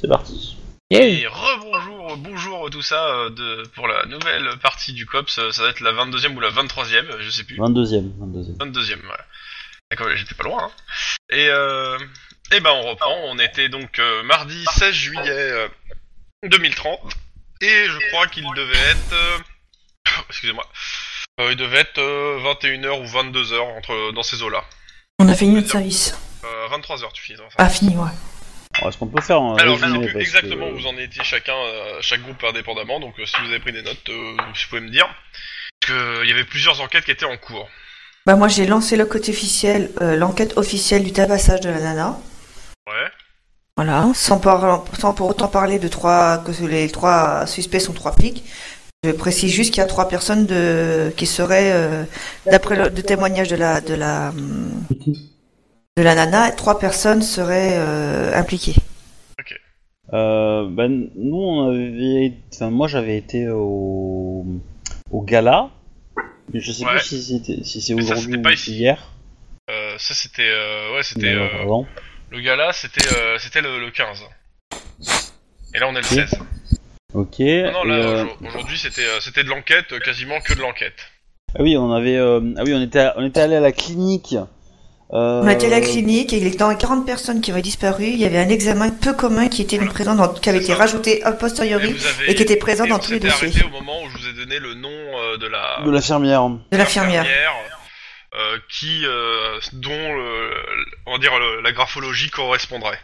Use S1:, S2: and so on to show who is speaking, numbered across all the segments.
S1: C'est parti.
S2: Et rebonjour, bonjour tout ça euh, de, pour la nouvelle partie du COPS. euh, Ça va être la 22e ou la 23e, euh, je sais plus.
S1: 22ème, 22ème.
S2: 22e, voilà. D'accord, j'étais pas loin. hein. Et, euh, eh ben on reprend. On était donc euh, mardi 16 juillet euh, 2030. Et je crois qu'il devait être... euh, Excusez-moi. Euh, il devait être 21h ou 22h entre, dans ces eaux-là.
S3: On a fait une autre service.
S2: Euh, 23h tu finis. dans ça.
S3: Ah, fini, ouais.
S1: Alors, est-ce qu'on peut faire un
S2: Alors, je sais
S1: résumé
S2: plus
S1: parce
S2: exactement
S1: que-
S2: où vous en étiez chacun, euh, chaque groupe indépendamment, donc euh, si vous avez pris des notes, euh, vous pouvez me dire. Parce que il y avait plusieurs enquêtes qui étaient en cours.
S3: Bah, moi, j'ai lancé le côté officiel, euh, l'enquête officielle du tabassage de la nana.
S2: Ouais.
S3: Voilà. Sans, par- sans pour autant parler de trois, que les trois suspects sont trois flics. Je précise juste qu'il y a trois personnes de, qui seraient, euh, d'après le de témoignage de la, de la, hum, de la nana, trois personnes seraient euh, impliquées.
S1: Euh, ben, nous, on avait... Enfin, moi, j'avais été au... au gala. Mais Je sais
S2: Ouais.
S1: plus si, c'était- si c'est
S2: Mais ça,
S1: aujourd'hui
S2: c'était
S1: ou
S2: pas
S1: si
S2: ici.
S1: hier.
S2: Euh, ça c'était euh, ouais c'était
S1: Mais, euh,
S2: euh,
S1: pardon.
S2: le gala c'était euh, c'était le, le 15 et là on est le
S1: Ok.
S2: 16
S1: Ok.
S2: non, non
S1: et,
S2: là
S1: euh,
S2: aujourd- aujourd'hui c'était euh, c'était de l'enquête euh, quasiment que de l'enquête
S1: Ah oui, on avait... euh, Ah oui, on était, à- on était allé à la clinique. Euh,
S3: On a été à la clinique et il était dans les 40 personnes qui avaient disparu. Il y avait un examen peu commun qui était présent dans- qui avait été rajouté a posteriori
S2: vous avez
S3: et qui était présent
S2: et
S3: dans
S2: vous
S3: tous les
S2: s'étiez
S3: dossiers
S2: arrêté au moment où je vous ai donné le nom euh, de la
S1: De l'infirmière.
S3: de l'infirmière.
S2: infirmière, euh, qui euh, dont le- on va dire le- la graphologie correspondrait.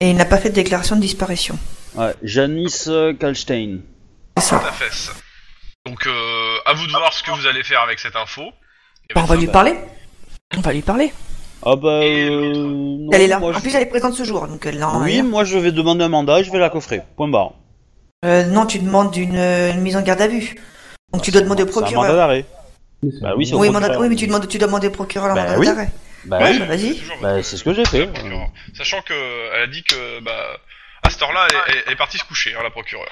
S3: Et il n'a pas fait de déclaration de disparition.
S1: Ouais, Janice euh, Kalstein.
S3: C'est
S2: La
S3: ça.
S2: fesse. Donc euh, à vous de voir ce que vous allez faire avec cette info. Et
S3: Bah, on va
S2: ça,
S3: lui parler. On va lui parler.
S1: Ah bah...
S2: Et
S1: euh,
S2: l'autre
S1: non,
S3: elle est là.
S1: moi,
S3: En
S1: je-
S3: plus, elle est présente ce jour, donc elle l'a en
S1: Oui,
S3: rien.
S1: moi, je vais demander un mandat et je vais la coffrer. Point barre.
S3: Euh, non, tu demandes une, euh, une mise en garde à vue. Donc tu dois demander au
S1: Ah, C'est un mandat
S3: procureur.
S1: d'arrêt. Bah oui, c'est au
S3: Oui,
S1: procureur.
S3: mandat- oui, mais tu demandes, tu demandes au procureur le
S1: Bah
S3: mandat
S1: oui.
S3: d'arrêt.
S1: Bah
S3: Ouais,
S1: oui.
S3: bah vas-y.
S2: toujours votre-
S1: Bah, c'est ce que j'ai fait.
S2: la procureure. Sachant que elle a dit que bah à cette heure-là, elle, elle est partie se coucher, hein, la procureure.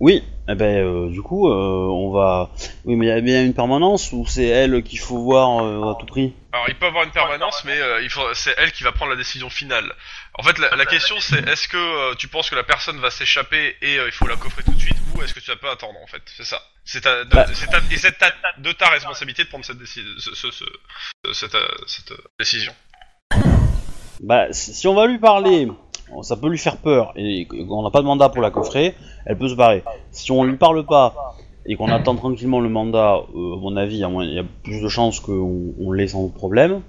S1: Oui, eh ben, euh, du coup, euh, on va. Oui, mais il y a bien une permanence ou c'est elle qu'il faut voir euh, à tout prix
S2: Alors il peut avoir une permanence, mais euh, il faut- c'est elle qui va prendre la décision finale. En fait, la, la question c'est est-ce que euh, tu penses que la personne va s'échapper et euh, il faut la coffrer tout de suite, ou est-ce que tu vas pas attendre en fait C'est ça. C'est ta, de,
S1: Bah.
S2: c'est ta- et c'est ta- de ta responsabilité de prendre cette, déci- ce- ce- ce- cette, euh, cette, euh, décision.
S1: Bah, si si on va lui parler, on- ça peut lui faire peur et on n'a pas de mandat pour la coffrer, elle peut se barrer. Si on lui parle pas et qu'on attend tranquillement le mandat, euh, à mon avis, il y a moins- il y a plus de chances qu'on on l'ait sans problème.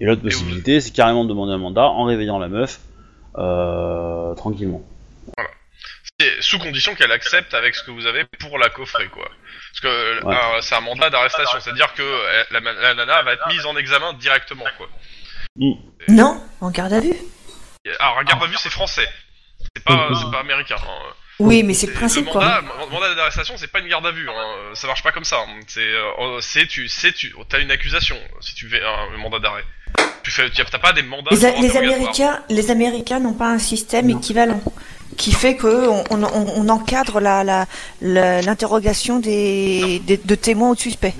S1: Et l'autre
S2: oui.
S1: possibilité, c'est carrément de demander un mandat en réveillant la meuf euh, tranquillement.
S2: C'est sous condition qu'elle accepte avec ce que vous avez pour la coffrer quoi. Parce que euh,
S1: Ouais.
S2: un- c'est un mandat d'arrestation, c'est-à-dire que euh, la, ma- la nana va être mise en examen directement quoi.
S3: Non, en garde à vue.
S2: Alors regarde pas vu c'est français, c'est pas, c'est pas américain. hein.
S3: Oui, mais c'est le
S2: C'est-
S3: principe,
S2: le
S3: quoi.
S2: mandat, le mandat d'arrestation, c'est pas une garde à vue. hein. Ça marche pas comme ça. hein. C'est, euh, c'est tu, c'est tu, oh, t'as une accusation si tu fais un, mandat d'arrêt. Tu fais, tu- t'as pas des mandats.
S3: Les,
S2: pour
S3: les
S2: interrogatoire.
S3: Américains, les Américains n'ont pas un système équivalent qui fait que on, on- on- on encadre la- la- la- l'interrogation des, des- de témoins ou de suspects.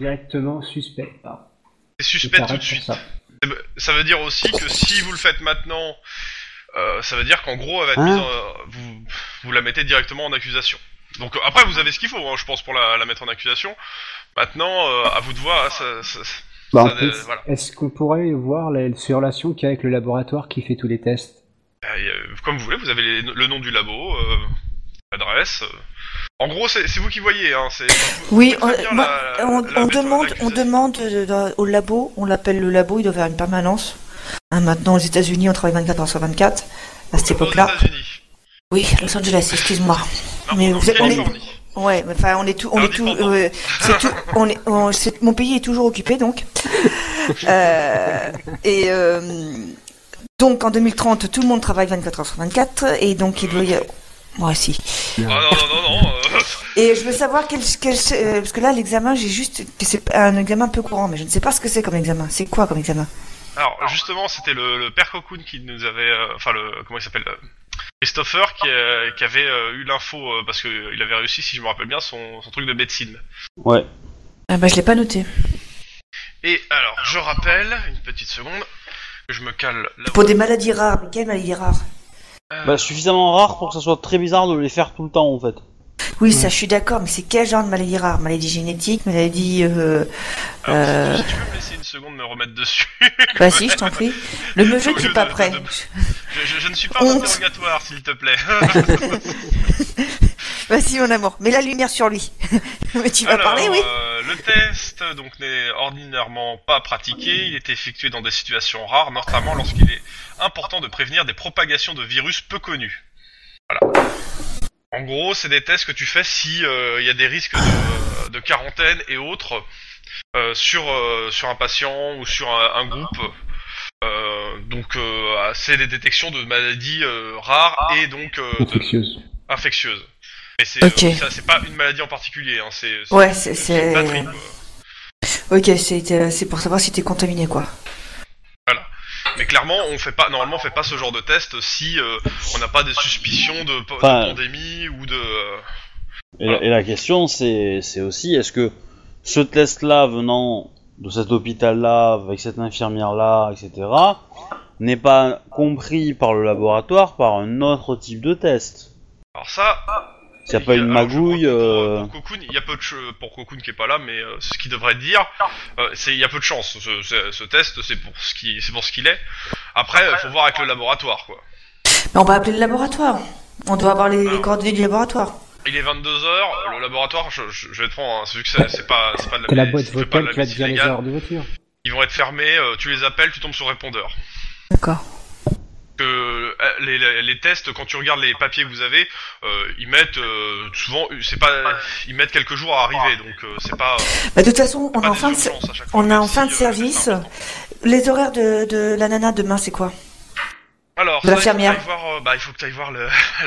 S4: Directement suspect. Ah,
S2: C'est
S4: je
S2: suspect tout
S4: t'arrête
S2: de
S4: pour
S2: suite.
S4: ça.
S2: C'est- Ça veut dire aussi que si vous le faites maintenant, euh, ça veut dire qu'en gros, elle va être
S1: Hein
S2: mise en- euh, vous, vous la mettez directement en accusation. Donc euh, après, vous avez ce qu'il faut, hein, je pense, pour la, la mettre en accusation. Maintenant, euh, à vous de voir. ça- ça-
S4: Bah, en
S2: Ça,
S4: fait,
S2: euh, voilà.
S4: Est-ce qu'on pourrait voir la sur relation qu'il y a avec le laboratoire qui fait tous les tests
S2: Euh, comme vous voulez, vous avez les- le nom du labo, euh, l'adresse. euh. En gros, c'est c'est vous qui voyez. Hein, c'est- vous-
S3: Oui,
S2: vous faites
S3: on-
S2: bien
S3: moi,
S2: Euh, la-
S3: On,
S2: la-
S3: on
S2: la-
S3: demande, on
S2: l'accusation.
S3: demande euh, dans- au labo, on l'appelle le labo, il doit faire une permanence. Hein, maintenant, aux États-Unis, on travaille 24 heures sur 24. À cette
S2: Aux
S3: époque-là,
S2: États-Unis.
S3: oui, à Los Angeles, excuse-moi. Mais
S2: en
S3: vous êtes- on est-
S2: Californie.
S3: Ouais, mais enfin, on est tout, on
S2: Alors,
S3: est tout,
S2: dis-moi.
S3: euh, c'est tout, on est, on- c'est- mon pays est toujours occupé, donc. Euh, et euh, donc, en 2030, tout le monde travaille 24 heures sur 24, et donc il doit y avoir... Moi aussi.
S2: Ah non, non, non, non. euh,
S3: Et je veux savoir quel, quel euh, parce que là l'examen, j'ai juste, c'est un examen peu courant, mais je ne sais pas ce que c'est comme examen. C'est quoi comme examen
S2: Alors, justement, c'était le, le père Cocoon qui nous avait. euh, Enfin, le. Comment il s'appelle euh, Christopher qui, euh, qui avait euh, eu l'info euh, parce que euh, il avait réussi, si je me rappelle bien, son, son truc de médecine.
S1: Ouais.
S3: Ah bah, je l'ai pas noté.
S2: Et alors, je rappelle, une petite seconde, que je me cale là
S3: Pour des maladies rares, mais quelle maladie rare
S2: où
S1: Bah, suffisamment rare pour que ça soit très bizarre de les faire tout le temps en fait.
S3: Oui, ça, je suis d'accord, mais c'est quel genre de maladie rare Maladie génétique, maladie... Euh...
S2: Alors,
S3: euh,
S2: si, si tu peux me laisser une seconde me remettre dessus.
S3: Bah si, je t'en prie. Le me jeu
S2: Au
S3: qui est
S2: lieu
S3: pas
S2: de-
S3: prêt.
S2: de- Je, je- je ne suis pas
S3: Honte.
S2: en interrogatoire, s'il te plaît.
S3: Vas-y, Bah, mon amour, mets la lumière sur lui. mais tu vas
S2: Alors,
S3: parler, oui
S2: euh, le test donc n'est ordinairement pas pratiqué. Il est effectué dans des situations rares, notamment lorsqu'il est important de prévenir des propagations de virus peu connus. Voilà. En gros, c'est des tests que tu fais si euh, il y a des risques de, de quarantaine et autres euh, sur euh, sur un patient ou sur un, un groupe. Euh, donc, euh, c'est des détections de maladies euh, rares et donc euh, de-
S4: infectieuse.
S2: infectieuse. Mais c'est euh,
S3: Ok.
S2: ça, c'est pas une maladie en particulier, hein, c'est c'est-
S3: Ouais, c'est-
S2: c'est une
S3: c'est-
S2: batterie, quoi.
S3: Ok, c'est euh, c'est pour savoir si t'es contaminé, quoi.
S2: Mais clairement, on fait pas, normalement, on fait pas ce genre de test si euh, on n'a pas des suspicions de, po- de
S1: Enfin,
S2: pandémie ou de. euh,
S1: Et, la- et la question c'est c'est aussi est-ce que ce test là venant de cet hôpital là, avec cette infirmière là, etc., n'est pas compris par le laboratoire par un autre type de test
S2: Alors ça.
S1: C'est
S2: il y
S1: pas
S2: a-
S1: une
S2: alors, je crois que
S1: magouille.
S2: pour,
S1: euh,
S2: pour Cocoon, il y a peu de che- pour Cocoon qui est pas là, mais euh, ce qui devrait dire, euh, c'est il y a peu de chance. Ce, ce- ce test, c'est pour ce qui, c'est pour ce qu'il est. Après, euh, faut voir avec le laboratoire, quoi.
S3: Mais on va appeler le laboratoire. On doit avoir les, les coordonnées du laboratoire.
S2: Il est 22h, le laboratoire, je, je- je vais te prendre, hein, vu que c'est c'est pas, c'est pas de la
S4: T'as la
S2: médecine-
S4: boîte
S2: c'est pas de
S4: vocale
S2: la
S4: qui va te
S2: médecine
S4: dire les
S2: légale.
S4: erreurs de voiture.
S2: Ils vont être fermés, euh, tu les appelles, tu tombes sur répondeur.
S3: D'accord.
S2: que euh, les, les- les tests, quand tu regardes les papiers que vous avez, euh, ils mettent euh, souvent, c'est pas, ils mettent quelques jours à arriver, donc euh, c'est pas. euh,
S3: Bah, de toute façon,
S2: pas
S3: on est en
S2: des
S3: fin de...
S2: urgences à chaque fois,
S3: On est
S2: même
S3: en
S2: si,
S3: fin de
S2: euh,
S3: service.
S2: c'est important.
S3: Les horaires de, de la nana demain, c'est quoi
S2: Alors,
S3: de
S2: ça,
S3: l'infirmière.
S2: Il faut que t'ailles voir, euh, bah, il faut que t'ailles voir le, la,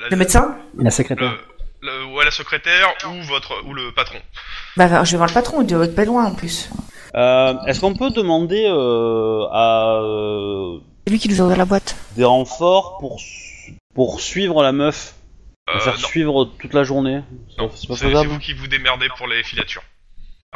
S2: la-
S3: Le médecin
S4: La secrétaire.
S2: le- le- ouais, la secrétaire ou votre ou le patron.
S3: Bah, je vais voir le patron, il doit être pas loin en plus.
S1: euh, est-ce qu'on peut demander euh, à euh,
S5: C'est lui qui nous a ouvert la boîte.
S1: des renforts pour, su- pour suivre la meuf
S2: Euh,
S1: La faire
S2: non,
S1: suivre toute la journée C'est
S2: non,
S1: pas-
S2: c'est
S1: c'est pas
S2: c'est vous
S1: faisable
S2: qui vous démerdez pour les filatures.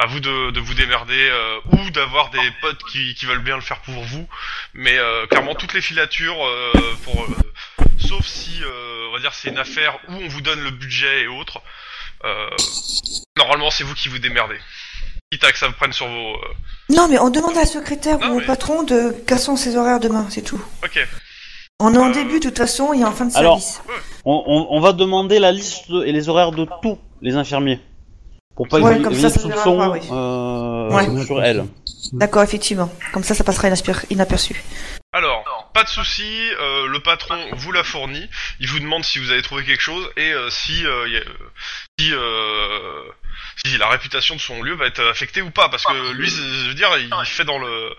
S2: À vous de, de vous démerder euh, ou d'avoir des potes qui, qui veulent bien le faire pour vous, mais euh, clairement toutes les filatures, euh, pour, euh, sauf si euh, on va dire c'est une affaire où on vous donne le budget et autres. euh, normalement c'est vous qui vous démerdez. Quitte à que ça vous prenne sur vos. euh,
S3: Non, mais on demande à la secrétaire
S2: Non,
S3: ou au
S2: mais-
S3: patron de quels sont ses horaires demain, c'est tout.
S2: Ok.
S3: On est en
S2: Euh,
S3: début, de toute façon, et en fin de
S1: alors-
S3: service.
S1: on, on- on va demander la liste et les horaires de tous les infirmiers. Pour pas
S3: Ouais,
S1: qu'il y ait
S3: comme
S1: des
S3: ça, ça verra
S1: soupçons,
S3: pas, oui.
S1: euh,
S3: Ouais.
S1: sur elle.
S2: Euh,
S3: D'accord, effectivement. Comme ça, ça passera inaspir- inaperçu.
S2: Alors, pas de souci, euh, le patron vous la fournit, il vous demande si vous avez trouvé quelque chose et euh, si, euh, y a- si, euh, si la réputation de son lieu va être affectée ou pas, parce que lui, c'est- je veux dire, il fait dans le...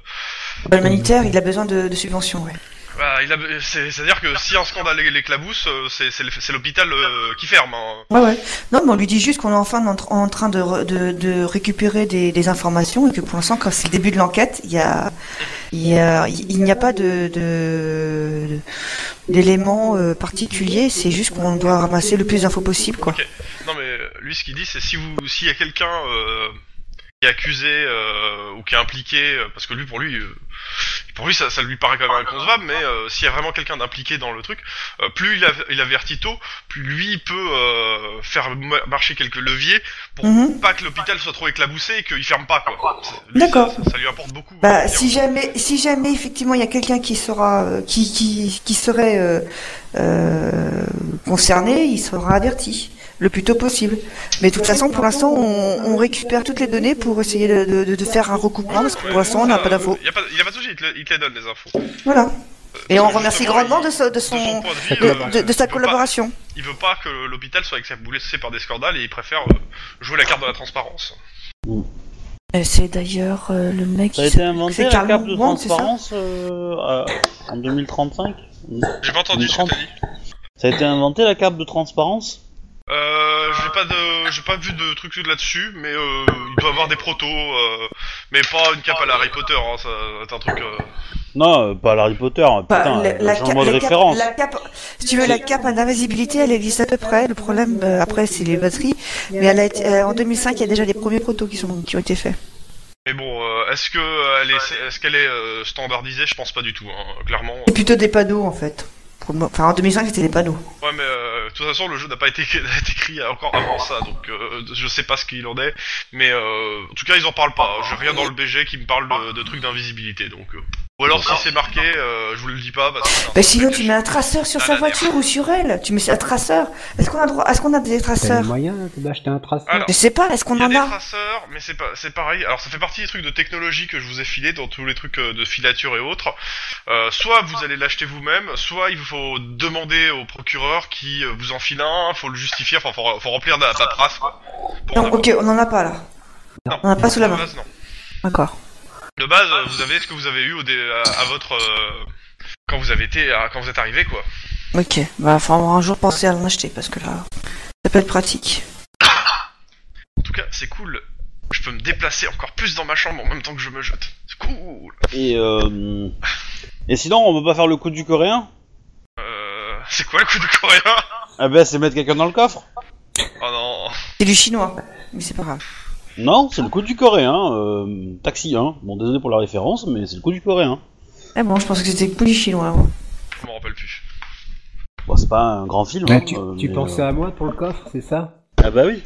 S3: Bah, L'humanitaire, il a besoin de, de subventions, ouais.
S2: Bah, il a- c'est- C'est-à-dire que si un scandale l'éclabousse, euh, c'est- c'est le- c'est l'hôpital euh, qui ferme. hein.
S3: Ouais, ouais. Non, mais on lui dit juste qu'on est enfin en, en train de, re- de, de récupérer des, des informations et que pour l'instant, quand c'est le début de l'enquête, il y a, il y a, il n'y a pas de, de, d'éléments euh, particuliers. C'est juste qu'on doit ramasser le plus d'infos possible, quoi.
S2: Non mais euh, lui, ce qu'il dit, c'est si vous, s'il y a quelqu'un euh, qui est accusé euh, ou qui est impliqué, euh, parce que lui, pour lui, euh, pour lui, ça, ça lui paraît quand même inconcevable, mais euh, s'il y a vraiment quelqu'un d'impliqué dans le truc, euh, plus il, av- il avertit tôt, plus lui il peut euh, faire ma- marcher quelques leviers pour
S3: Mhm.
S2: pas que l'hôpital soit trop éclaboussé et qu'il ferme pas quoi. C'est- lui,
S3: D'accord.
S2: Ça, ça lui apporte beaucoup.
S3: Bah,
S2: on va dire.
S3: si jamais, si jamais effectivement il y a quelqu'un qui sera, euh, qui, qui, qui serait euh, euh, concerné, il sera averti le plus tôt possible. Mais de toute façon, pour l'instant, on, on récupère toutes les données pour essayer de, de, de faire un recoupement parce que pour l'instant, on n'a pas d'infos.
S2: Il Euh, y a pas, il y a pas de souci, il te, le- il te les donne les infos.
S3: Voilà. Et on
S2: Parce que
S3: remercie
S2: justement,
S3: grandement
S2: il-
S3: de, sa- de
S2: de son
S3: son,
S2: point de vue, euh,
S3: de, de- de sa
S2: il veut pas-
S3: collaboration.
S2: il veut pas que l'hôpital soit éclaboussé par des scandales et il préfère euh, jouer la carte de la transparence.
S5: Euh, c'est d'ailleurs euh, le mec
S1: Ça a
S5: qui
S1: été
S5: s'appelle-
S1: inventé
S3: c'est
S1: la
S3: Carmen
S1: carte de
S3: Wang, c'est ça
S1: transparence euh, à- en 2035
S2: J'ai pas entendu ce que t'as dit.
S1: Ça a été inventé la carte de transparence
S2: Euh, j'ai pas de, j'ai pas vu de truc là-dessus, mais euh, il doit avoir des protos, euh, mais pas une cape à la Harry Potter, hein, ça, c'est un truc. euh,
S1: Non, euh, pas l'Harry Potter,
S3: Bah,
S1: putain,
S3: la- la
S1: euh,
S3: ca-
S1: genre mode
S3: le cap-
S1: référence.
S3: la cape- si tu veux, la cape d'invisibilité, elle existe à peu près. Le problème, euh, après, c'est les batteries. Mais elle a été- euh, en 2005, il y a déjà les premiers protos qui, sont, qui ont été faits.
S2: Mais bon, euh, est-ce que euh, elle est, est-ce qu'elle est euh, standardisée Je pense pas du tout, hein, clairement.
S3: C'est plutôt des panneaux, en fait. Pour le mo- Enfin, en 2005, c'était des panneaux.
S2: Ouais, mais euh, de toute façon, le jeu n'a pas été, n'a été écrit encore avant ça, donc euh, je sais pas ce qu'il en est. Mais euh, en tout cas, ils en parlent pas. J'ai rien dans le BG qui me parle de, de trucs d'invisibilité, donc. euh. Ou alors, si c'est marqué, euh, je vous le dis pas. Parce que,
S3: Bah sinon, tu mets un traceur sur sa voiture ou sur elle. Tu mets un traceur. Est-ce qu'on a droit Est-ce qu'on a des
S4: T'as
S3: traceurs
S4: les moyens d'acheter un traceur
S2: Alors,
S3: Je sais pas. Est-ce qu'on
S2: Il y a
S3: en
S2: des
S3: a
S2: traceurs, mais c'est pas, c'est pareil. Alors ça fait partie des trucs de technologie que je vous ai filé dans tous les trucs euh, de filature et autres. Euh, soit vous allez l'acheter vous-même, soit il faut demander au procureur qui euh, vous en file un, faut le justifier, enfin faut, faut remplir de la paperasse quoi. Pour en
S3: Non,
S2: avoir.
S3: ok, on en a pas là.
S2: Non.
S3: On en a pas sous la
S2: De
S3: main.
S2: base, non.
S3: D'accord.
S2: De base, euh, vous avez ce que vous avez eu au dé- à, à votre euh, quand vous avez été à- quand vous êtes arrivé quoi.
S3: Ok. Bah, faut un jour penser à en acheter parce que là, ça peut être pratique.
S2: En tout cas, c'est cool. Je peux me déplacer encore plus dans ma chambre en même temps que je me jette. C'est cool.
S1: Et, euh, et sinon, on peut pas faire le coup du coréen
S2: Euh, c'est quoi le coup du coréen
S1: Ah ben, c'est mettre quelqu'un dans le coffre
S2: Oh non.
S3: C'est du chinois. Mais c'est pas grave.
S1: Non, c'est le coup du coréen, euh, taxi 1. Bon, désolé pour la référence, mais c'est le coup du coréen.
S3: Ah bon, je pense que c'était que du chinois. hein. moi.
S2: Je m'en rappelle plus.
S1: Bon, c'est pas un grand film.
S4: Ah,
S1: hein,
S4: Tu,
S1: euh,
S4: tu
S1: mais,
S4: pensais
S1: euh,
S4: à moi pour le coffre, c'est ça
S1: Ah bah oui.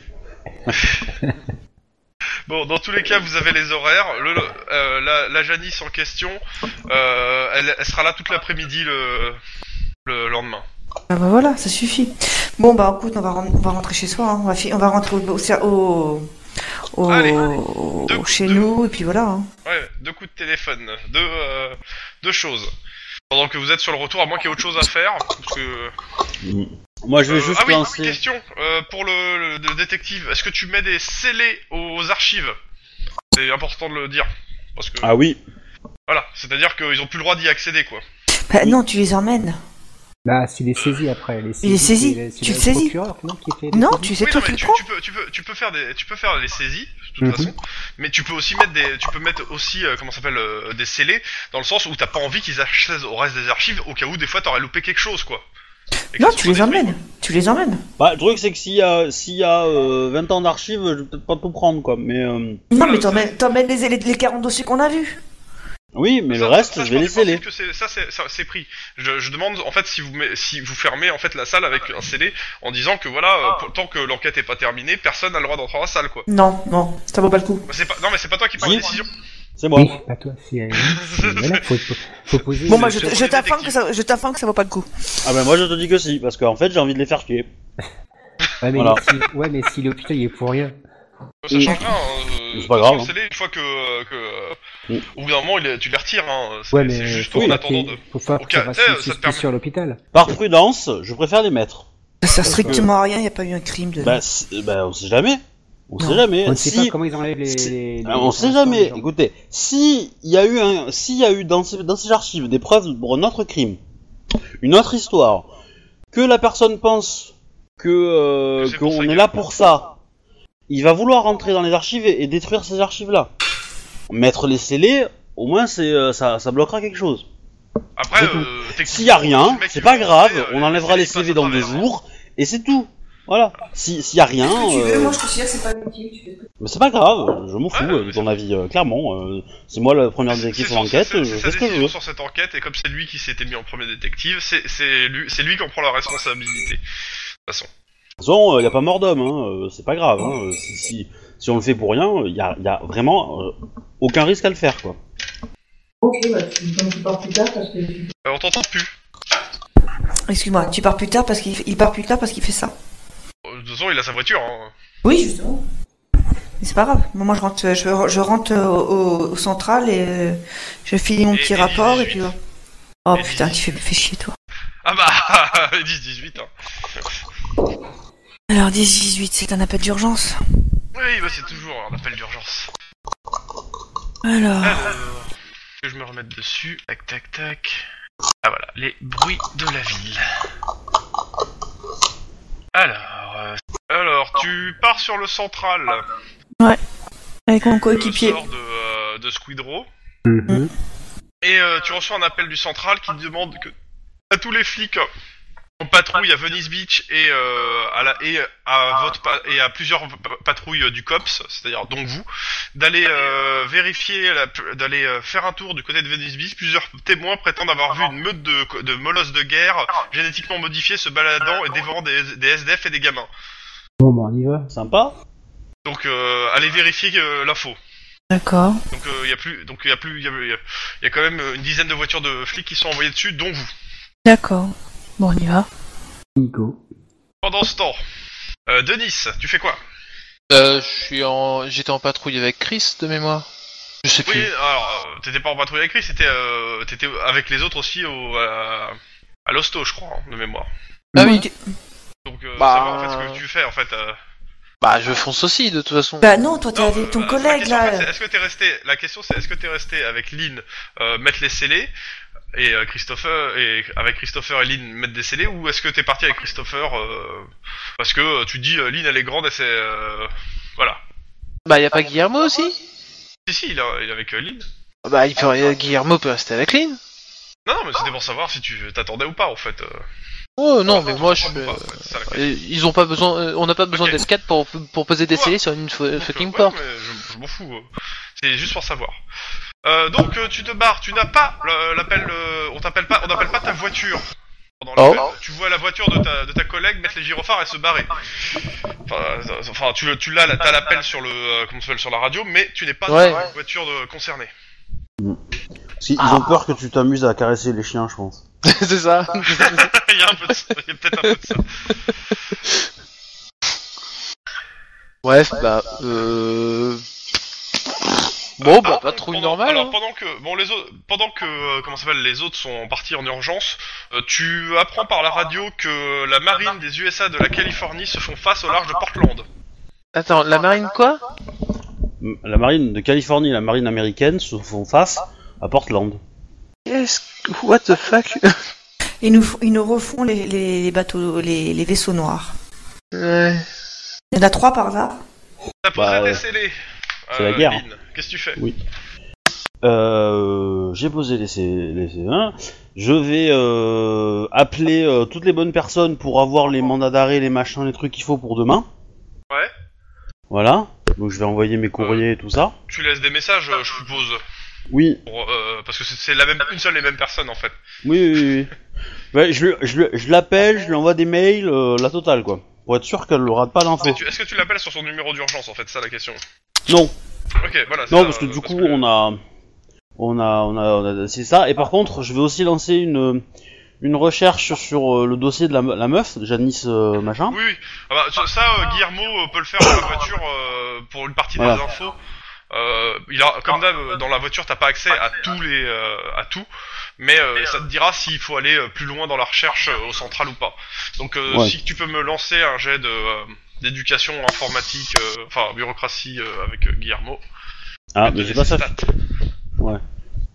S2: Bon, dans tous les cas, vous avez les horaires. Le, le- euh, la, la Janice en question, euh, elle, elle sera là toute l'après-midi le, le lendemain.
S3: Ah bah voilà, ça suffit. Bon bah écoute, on va, ren- on va rentrer chez soi, hein. on, va fi- on va rentrer au, au, au-
S2: Allez.
S3: au-
S2: Deux-
S3: chez
S2: deux.
S3: nous et puis voilà. hein.
S2: Ouais, deux coups de téléphone, deux, euh, deux choses. Pendant que vous êtes sur le retour, à moins qu'il y ait autre chose à faire. Parce que...
S1: Mm. Moi, je vais
S2: Euh,
S1: juste
S2: ah oui,
S1: lancer.
S2: une question euh, pour le, le- le détective. Est-ce que tu mets des scellés aux archives C'est important de le dire. Parce que
S1: Ah oui.
S2: voilà, c'est-à-dire qu'ils ont plus le droit d'y accéder quoi.
S3: Bah, non, tu les emmènes.
S4: Bah, s'il est saisi après. Les
S3: Il est saisi.
S4: c'est
S3: Tu
S4: le
S3: le saisis.
S4: procureur, non, qui fait les
S3: Non,
S4: saisies.
S3: tu sais
S2: Oui,
S3: toi
S2: non,
S3: qui
S2: mais
S3: le
S2: tu,
S3: prends.
S2: tu peux, tu peux, tu peux faire des, tu peux faire des saisies de toute
S4: Mhm.
S2: façon, mais tu peux aussi mettre des, tu peux mettre aussi, euh, comment ça s'appelle, euh, des scellés, dans le sens où t'as pas envie qu'ils accèdent au reste des archives, au cas où des fois t'aurais loupé quelque chose, quoi. Et que
S3: Non,
S2: ça
S3: tu
S2: soit
S3: les
S2: détruit,
S3: emmènes. Tu les emmènes.
S1: Bah, le truc, c'est que s'il y a, s'il y a euh, 20 ans d'archives, je vais peut-être pas tout prendre, quoi. Mais euh,
S3: Non,
S2: Voilà,
S3: mais
S2: ça-
S3: t'emmènes t'emmènes les, les, les 40 dossiers qu'on a vus.
S1: oui, mais
S2: quoi.
S1: le
S2: Ça-
S1: reste,
S2: ça,
S1: je vais
S2: pense
S1: laisser les.
S2: principe que c'est- ça, c'est- ça, c'est pris. Je, je demande en fait si vous, met- si vous fermez en fait la salle avec un scellé en disant que voilà, euh, pour- tant que l'enquête est pas terminée, personne n'a le droit d'entrer dans la salle, quoi.
S3: Non, non, ça vaut pas le coup.
S2: Mais c'est pas, non mais c'est pas toi qui prends
S1: Oui.
S2: la décision.
S1: C'est moi.
S4: Oui, pas toi. Si, euh, voilà, faut, faut- faut poser.
S3: Bon
S4: une-
S3: bah je,
S2: c'est pour
S3: je
S2: les
S3: t'informe que
S2: détectives.
S3: ça, je t'informe que ça vaut pas le coup.
S1: Ah ben moi, je te dis que si, parce qu'en fait, j'ai envie de les faire chier.
S4: ouais, mais
S1: voilà.
S4: si, ouais, mais si l'hôpital il est pour rien.
S2: Ça
S1: Mm.
S2: change rien. hein, euh,
S1: C'est pas grave,
S2: parce que le scellé, une fois que, euh, que euh,
S1: Mm.
S2: au bout d'un moment, il est- tu les retires. Hein, c'est
S4: Ouais,
S2: c'est
S4: mais
S2: juste
S4: faut
S2: en
S4: pas
S2: attendant
S4: qu'il-
S2: de.
S4: faut pas
S2: Au
S4: qu'il
S2: cas-
S4: fasse
S2: eh,
S4: une
S2: ça te
S4: suspicion
S2: permet.
S4: sur l'hôpital.
S1: Par prudence, je préfère les mettre.
S3: Ça sert strictement à rien, y a pas eu un crime de.
S1: Bah, c'est- bah, on sait jamais. On
S3: Non.
S1: sait jamais.
S4: On ne
S1: si...
S4: sait pas comment ils enlèvent les.
S1: si-
S4: les-
S1: Ah, on
S4: les-
S1: sait
S4: les-
S1: jamais.
S4: les gens.
S1: Écoutez, si il y a eu un, s'il y a eu dans ces, dans ces archives des preuves pour un autre crime, une autre histoire, que la personne pense que euh,
S2: Que c'est pour
S1: qu'on
S2: ça
S1: est,
S2: qu'il-
S1: là pour ça, il va vouloir rentrer dans les archives et, et détruire ces archives là. Mettre les scellés, au moins c'est euh, ça, ça bloquera quelque chose.
S2: Après,
S1: C'est tout.
S2: euh, techniquement,
S1: S'il y a
S2: le
S1: rien,
S2: mec qui
S1: c'est pas
S2: veut
S1: grave,
S2: rentrer, euh,
S1: on enlèvera
S2: il
S1: les
S2: passe
S1: CV
S2: au
S1: dans deux
S2: travers. hein.
S1: jours et c'est tout. Voilà. Si s'il y a rien, euh,
S3: je considère que c'est pas utile.
S1: mais c'est pas grave, je m'en fous
S2: Ouais,
S1: euh,
S2: mais
S1: de
S2: c'est-
S1: ton avis, euh, clairement. euh, c'est moi le premier
S2: C'est-
S1: détective
S2: c'est
S1: sur
S2: son-
S1: l'enquête,
S2: c'est-
S1: euh, je
S2: c'est
S1: fais
S2: sa
S1: ce que je
S2: décision
S1: veux.
S2: sur cette enquête, et comme c'est lui qui s'était mis en premier détective, c'est c'est lui, c'est lui qui en prend la responsabilité.
S1: De toute façon, il n'y a pas mort d'homme, hein, euh, c'est pas grave. hein, euh, si, si, si on le fait pour rien, il n'y a, y a vraiment euh, aucun risque à le faire. quoi.
S6: Ok, bah, tu me dis pas plus tard parce que tu
S2: Euh, on t'entend plus.
S3: Excuse-moi, tu pars plus tard parce qu'il il part plus tard parce qu'il fait ça.
S2: Euh, De toute façon, il a sa voiture. Hein.
S3: Oui, justement. Mais c'est pas grave. Moi, moi, je rentre, euh, je, je rentre euh, au, au central et euh, je finis mon
S2: Et-
S3: petit
S2: et
S3: rapport
S2: 18.
S3: et puis. voilà. Oh
S2: Et
S3: putain,
S2: 18.
S3: tu fais, fais chier toi.
S2: Ah bah 10-18. Hein.
S5: Alors 10-18, c'est un appel d'urgence.
S2: Oui, bah c'est toujours un appel d'urgence.
S3: Ah,
S5: Alors,
S2: Alors, que je me remette dessus. Tac, tac, tac. Ah voilà, les bruits de la ville. Alors, euh, alors tu pars sur le central.
S5: avec mon
S2: le
S5: coéquipier.
S2: sort de, euh, de Squidrow.
S4: Mhm.
S2: Et euh, tu reçois un appel du central qui te demande que à tous les flics en patrouille à Venice Beach et, euh, à, la, et, à, votre pa- et à plusieurs pa- patrouilles euh, du COPS, c'est-à-dire donc vous, d'aller euh, vérifier, la- d'aller euh, faire un tour du côté de Venice Beach. Plusieurs témoins prétendent avoir vu une meute de, de molosses de guerre génétiquement modifiés se baladant et dévorant des, des SDF et des gamins.
S4: Bon, bah, on y va.
S1: Sympa
S2: Donc euh, allez vérifier euh, l'info.
S5: D'accord.
S2: Donc il y a plus, donc il y a plus, il y, a- y a- y a quand même euh, une dizaine de voitures de flics qui sont envoyées dessus, dont vous.
S5: D'accord. Bon, on y va.
S4: Nico.
S2: Pendant ce temps, euh, Denis, tu fais quoi
S7: Euh, je suis en, j'étais en patrouille avec Chris de mémoire. Je sais
S2: Oui,
S7: plus.
S2: alors euh, t'étais pas en patrouille avec lui, c'était, euh, t'étais avec les autres aussi au, à- à l'hosto, je crois, hein, de mémoire.
S7: Ah oui.
S2: Donc euh,
S7: Bah,
S2: savoir en fait ce que tu fais en fait. euh.
S7: Bah je fonce aussi de toute façon.
S3: Bah non, toi t'es
S2: Non,
S3: avec ton
S2: euh, la
S3: collègue
S2: question, en fait,
S3: là.
S2: c'est Est-ce que t'es resté La question c'est est-ce que t'es resté avec Lynn euh, mettre les scellés et euh, Christopher et avec Christopher et Lynn mettre des scellés ou est-ce que t'es parti avec Christopher euh, parce que euh, tu dis euh, Lynn elle est grande et c'est euh, voilà.
S7: Bah y a pas Guillermo aussi
S2: Si si il, est- il est avec euh, Lynn.
S7: Bah il peut, Guillermo peut rester avec Lynn.
S2: Non, non mais c'était pour savoir si tu t'attendais ou pas en fait. euh.
S7: Oh non mais moi je.
S2: Ou pas, en fait, c'est ça, la question.
S7: Euh, Ils ont pas besoin, euh, on n'a pas besoin
S2: Ok.
S7: d'être 4 pour, pour poser des
S2: Ouais.
S7: scellés sur une fo-
S2: Donc,
S7: fucking
S2: euh, ouais,
S7: porte.
S2: mais je je m'en fous. euh. C'est juste pour savoir. Euh, donc euh, tu te barres, tu n'as pas le- l'appel, euh, on t'appelle pas, on n'appelle pas ta voiture. pendant
S7: Oh.
S2: l'appel. Tu vois la voiture de ta, de ta collègue mettre les gyrophares et se barrer. Enfin, euh, enfin, tu, le- tu l'as, la- t'as l'appel sur le, euh, comment ça s'appelle, sur la radio, mais tu n'es pas
S7: Ouais.
S2: dans la voiture de- concernée.
S1: Parce qu'ils ont peur que tu t'amuses à caresser les chiens, je pense.
S7: C'est ça.
S2: il y a un peu de ça, il y a peut-être un peu de ça.
S7: Bref, bah euh... Bon bah
S2: Ah,
S7: patrouille
S2: pendant-
S7: normale.
S2: Alors
S7: hein.
S2: pendant que bon les autres, pendant que euh, comment ça s'appelle les autres sont partis en urgence, euh, tu apprends par la radio que la marine des USA de la Californie se font face au large de Portland.
S7: Attends, la marine quoi
S1: M- La marine de Californie et la marine américaine se font face à Portland.
S7: Qu'est-ce que- What the fuck
S3: Ils nous, font- ils nous refont les, les, les bateaux, les, les vaisseaux noirs.
S7: Ouais.
S3: Il y en a trois par là.
S2: T'as posé
S1: Bah,
S2: des
S1: ouais.
S2: scellés.
S1: C'est la guerre. hein.
S2: Lynn, Qu'est-ce que tu fais
S1: Euh, j'ai posé les, C- les C1. Je vais euh, appeler euh, toutes les bonnes personnes pour avoir les mandats d'arrêt, les machins, les trucs qu'il faut pour demain.
S2: Ouais.
S1: Voilà. Donc je vais envoyer mes courriers et tout ça.
S2: Tu laisses des messages, euh, je suppose,
S1: Oui,
S2: pour, euh, parce que c'est- c'est la même une seule et même personne en fait.
S1: oui, oui, oui. oui. Ouais, Bah, je lui- je lui- je l'appelle, je lui envoie des mails, euh, la totale quoi. Pour être sûr qu'elle ne rate pas l'info.
S2: Mais tu- Est-ce que tu l'appelles sur son numéro d'urgence en fait, c'est ça la question.
S1: Non,
S2: Ok, voilà. c'est
S1: non
S2: ça,
S1: parce que
S2: euh,
S1: du coup on a, on a, on a, on a- c'est ça. Et par contre, je vais aussi lancer une, une recherche sur euh, le dossier de la, me- la meuf, Janice euh, machin.
S2: Oui, oui. Ah bah, ça, ça, euh, Guillermo euh, peut le faire dans la voiture euh, pour une partie des
S1: Voilà.
S2: infos. Euh, il a, comme d'hab, euh, dans la voiture, t'as pas accès à tous les, euh, à tout, mais euh, ça te dira s'il faut aller euh, plus loin dans la recherche euh, au central ou pas. Donc, euh,
S1: Ouais.
S2: si tu peux me lancer un jet de euh, d'éducation informatique, euh, enfin bureaucratie euh, avec euh, Guillermo.
S1: Ah,
S2: Avec
S1: mais
S2: les
S1: j'ai pas ça.
S2: stats.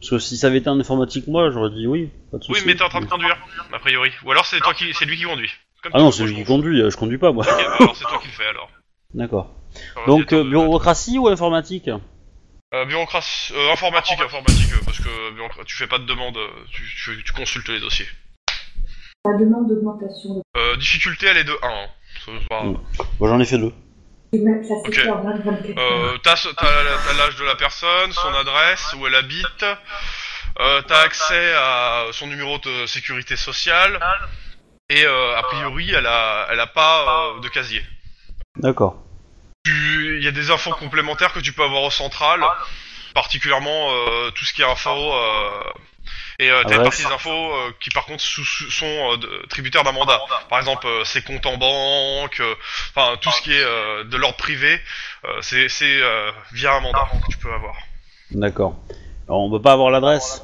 S1: Parce que si ça avait été en informatique, moi, j'aurais dit oui, pas de
S2: Oui,
S1: soucis.
S2: mais t'es en train de conduire, a priori. Ou alors c'est toi qui, c'est lui qui conduit. Comme
S1: Ah
S2: tu
S1: non,
S2: veux,
S1: c'est
S2: je
S1: lui qui
S2: m'en fous.
S1: conduit, euh, je conduis pas, moi.
S2: Ok, bah alors c'est toi qui le fais alors.
S1: D'accord.
S2: Sur
S1: Donc,
S2: l'ordinateur
S1: euh,
S2: de-
S1: bureaucratie ou informatique
S2: Euh, bureaucratie, euh, informatique, informatique, euh, parce que euh, bureaucra- tu fais pas de demande, euh, tu, tu- tu consultes les dossiers.
S6: La demande d'augmentation de
S2: Euh, difficulté, elle est de 1. hein. Ça, c'est pas-
S1: Mm. Bon, j'en ai fait deux.
S6: Je vais mettre ça
S2: Ok.
S6: c'est sûr, 20, 24
S2: Euh, t'as ce- t'as la- t'as l'âge de la personne, son adresse, où elle habite, euh, t'as accès à son numéro de sécurité sociale, et euh, a priori, elle a, elle a pas euh, de casier.
S1: D'accord.
S2: Il y a des infos complémentaires que tu peux avoir au central, particulièrement euh, tout ce qui est info. euh, et euh, t'as une
S1: Adresse.
S2: partie des infos euh, qui, par contre, sous- sous- sont euh, de- tributaires d'un mandat. Par exemple, euh, ses comptes en banque, euh, enfin, tout ce qui est euh, de l'ordre privé, euh, c'est c'est, euh, via un mandat que tu peux avoir.
S1: D'accord. Alors, on peut pas avoir l'adresse.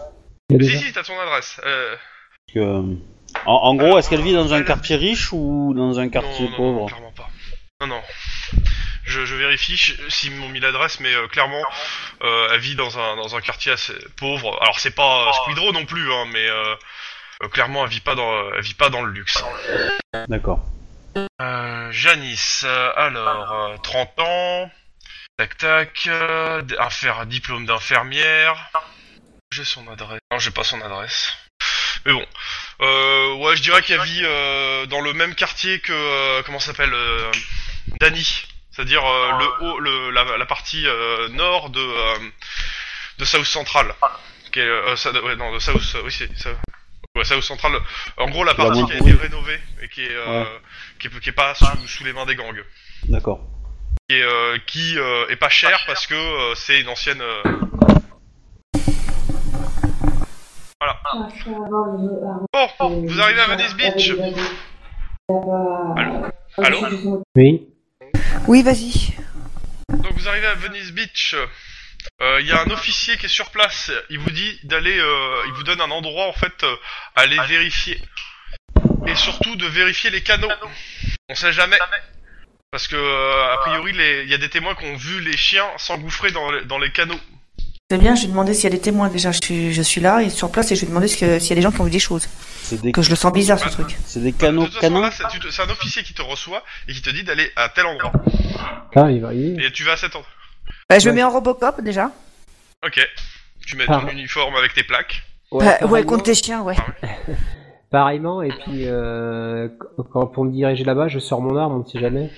S4: Il y a
S2: Si,
S4: déjà...
S2: si, t'as son adresse. Euh,
S1: parce que- En, en gros, est-ce qu'elle vit dans un quartier riche ou dans un quartier
S2: non, non, non,
S1: pauvre
S2: clairement pas. Non, non. Je, je vérifie je- s'ils m'ont mis l'adresse, mais euh, clairement, euh, elle vit dans un, dans un quartier assez pauvre. Alors, c'est pas euh, Squidrow non plus, hein, mais euh, euh, clairement, elle vit pas dans, elle vit pas dans le luxe.
S1: D'accord.
S2: Euh, Janice, euh, alors, euh, 30 ans, tac tac, euh, d- infer- diplôme d'infirmière. J'ai son adresse. Non, j'ai pas son adresse. Mais bon. Euh, ouais, je dirais qu'il y a vie euh, dans le même quartier que euh, comment ça s'appelle euh, Dany, c'est-à-dire euh, le haut, le, la, la partie euh, nord de euh, de South Central, qui est euh, ça- ouais, non, de South, euh, oui c'est ça. Ouais, South Central. En gros, la
S1: La
S2: partie qui a été
S1: banlieue.
S2: rénovée et qui est euh,
S1: Ouais.
S2: qui, est, qui est pas sous, sous les mains des gangs
S1: D'accord.
S2: et euh, qui euh, est pas cher parce que euh, c'est une ancienne. euh, Voilà.
S6: Ah, je vais avoir le- ah,
S2: Bon,
S6: euh,
S2: vous arrivez à Venice Beach.
S6: avec les amis. Là-bas,
S2: Allô
S6: euh,
S2: Allô
S6: je suis-
S4: Oui.
S3: Oui, vas-y.
S2: Donc vous arrivez à Venice Beach. Euh, Il y a un officier qui est sur place. Il vous dit d'aller. euh, il vous donne un endroit en fait euh, à aller vérifier. Et surtout de vérifier les canaux. On sait jamais. Parce que euh, a priori, les- il y a des témoins qui ont vu les chiens s'engouffrer dans, les- dans les canaux.
S3: C'est bien, je vais demander s'il y a des témoins déjà. Je suis, je suis là et sur place et je vais demander ce que- s'il y a des gens qui ont vu des choses.
S1: C'est des,
S3: Que je le sens bizarre ce truc.
S1: c'est des
S2: Bah,
S1: canaux.
S2: de toute façon,
S1: Canons
S2: là, c'est tu te- c'est un officier qui te reçoit et qui te dit d'aller à tel endroit.
S4: Ah, il va y
S2: Et tu vas à cet endroit.
S3: Bah, je me
S4: Ouais.
S3: mets en Robocop déjà.
S2: Ok. Tu mets
S4: Ah.
S2: ton uniforme avec tes plaques.
S3: Bah, Ouais,
S4: pareillement-
S3: contre tes chiens, ouais.
S4: Pareillement, et puis euh, qu- quand pour me diriger là-bas, je sors mon arme, on ne sait jamais.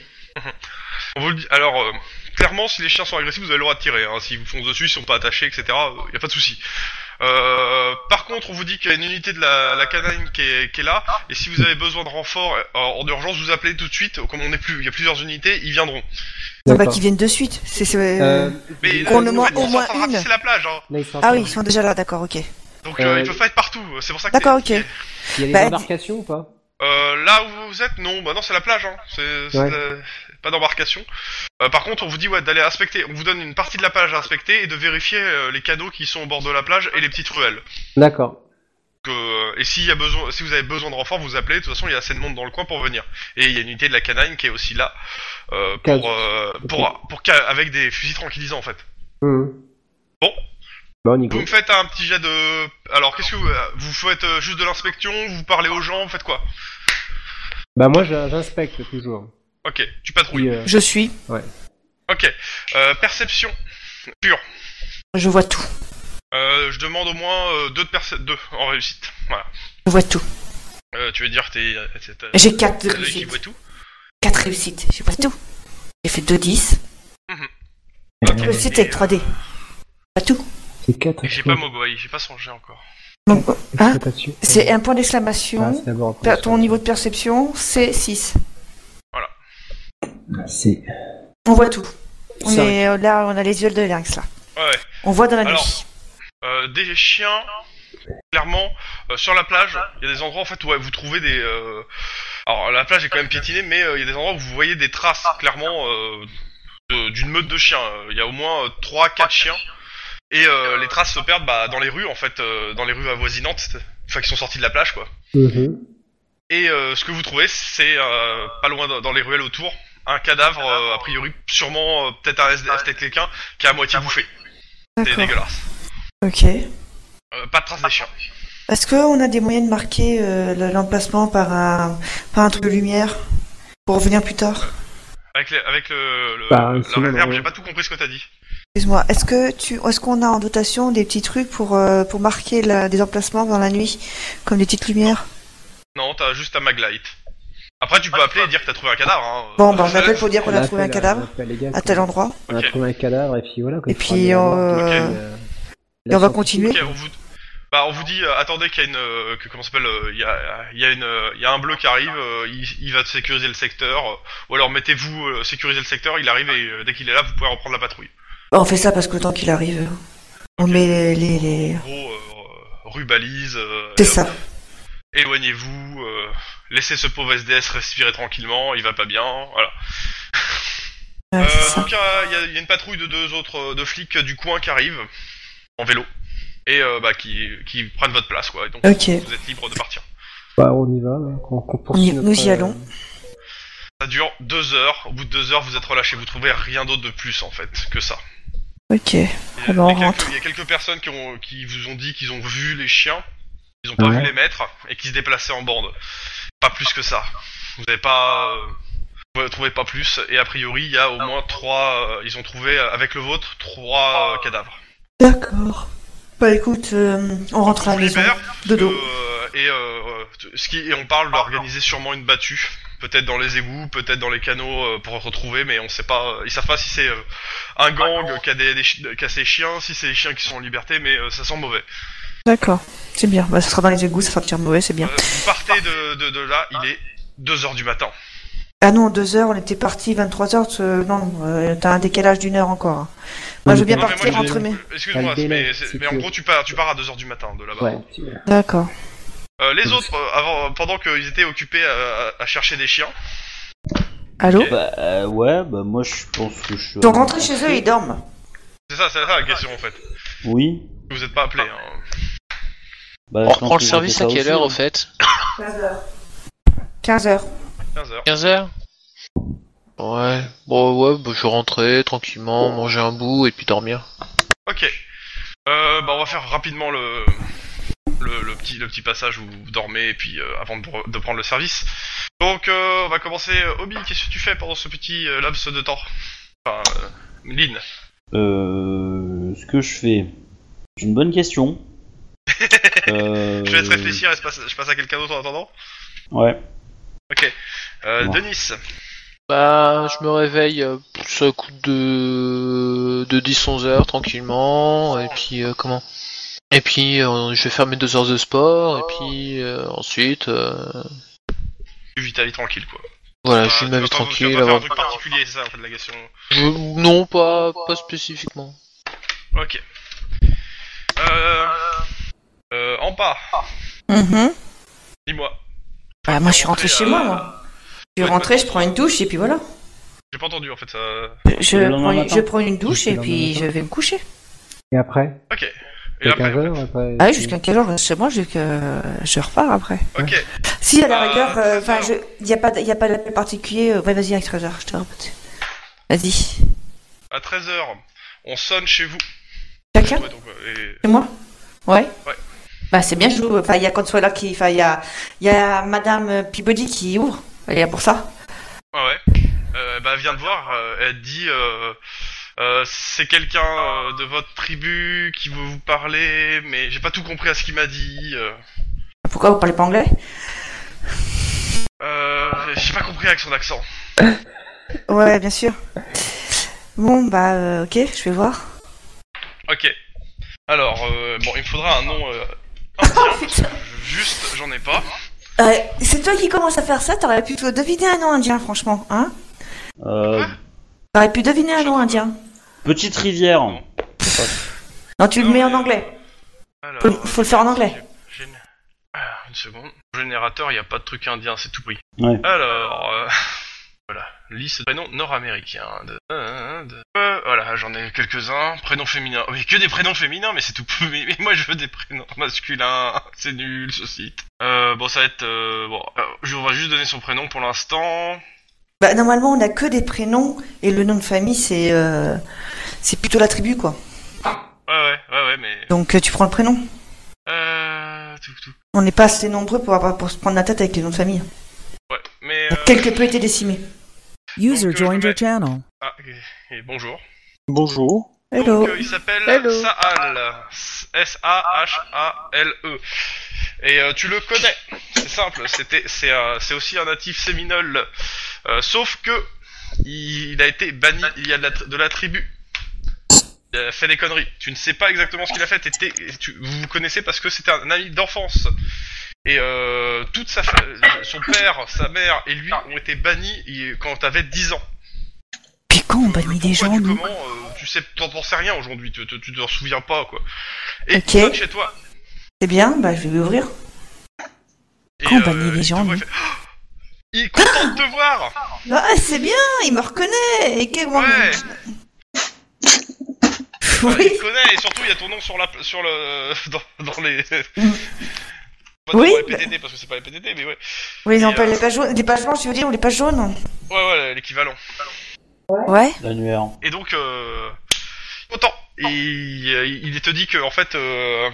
S2: On vous le dit. Alors, euh, clairement, si les chiens sont agressifs, vous avez le droit de tirer. Hein. S'ils vous foncent dessus, ils sont pas attachés, etc. Il y a pas de souci. Euh, par contre, on vous dit qu'il y a une unité de la, la canine qui est, qui est là. Et si vous avez besoin de renfort euh, en urgence, vous appelez tout de suite. Comme on est plus, il y a plusieurs unités, ils viendront.
S3: Ah bah,
S4: D'accord.
S3: qu'ils viennent de suite. C'est, c'est-
S4: Euh,
S2: Mais
S3: Qu'on le
S2: en
S4: là,
S3: moins-
S2: fait,
S3: au
S2: ils sont en
S3: moins
S2: train de ratisser
S3: une.
S2: la plage. Hein.
S4: ils sont en train
S3: Ah
S4: de-
S3: oui, ils sont déjà là, d'accord, ok.
S2: Donc, euh,
S4: Euh,
S2: ils peuvent pas être partout. C'est pour ça que.
S3: D'accord,
S2: c'est-
S3: ok.
S4: Il y a des
S3: Bah,
S4: embarcations ou pas
S2: Euh, là où vous êtes, non, bah non, c'est la plage, hein. C'est, c'est
S4: Ouais.
S2: de- pas d'embarcation. Euh, par contre, on vous dit ouais, d'aller inspecter. On vous donne une partie de la plage à inspecter et de vérifier euh, les canaux qui sont au bord de la plage et les petites ruelles.
S4: D'accord.
S2: Que, euh, et s'il y a besoin, si vous avez besoin de renfort, vous appelez. De toute façon, il y a assez de monde dans le coin pour venir. Et il y a une unité de la canine qui est aussi là euh,
S4: Case.
S2: pour, euh, pour, pour ca- avec des fusils tranquillisants en fait.
S4: Mhm.
S2: Bon.
S4: Bon,
S2: Vous
S4: Nico.
S2: me faites un petit jet de. Alors, qu'est-ce que vous, vous faites euh, juste de l'inspection Vous parlez aux gens Vous faites quoi
S4: Bah moi, je- j'inspecte toujours.
S2: Ok, tu patrouilles.
S4: Puis, euh,
S3: Je suis.
S2: Ok, euh, perception pure.
S3: Je vois tout.
S2: Euh, je demande au moins euh, deux de perce- deux en réussite. Voilà.
S3: Je vois tout.
S2: Euh, tu veux dire t'es euh, c'est, euh,
S3: J'ai 4
S2: t'as l'œil qui voit
S3: réussites.
S2: tout.
S3: 4 réussites. Je vois tout. J'ai fait 2 10.
S2: Ok,
S3: Réussite
S2: et,
S3: avec 3D. Pas tout.
S4: c'est 4.
S2: et J'ai pas Mogwai, j'ai pas songé encore.
S3: Donc, hein c'est
S4: Ah,
S3: un point
S4: c'est
S3: d'exclamation.
S4: d'abord après
S3: Per-
S4: ça.
S3: Ton niveau de perception, c'est 6.
S4: Bah, C'est.
S3: On voit tout. On
S4: Ça
S3: est, euh, là, on a les yeux de lynx, là.
S2: Ouais, ouais.
S3: On voit dans la
S2: Alors,
S3: nuit.
S2: Euh, des chiens, clairement, euh, sur la plage, il y a des endroits en fait où ouais, vous trouvez des. euh, Alors la plage est quand même piétinée, mais euh, il y a des endroits où vous voyez des traces, clairement, euh, de- d'une meute de chiens. Euh, Il y a au moins euh, trois, quatre chiens. Et euh, les traces se perdent bah, dans les rues en fait, euh, dans les rues avoisinantes, enfin qui sont sorties de la plage quoi.
S4: Mhm.
S2: Et euh, ce que vous trouvez, c'est euh, pas loin dans- dans les ruelles autour, un cadavre, euh, a priori, sûrement euh, peut-être un SDF, peut-être quelqu'un qui est à moitié bouffé.
S4: Ah,
S2: C'est
S3: D'accord.
S2: dégueulasse.
S3: Ok.
S2: Euh, pas de traces des chiens.
S3: Est-ce qu'on a des moyens de marquer euh, le- l'emplacement par un, par un truc de lumière pour revenir plus tard
S2: Avec, les- avec le, le-
S4: Bah,
S2: la
S4: sinon,
S2: réserve,
S4: ouais.
S2: j'ai pas tout compris ce que t'as dit.
S3: Excuse-moi. Est-ce que tu, est-ce qu'on a en dotation des petits trucs pour euh, pour marquer la- des emplacements dans la nuit, comme des petites lumières
S2: Non, t'as juste un maglite. Après, tu peux appeler et dire que t'as trouvé un cadavre. Hein.
S3: Bon, bah, on appelle pour dire qu'on
S4: On
S3: a trouvé un
S4: appelle
S3: cadavre Ah,
S4: on appelle les gars,
S3: à
S4: quoi.
S3: tel endroit.
S4: On a
S2: Ok.
S4: trouvé un cadavre et puis voilà. quoi,
S3: Et
S4: il faudra
S3: puis,
S4: bien
S3: on,
S4: voir tout,
S2: euh,
S4: euh,
S3: Et on
S4: la
S3: va
S4: sortie.
S3: continuer.
S2: Ok, on vous, bah, on vous dit, euh, attendez qu'il y a une, euh, que, comment ça s'appelle, euh, il y a, il y a une, euh, il y a un bleu qui arrive, euh, il, il va sécuriser le secteur, euh, ou alors mettez-vous, euh, sécuriser le secteur, il arrive et euh, dès qu'il est là, vous pouvez reprendre la patrouille.
S3: Bah, on fait ça parce que le temps qu'il arrive, euh. on met les, les, les-
S2: En gros, euh, rue balise, euh,
S3: C'est ça.
S2: éloignez-vous, euh, laissez ce pauvre SDS respirer tranquillement, il va pas bien, voilà.
S3: Ouais,
S2: Euh,
S3: c'est ça.
S2: donc euh, il y, a- il y a une patrouille de deux autres euh, de flics du coin qui arrivent en vélo et euh, bah, qui, qui prennent votre place quoi. Et donc
S3: Ok.
S2: vous êtes libre de partir.
S4: Bah, on y va. hein, qu'on- qu'on
S3: On y-
S4: poursuit
S3: nous y
S4: notre, euh,
S3: allons.
S2: Ça dure deux heures. Au bout de deux heures, vous êtes relâché. Vous trouvez rien d'autre de plus en fait que ça.
S3: Ok.
S2: Il y a-
S3: Ah bah, on
S2: il y a quelques-
S3: rentre.
S2: il y a quelques personnes qui, ont, qui vous ont dit qu'ils ont vu les chiens, ils ont pas
S4: Ouais.
S2: vu les maîtres et qui se déplaçaient en bande. Pas plus que ça. Vous avez pas. euh, vous trouvez pas plus. Et a priori, il y a au moins trois. euh, ils ont trouvé euh, avec le vôtre trois euh, cadavres.
S3: D'accord. Bah écoute, euh, on rentre à la
S2: Vous les
S3: maison.
S2: perd,
S3: Dodo.
S2: Euh, et, euh, ce qui, et on parle d'organiser sûrement une battue, peut-être dans les égouts, peut-être dans les canaux euh, pour retrouver, mais on sait pas, ils savent pas si c'est euh, un
S3: Ah
S2: gang qui a, des, des chi- qui a ses chiens, si c'est les chiens qui sont en liberté, mais euh, ça sent mauvais.
S3: D'accord, c'est bien. Bah, ça sera dans les égouts, ça fera tirer mauvais, c'est bien.
S2: Euh, vous partez de, de, de là, il est 2h du matin.
S3: Ah non, 2h, on était parti 23h. Non, euh, t'as un décalage d'une heure encore. hein. Moi, je veux bien
S2: Non, mais
S3: partir
S2: moi, j'ai-
S3: entre mes.
S2: Excuse-moi,
S4: Pas le délai,
S2: mais, c'est-
S4: c'est
S2: mais en
S4: que-
S2: gros tu pars, tu pars à 2h du matin de là-bas.
S4: euh, Ouais. tu-
S3: D'accord.
S2: Euh, les autres, euh, avant, pendant qu'ils étaient occupés à, à- à chercher des chiens,
S5: Allô
S1: Bah euh, ouais, bah moi je pense que je.
S3: Ils sont rentrés chez eux, ils dorment.
S2: c'est ça, c'est ça la question en fait.
S1: Oui.
S2: Vous êtes pas appelés. hein.
S1: Bah,
S7: On
S1: je pense
S7: reprend le
S1: que j'ai
S7: service
S1: fait
S7: à
S1: ça
S7: quelle
S1: aussi,
S7: heure
S1: hein.
S7: au fait
S3: 15h.
S2: 15h.
S7: 15h Ouais, bon ouais, bah, je suis rentré tranquillement, manger un bout et puis dormir.
S2: Ok. Euh, bah, on va faire rapidement le, le, le petit, le petit passage où vous dormez et puis euh, avant de, pre- de prendre le service. Donc euh, on va commencer. euh, Obi, qu'est-ce que tu fais pendant ce petit euh, laps de temps Enfin, euh, Lynn.
S1: Euh, ce que je fais, c'est une bonne question. Euh,
S2: Je vais te réfléchir et je passe, je passe à quelqu'un d'autre en attendant.
S1: Ouais.
S2: Ok. Euh,
S1: Bon.
S2: Denis,
S7: Bah, je me réveille euh, plus à coup de, de 10-11 heures tranquillement, et puis euh, comment Et puis euh, je vais faire mes deux heures de sport, et puis euh, ensuite, euh,
S2: tu vis ta vie tranquille quoi.
S7: voilà,
S2: Bah,
S7: je vis
S2: tu
S7: Euh,
S2: vas pas- tu vas pas
S7: ma vie tranquille.
S2: faire un
S7: avoir-
S2: truc particulier, c'est ça en fait la question.
S7: Je- Non, pas, pas spécifiquement.
S2: Ok. Euh, euh, en bas, dis-moi.
S3: Bah, moi, je suis rentrée
S2: Après,
S3: chez
S2: euh,
S3: moi, moi. Je suis
S2: ouais,
S3: rentrée, je prends une douche et puis voilà.
S2: J'ai pas entendu en fait ça.
S3: Je,
S1: le lendemain
S3: prends, une-
S1: matin.
S3: je prends une douche
S4: Jusque le
S3: et puis
S4: lendemain
S3: je vais me coucher.
S4: Et après
S2: Ok. Et
S4: À
S2: après,
S4: 15h après,
S3: Ah oui,
S4: tu-
S3: jusqu'à 15h, je reste chez moi, jusqu'à... je repars après.
S2: ok.
S3: Si, à la
S2: Euh,
S3: rigueur, euh, enfin,
S2: 13
S3: il n'y a pas, d- y a pas d'appel particulier. euh, Ouais, vas-y, avec 13h, je te répète. Vas-y.
S2: À 13h, on sonne chez vous.
S3: Chacun
S2: Ouais, donc, euh, et-
S3: C'est moi Ouais.
S2: Ouais.
S3: Bah c'est bien, je joue. Enfin, il y a Consuela qui... Enfin, il y a, il y a Madame euh, Peabody qui ouvre. Elle est là pour ça.
S2: Ouais, ah ouais. Euh, bah, elle vient de voir, euh, elle dit euh, euh, c'est quelqu'un euh, de votre tribu qui veut vous parler, mais j'ai pas tout compris à ce qu'il m'a dit. euh.
S3: Pourquoi vous parlez pas anglais
S2: Euh, j'ai pas compris avec son accent.
S3: Ouais, bien sûr. Bon, bah euh, ok, je vais voir.
S2: Ok. Alors, euh, bon, il me faudra un nom euh, indien, parce que je- juste, j'en ai pas.
S3: Euh, c'est toi qui commence à faire ça, t'aurais pu te deviner un nom indien, franchement, hein
S1: Euh,
S3: T'aurais pu deviner un nom indien.
S1: petite rivière.
S3: Non, tu le
S2: Non,
S3: mets en
S2: mais-
S3: anglais.
S2: Alors,
S3: Faut- faut le faire en anglais.
S2: Gén- Ah, Une seconde. Générateur, il n'y a pas de truc indien, c'est tout pris.
S1: Ouais.
S2: Alors, euh, voilà. Liste de prénoms nord-américains. De- euh, de- euh, Voilà, j'en ai quelques-uns. Prénoms féminins. Oui, que des prénoms féminins, mais c'est tout. Mais, mais moi, je veux des prénoms masculins. C'est nul, ce site. Euh, bon, ça va être... euh, bon, euh, je on va juste donner son prénom pour l'instant.
S3: Bah normalement, on a que des prénoms et le nom de famille, c'est euh, c'est plutôt la tribu, quoi.
S2: Ouais, ouais, ouais, ouais, mais...
S3: Donc euh, tu prends le prénom.
S2: Euh... Tout, tout.
S3: On n'est pas assez nombreux pour avoir pour se prendre la tête avec les noms de famille.
S2: Ouais, mais...
S3: On a
S2: euh,
S3: quelque peu été décimés.
S8: User
S2: Donc, euh, je
S8: joined your
S2: vais-
S8: channel.
S2: Ah, et- et bonjour.
S7: Bonjour.
S3: Hello.
S2: Donc, euh, il s'appelle
S7: Hello.
S2: Sahal. S-A-H-A-L-E. E. Et euh, tu le connais. C'est simple. C'était, c'est, un- c'est aussi un natif séminole. Euh, sauf que il a été banni. Il y a de la, tri- de la tribu. Il a fait des conneries. Tu ne sais pas exactement ce qu'il a fait. t'es- t'es- tu- vous vous connaissez parce que c'était un ami d'enfance. Et euh, toute sa, fa- son père, sa mère et lui ont été bannis il- quand t'avais 10 ans.
S8: Puis quand on bannit des
S2: Pourquoi
S8: gens,
S2: tu
S8: nous
S2: comment euh, Tu sais, t'en t'en sais rien aujourd'hui, tu, tu, tu t'en souviens pas quoi. Et
S3: Ok.
S2: il sonne chez toi.
S3: C'est bien, bah je vais lui ouvrir.
S2: Et, euh,
S8: Quand on bannit les
S2: il te
S8: gens,
S2: voit, il, fait,
S8: nous.
S2: Ah Il est content de te voir.
S3: Ah, c'est bien, il me reconnaît. Et quel
S2: Ouais. Il
S3: Oui.
S2: te connaît et surtout il y a ton nom sur la sur le dans, dans les. Pas
S3: Oui,
S2: dans les PTT parce que c'est pas les PTT mais ouais.
S3: Oui, ils ont
S2: Et,
S3: pas
S2: euh,
S3: les pages jaunes. Les pages blanches, tu veux dire, ou les pages jaunes
S2: Ouais ouais l'équivalent.
S3: Ouais.
S1: L'annuaire.
S2: Et donc euh, content. Et euh, il te dit que en fait euh,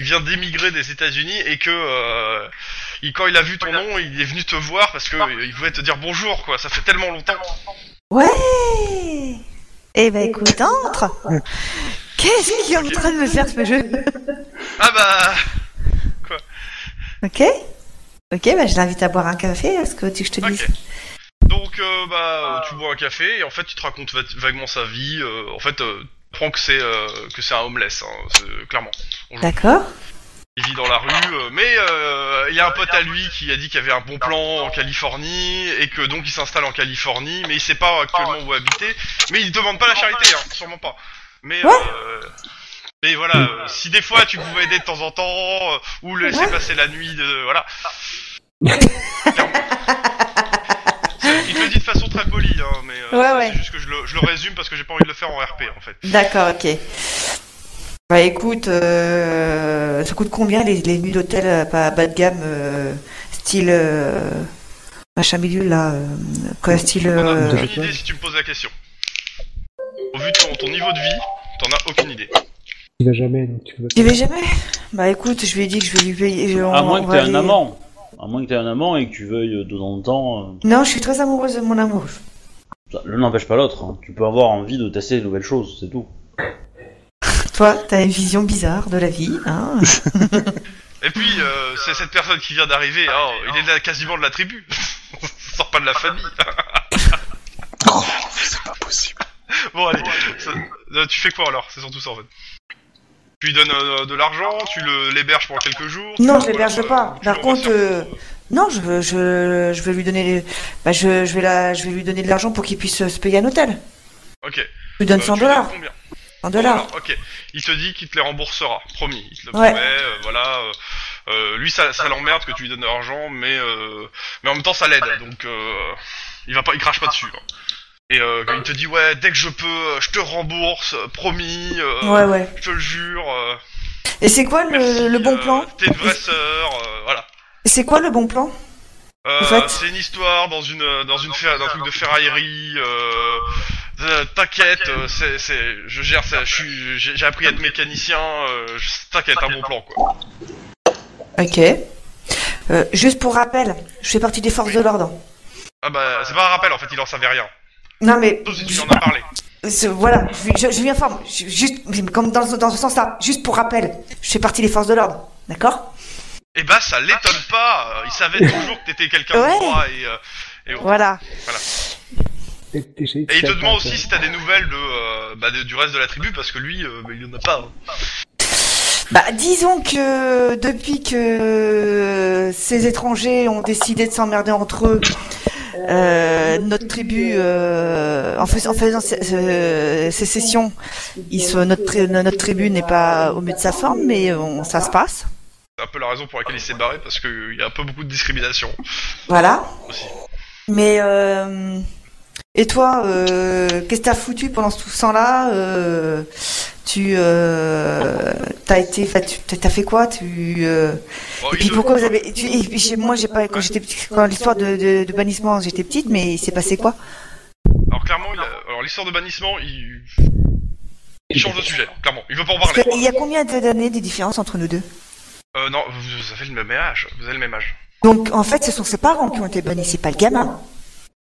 S2: il vient d'émigrer des États-Unis et que euh, il, quand il a vu ton nom il est venu te voir parce que euh, il voulait te dire bonjour quoi. Ça fait tellement longtemps.
S3: Ouais. Eh ben écoute, entre. Qu'est-ce qu'il est en train de me faire ce jeu
S2: Ah bah. Quoi
S3: Ok Ok, bah, je l'invite à boire un café, est-ce que tu veux que je te dise
S2: Ok. Donc, euh, bah, euh, tu bois un café et en fait, tu te racontes va- vaguement sa vie. euh, en fait, euh, tu comprends que c'est euh, que c'est un homeless, hein, c'est- clairement.
S3: D'accord.
S2: Il vit dans la rue, euh, mais euh, il y a un pote à lui qui a dit qu'il y avait un bon plan en Californie et que donc il s'installe en Californie, mais il sait pas actuellement où habiter. Mais il demande pas la charité, hein, sûrement pas. Mais
S3: Ouais.
S2: euh, mais voilà, euh, si des fois tu pouvais aider de temps en temps euh, ou le laisser
S3: Ouais.
S2: passer la nuit, de, voilà. Clairement. C'est- Il te le dit de façon très polie, hein, mais euh,
S3: Ouais,
S2: c'est-
S3: ouais.
S2: c'est juste que je le, je le résume parce que j'ai pas envie de le faire en RP en fait.
S3: D'accord, ok. Bah écoute, euh, ça coûte combien les, les nuits d'hôtel euh, pas bas de gamme, euh, style euh, machin milieu là, euh, quoi, style
S2: T'en as
S3: euh,
S4: de-
S2: aucune idée si tu me poses la question. Au vu de ton, ton niveau de vie, t'en as aucune idée.
S4: Tu vas jamais, donc tu veux.
S3: j'y vais jamais. Bah écoute, je lui ai dit que je vais lui payer. je-
S1: À
S3: on-
S1: moins
S3: on
S1: que
S3: va
S1: t'aies un
S3: aller-
S1: amant. À moins que t'aies un amant et que tu veuilles euh, de temps en temps. euh,
S3: Non, je suis très amoureuse de mon amour.
S1: ça- L'un n'empêche pas l'autre. hein. Tu peux avoir envie de tester de nouvelles choses, c'est tout.
S3: Toi, t'as une vision bizarre de la vie, hein
S2: Et puis, euh, c'est cette personne qui vient d'arriver, hein, il est de la- quasiment de la tribu. Il sort pas de la famille.
S9: C'est pas possible.
S2: Bon, allez, ça- euh, tu fais quoi alors C'est surtout ça en fait. Tu lui donnes euh, de l'argent, tu le- l'héberges pendant quelques jours.
S3: Non,
S2: tu-
S3: je l'héberge
S2: voilà,
S3: pas.
S2: tu
S3: Par
S2: le
S3: contre,
S2: resserres.
S3: euh, Non, je, veux- je, je vais lui donner, bah je, je vais la, je vais lui donner de l'argent pour qu'il puisse euh, se payer un hôtel.
S2: Ok. Euh,
S3: Je lui donne
S2: tu
S3: 100
S2: lui donnes
S3: dollars,
S2: combien
S3: 100 dollars.
S2: Alors, ok. Il te dit qu'il te les remboursera, promis. Il te le
S3: Ouais.
S2: promet, euh, voilà. euh, euh, lui, ça, ça l'emmerde que tu lui donnes de l'argent, mais euh, mais en même temps, ça l'aide. Donc, euh, il va pas, il crache pas dessus. hein. Et euh, il te dit ouais, dès que je peux, euh, je te rembourse, euh, promis. euh,
S3: Ouais, ouais.
S2: Je te le jure. euh,
S3: Et c'est quoi
S2: merci,
S3: le, le bon
S2: euh,
S3: plan
S2: T'es une vraie sœur, euh, voilà.
S3: Et C'est quoi le bon plan
S2: Euh,
S3: En fait-
S2: C'est une histoire dans une euh, dans une fer- dans un truc de ferraillerie. Euh, euh, t'inquiète, euh, c'est c'est je gère ça. je suis- J'ai j'ai appris à être mécanicien. euh, je- t'inquiète, un bon plan quoi.
S3: Ok. Euh, juste pour rappel, je fais partie des forces de l'ordre.
S2: Ah bah c'est pas un rappel en fait, il en savait rien.
S3: Non mais
S2: Sauf si tu lui en as parlé.
S3: je- voilà, je, lui- je, je lui informe. Je- juste mais comme dans, ce- dans ce sens-là, juste pour rappel, je fais partie des forces de l'ordre, d'accord
S2: Eh bah ça l'étonne pas. euh, Il savait toujours que t'étais quelqu'un
S3: Ouais.
S2: de droit et euh, et,
S3: Voilà.
S2: et il te demande aussi si t'as des nouvelles de euh, bah, de- du reste de la tribu parce que lui euh, bah, il en a pas. hein.
S3: Bah disons que depuis que ces étrangers ont décidé de s'emmerder entre eux, euh, notre tribu, euh, en, fais- en faisant ces, ces- ces sessions, ils sont, notre, tri- notre tribu n'est pas au mieux de sa forme, mais euh, on, ça se passe.
S2: C'est un peu la raison pour laquelle il s'est barré parce qu'il y a un peu beaucoup de discrimination.
S3: Voilà.
S2: Aussi.
S3: Mais euh, et toi, euh, qu'est-ce que t'as foutu pendant tout ce temps-là euh, Tu euh, t'as été, enfin, tu- t'as fait quoi Tu euh,
S2: Bon,
S3: Et
S2: il
S3: puis
S2: te-
S3: pourquoi vous avez. tu- et puis chez moi, j'ai pas. Quand j'étais petite, quand l'histoire de, de, de bannissement, j'étais petite, mais il s'est passé quoi
S2: Alors clairement, il a- alors l'histoire de bannissement, il... il change de sujet. Clairement, il veut pas en
S3: Parce
S2: parler.
S3: que Il y a combien de- d'années de différence entre nous deux
S2: Euh, non, vous, vous avez le même âge. Vous avez le même âge.
S3: Donc en fait, ce sont ses parents qui ont été bannis, c'est pas le gamin.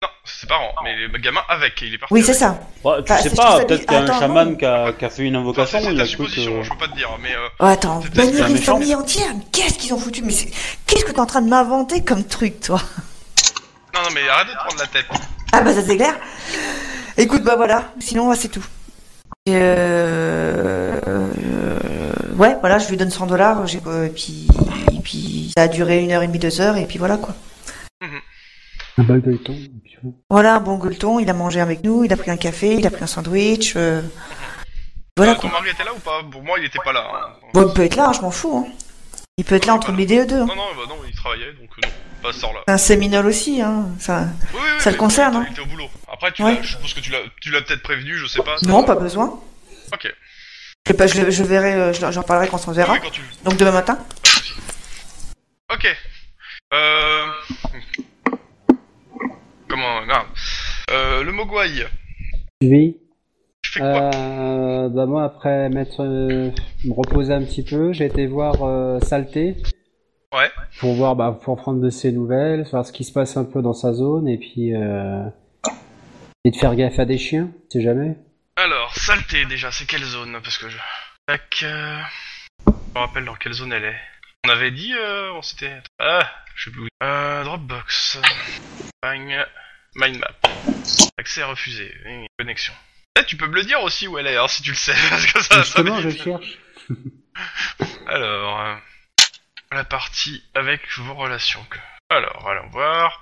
S2: Non, c'est ses parents, mais le gamin avec, et il est parti.
S3: Oui, c'est
S2: avec.
S3: ça.
S1: Bah, tu
S3: Bah,
S1: sais
S3: c'est-
S1: pas,
S3: c'est-
S1: peut-être qu'il y a un
S3: attends,
S1: chaman
S3: non.
S1: qui a, qui a fait une
S2: Enfin,
S1: invocation,
S2: c'est c'est
S1: il
S2: ta
S1: a cru que.
S2: supposition, je peux pas te dire, mais euh,
S3: Oh, attends,
S2: C'est peut-être
S3: bannir
S1: un
S3: une
S1: méchant.
S3: famille entière mais Qu'est-ce qu'ils ont foutu Mais c'est- qu'est-ce que t'es en train de m'inventer comme truc, toi
S2: non, non, mais arrête de te prendre la tête.
S3: Ah bah ça c'est clair. Écoute, bah voilà, sinon bah, c'est tout. Euh... euh, Ouais, voilà, je lui donne 100 dollars, et puis... et puis ça a duré une heure et demie, deux heures, et puis voilà quoi.
S4: Un bug de temps, et puis voilà.
S3: Voilà, un bon gueuleton, il a mangé avec nous, il a pris un café, il a pris un sandwich. euh, Voilà
S2: Euh, ton
S3: quoi.
S2: mari était là ou pas Pour moi, il était pas là. hein.
S3: Bon, il peut être là, hein, je m'en fous. Hein. Il peut être là entre midi et deux. hein.
S2: Non, non, bah non, il travaillait, donc euh, non, pas sort là.
S3: C'est un séminole aussi, hein. ça-
S2: Oui, oui, oui,
S3: Ça le
S2: mais
S3: concerne,
S2: il
S3: hein.
S2: était- Il était au boulot. Après, tu
S3: Ouais.
S2: l'as- je pense que tu l'as, tu l'as peut-être prévenu, je sais pas.
S3: Non, pas besoin.
S2: Ok.
S3: Je, sais pas, je, je verrai, euh, je- j'en parlerai quand on se verra.
S2: Oui, quand tu-
S3: Donc demain matin.
S2: Ok. Euh... Comment grave. Euh, le Mogwai.
S4: Suivi.
S2: Je fais quoi
S4: Euh, bah moi après m'être euh, me reposer un petit peu, j'ai été voir euh, Saleté.
S2: Ouais.
S4: Pour voir bah pour prendre de ses nouvelles, voir ce qui se passe un peu dans sa zone et puis euh, et de faire gaffe à des chiens, tu sais jamais.
S2: Alors, saleté déjà, c'est quelle zone Parce que je. Tac. euh, Je me rappelle dans quelle zone elle est. On avait dit, euh, on s'était... Ah, je sais plus où. Euh, Dropbox. Bang. Mind map. Accès refusé. Hum, Connexion. Eh, tu peux me le dire aussi où elle est, hein, si tu le sais. Parce que ça, ça
S4: Justement, je
S2: m'évite.
S4: cherche.
S2: Alors, euh, la partie avec vos relations. que- Alors, allons voir.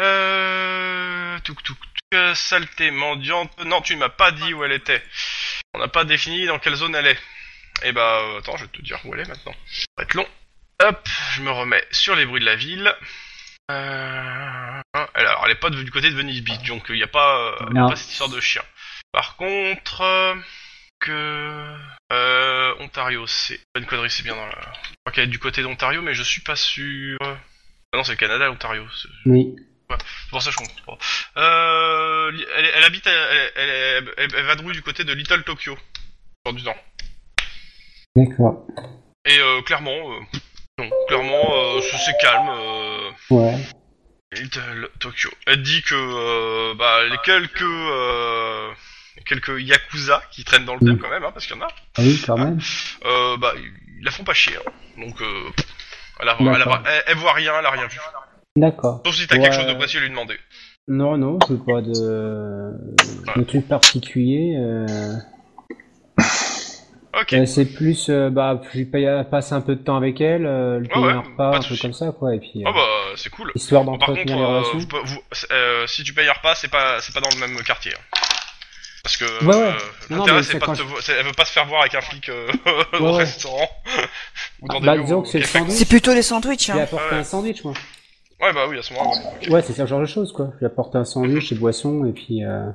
S2: Euh, touk touk touk, euh, saleté mendiante. Non, tu ne m'as pas dit où elle était. On n'a pas défini dans quelle zone elle est. Eh bah, euh, attends, je vais te dire où elle est maintenant. Ça va être long. Hop, je me remets sur les bruits de la ville. Euh, alors, elle est pas de- du côté de Venice Beach, donc il n'y a pas, euh, il y a
S4: Non.
S2: pas cette histoire de chien. Par contre, euh, que euh, Ontario, c'est pas une quadrille, c'est bien dans la. Je crois qu'elle est du côté d'Ontario, mais je suis pas sûr. Ah non, c'est le Canada, l'Ontario. c'est-
S4: Oui.
S2: C'est pour ça que je comprends pas. Euh, li- elle, elle habite, à- elle, elle, elle, elle- elle vadrouille du côté de Little Tokyo, dans du temps.
S4: D'accord.
S2: Et euh, clairement, euh, non, clairement, euh, c'est c'est calme. euh,
S4: Ouais.
S2: Little Tokyo. Elle dit que euh, bah, les quelques euh, quelques yakuza qui traînent dans le thème quand même, hein, parce qu'il y en a.
S4: Ah oui, quand même.
S2: euh, bah, ils la font pas chier. hein. Donc, euh, pff, elle, a- elle a-
S4: D'accord.
S2: elle- elle voit rien, elle a rien vu.
S4: D'accord.
S2: Sauf si t'as
S4: Ouais.
S2: quelque chose de précis à lui demander.
S4: Non, non, c'est pas de, de truc particulier. euh.
S2: Ok.
S4: Euh, c'est plus, euh, bah, je lui paye- passe un peu de temps avec elle, euh, lui
S2: Ouais,
S4: payer
S2: ouais,
S4: un
S2: pas
S4: repas,
S2: de
S4: un truc
S2: souci.
S4: comme ça, quoi, et puis,
S2: Ah
S4: euh,
S2: bah, c'est cool.
S4: histoire
S2: Par
S4: d'entretenir
S2: contre,
S4: les
S2: euh,
S4: relations.
S2: vous pouvez- vous- c'est- euh, si tu payes un repas, c'est pas c'est pas dans le même quartier. hein. Parce que
S4: Ouais, ouais.
S2: euh,
S4: Non,
S2: l'intérêt
S4: mais
S2: c'est
S4: c'est
S2: pas
S4: quand
S2: de te vo- c'est- elle veut pas se faire voir avec un flic euh, au
S4: Ouais, ouais.
S2: restaurant ou dans des
S4: Bah,
S2: lieux
S4: disons
S2: où-
S4: que c'est le
S2: qui affectent-
S4: sandwich.
S3: C'est plutôt les sandwichs,
S4: Je lui
S3: hein.
S4: apporte
S2: Ah ouais.
S4: un sandwich, moi.
S2: Ouais bah oui à ce moment. là
S4: Ouais, c'est ce genre de choses, quoi. Je lui apporte un sandwich et boisson, et puis, euh,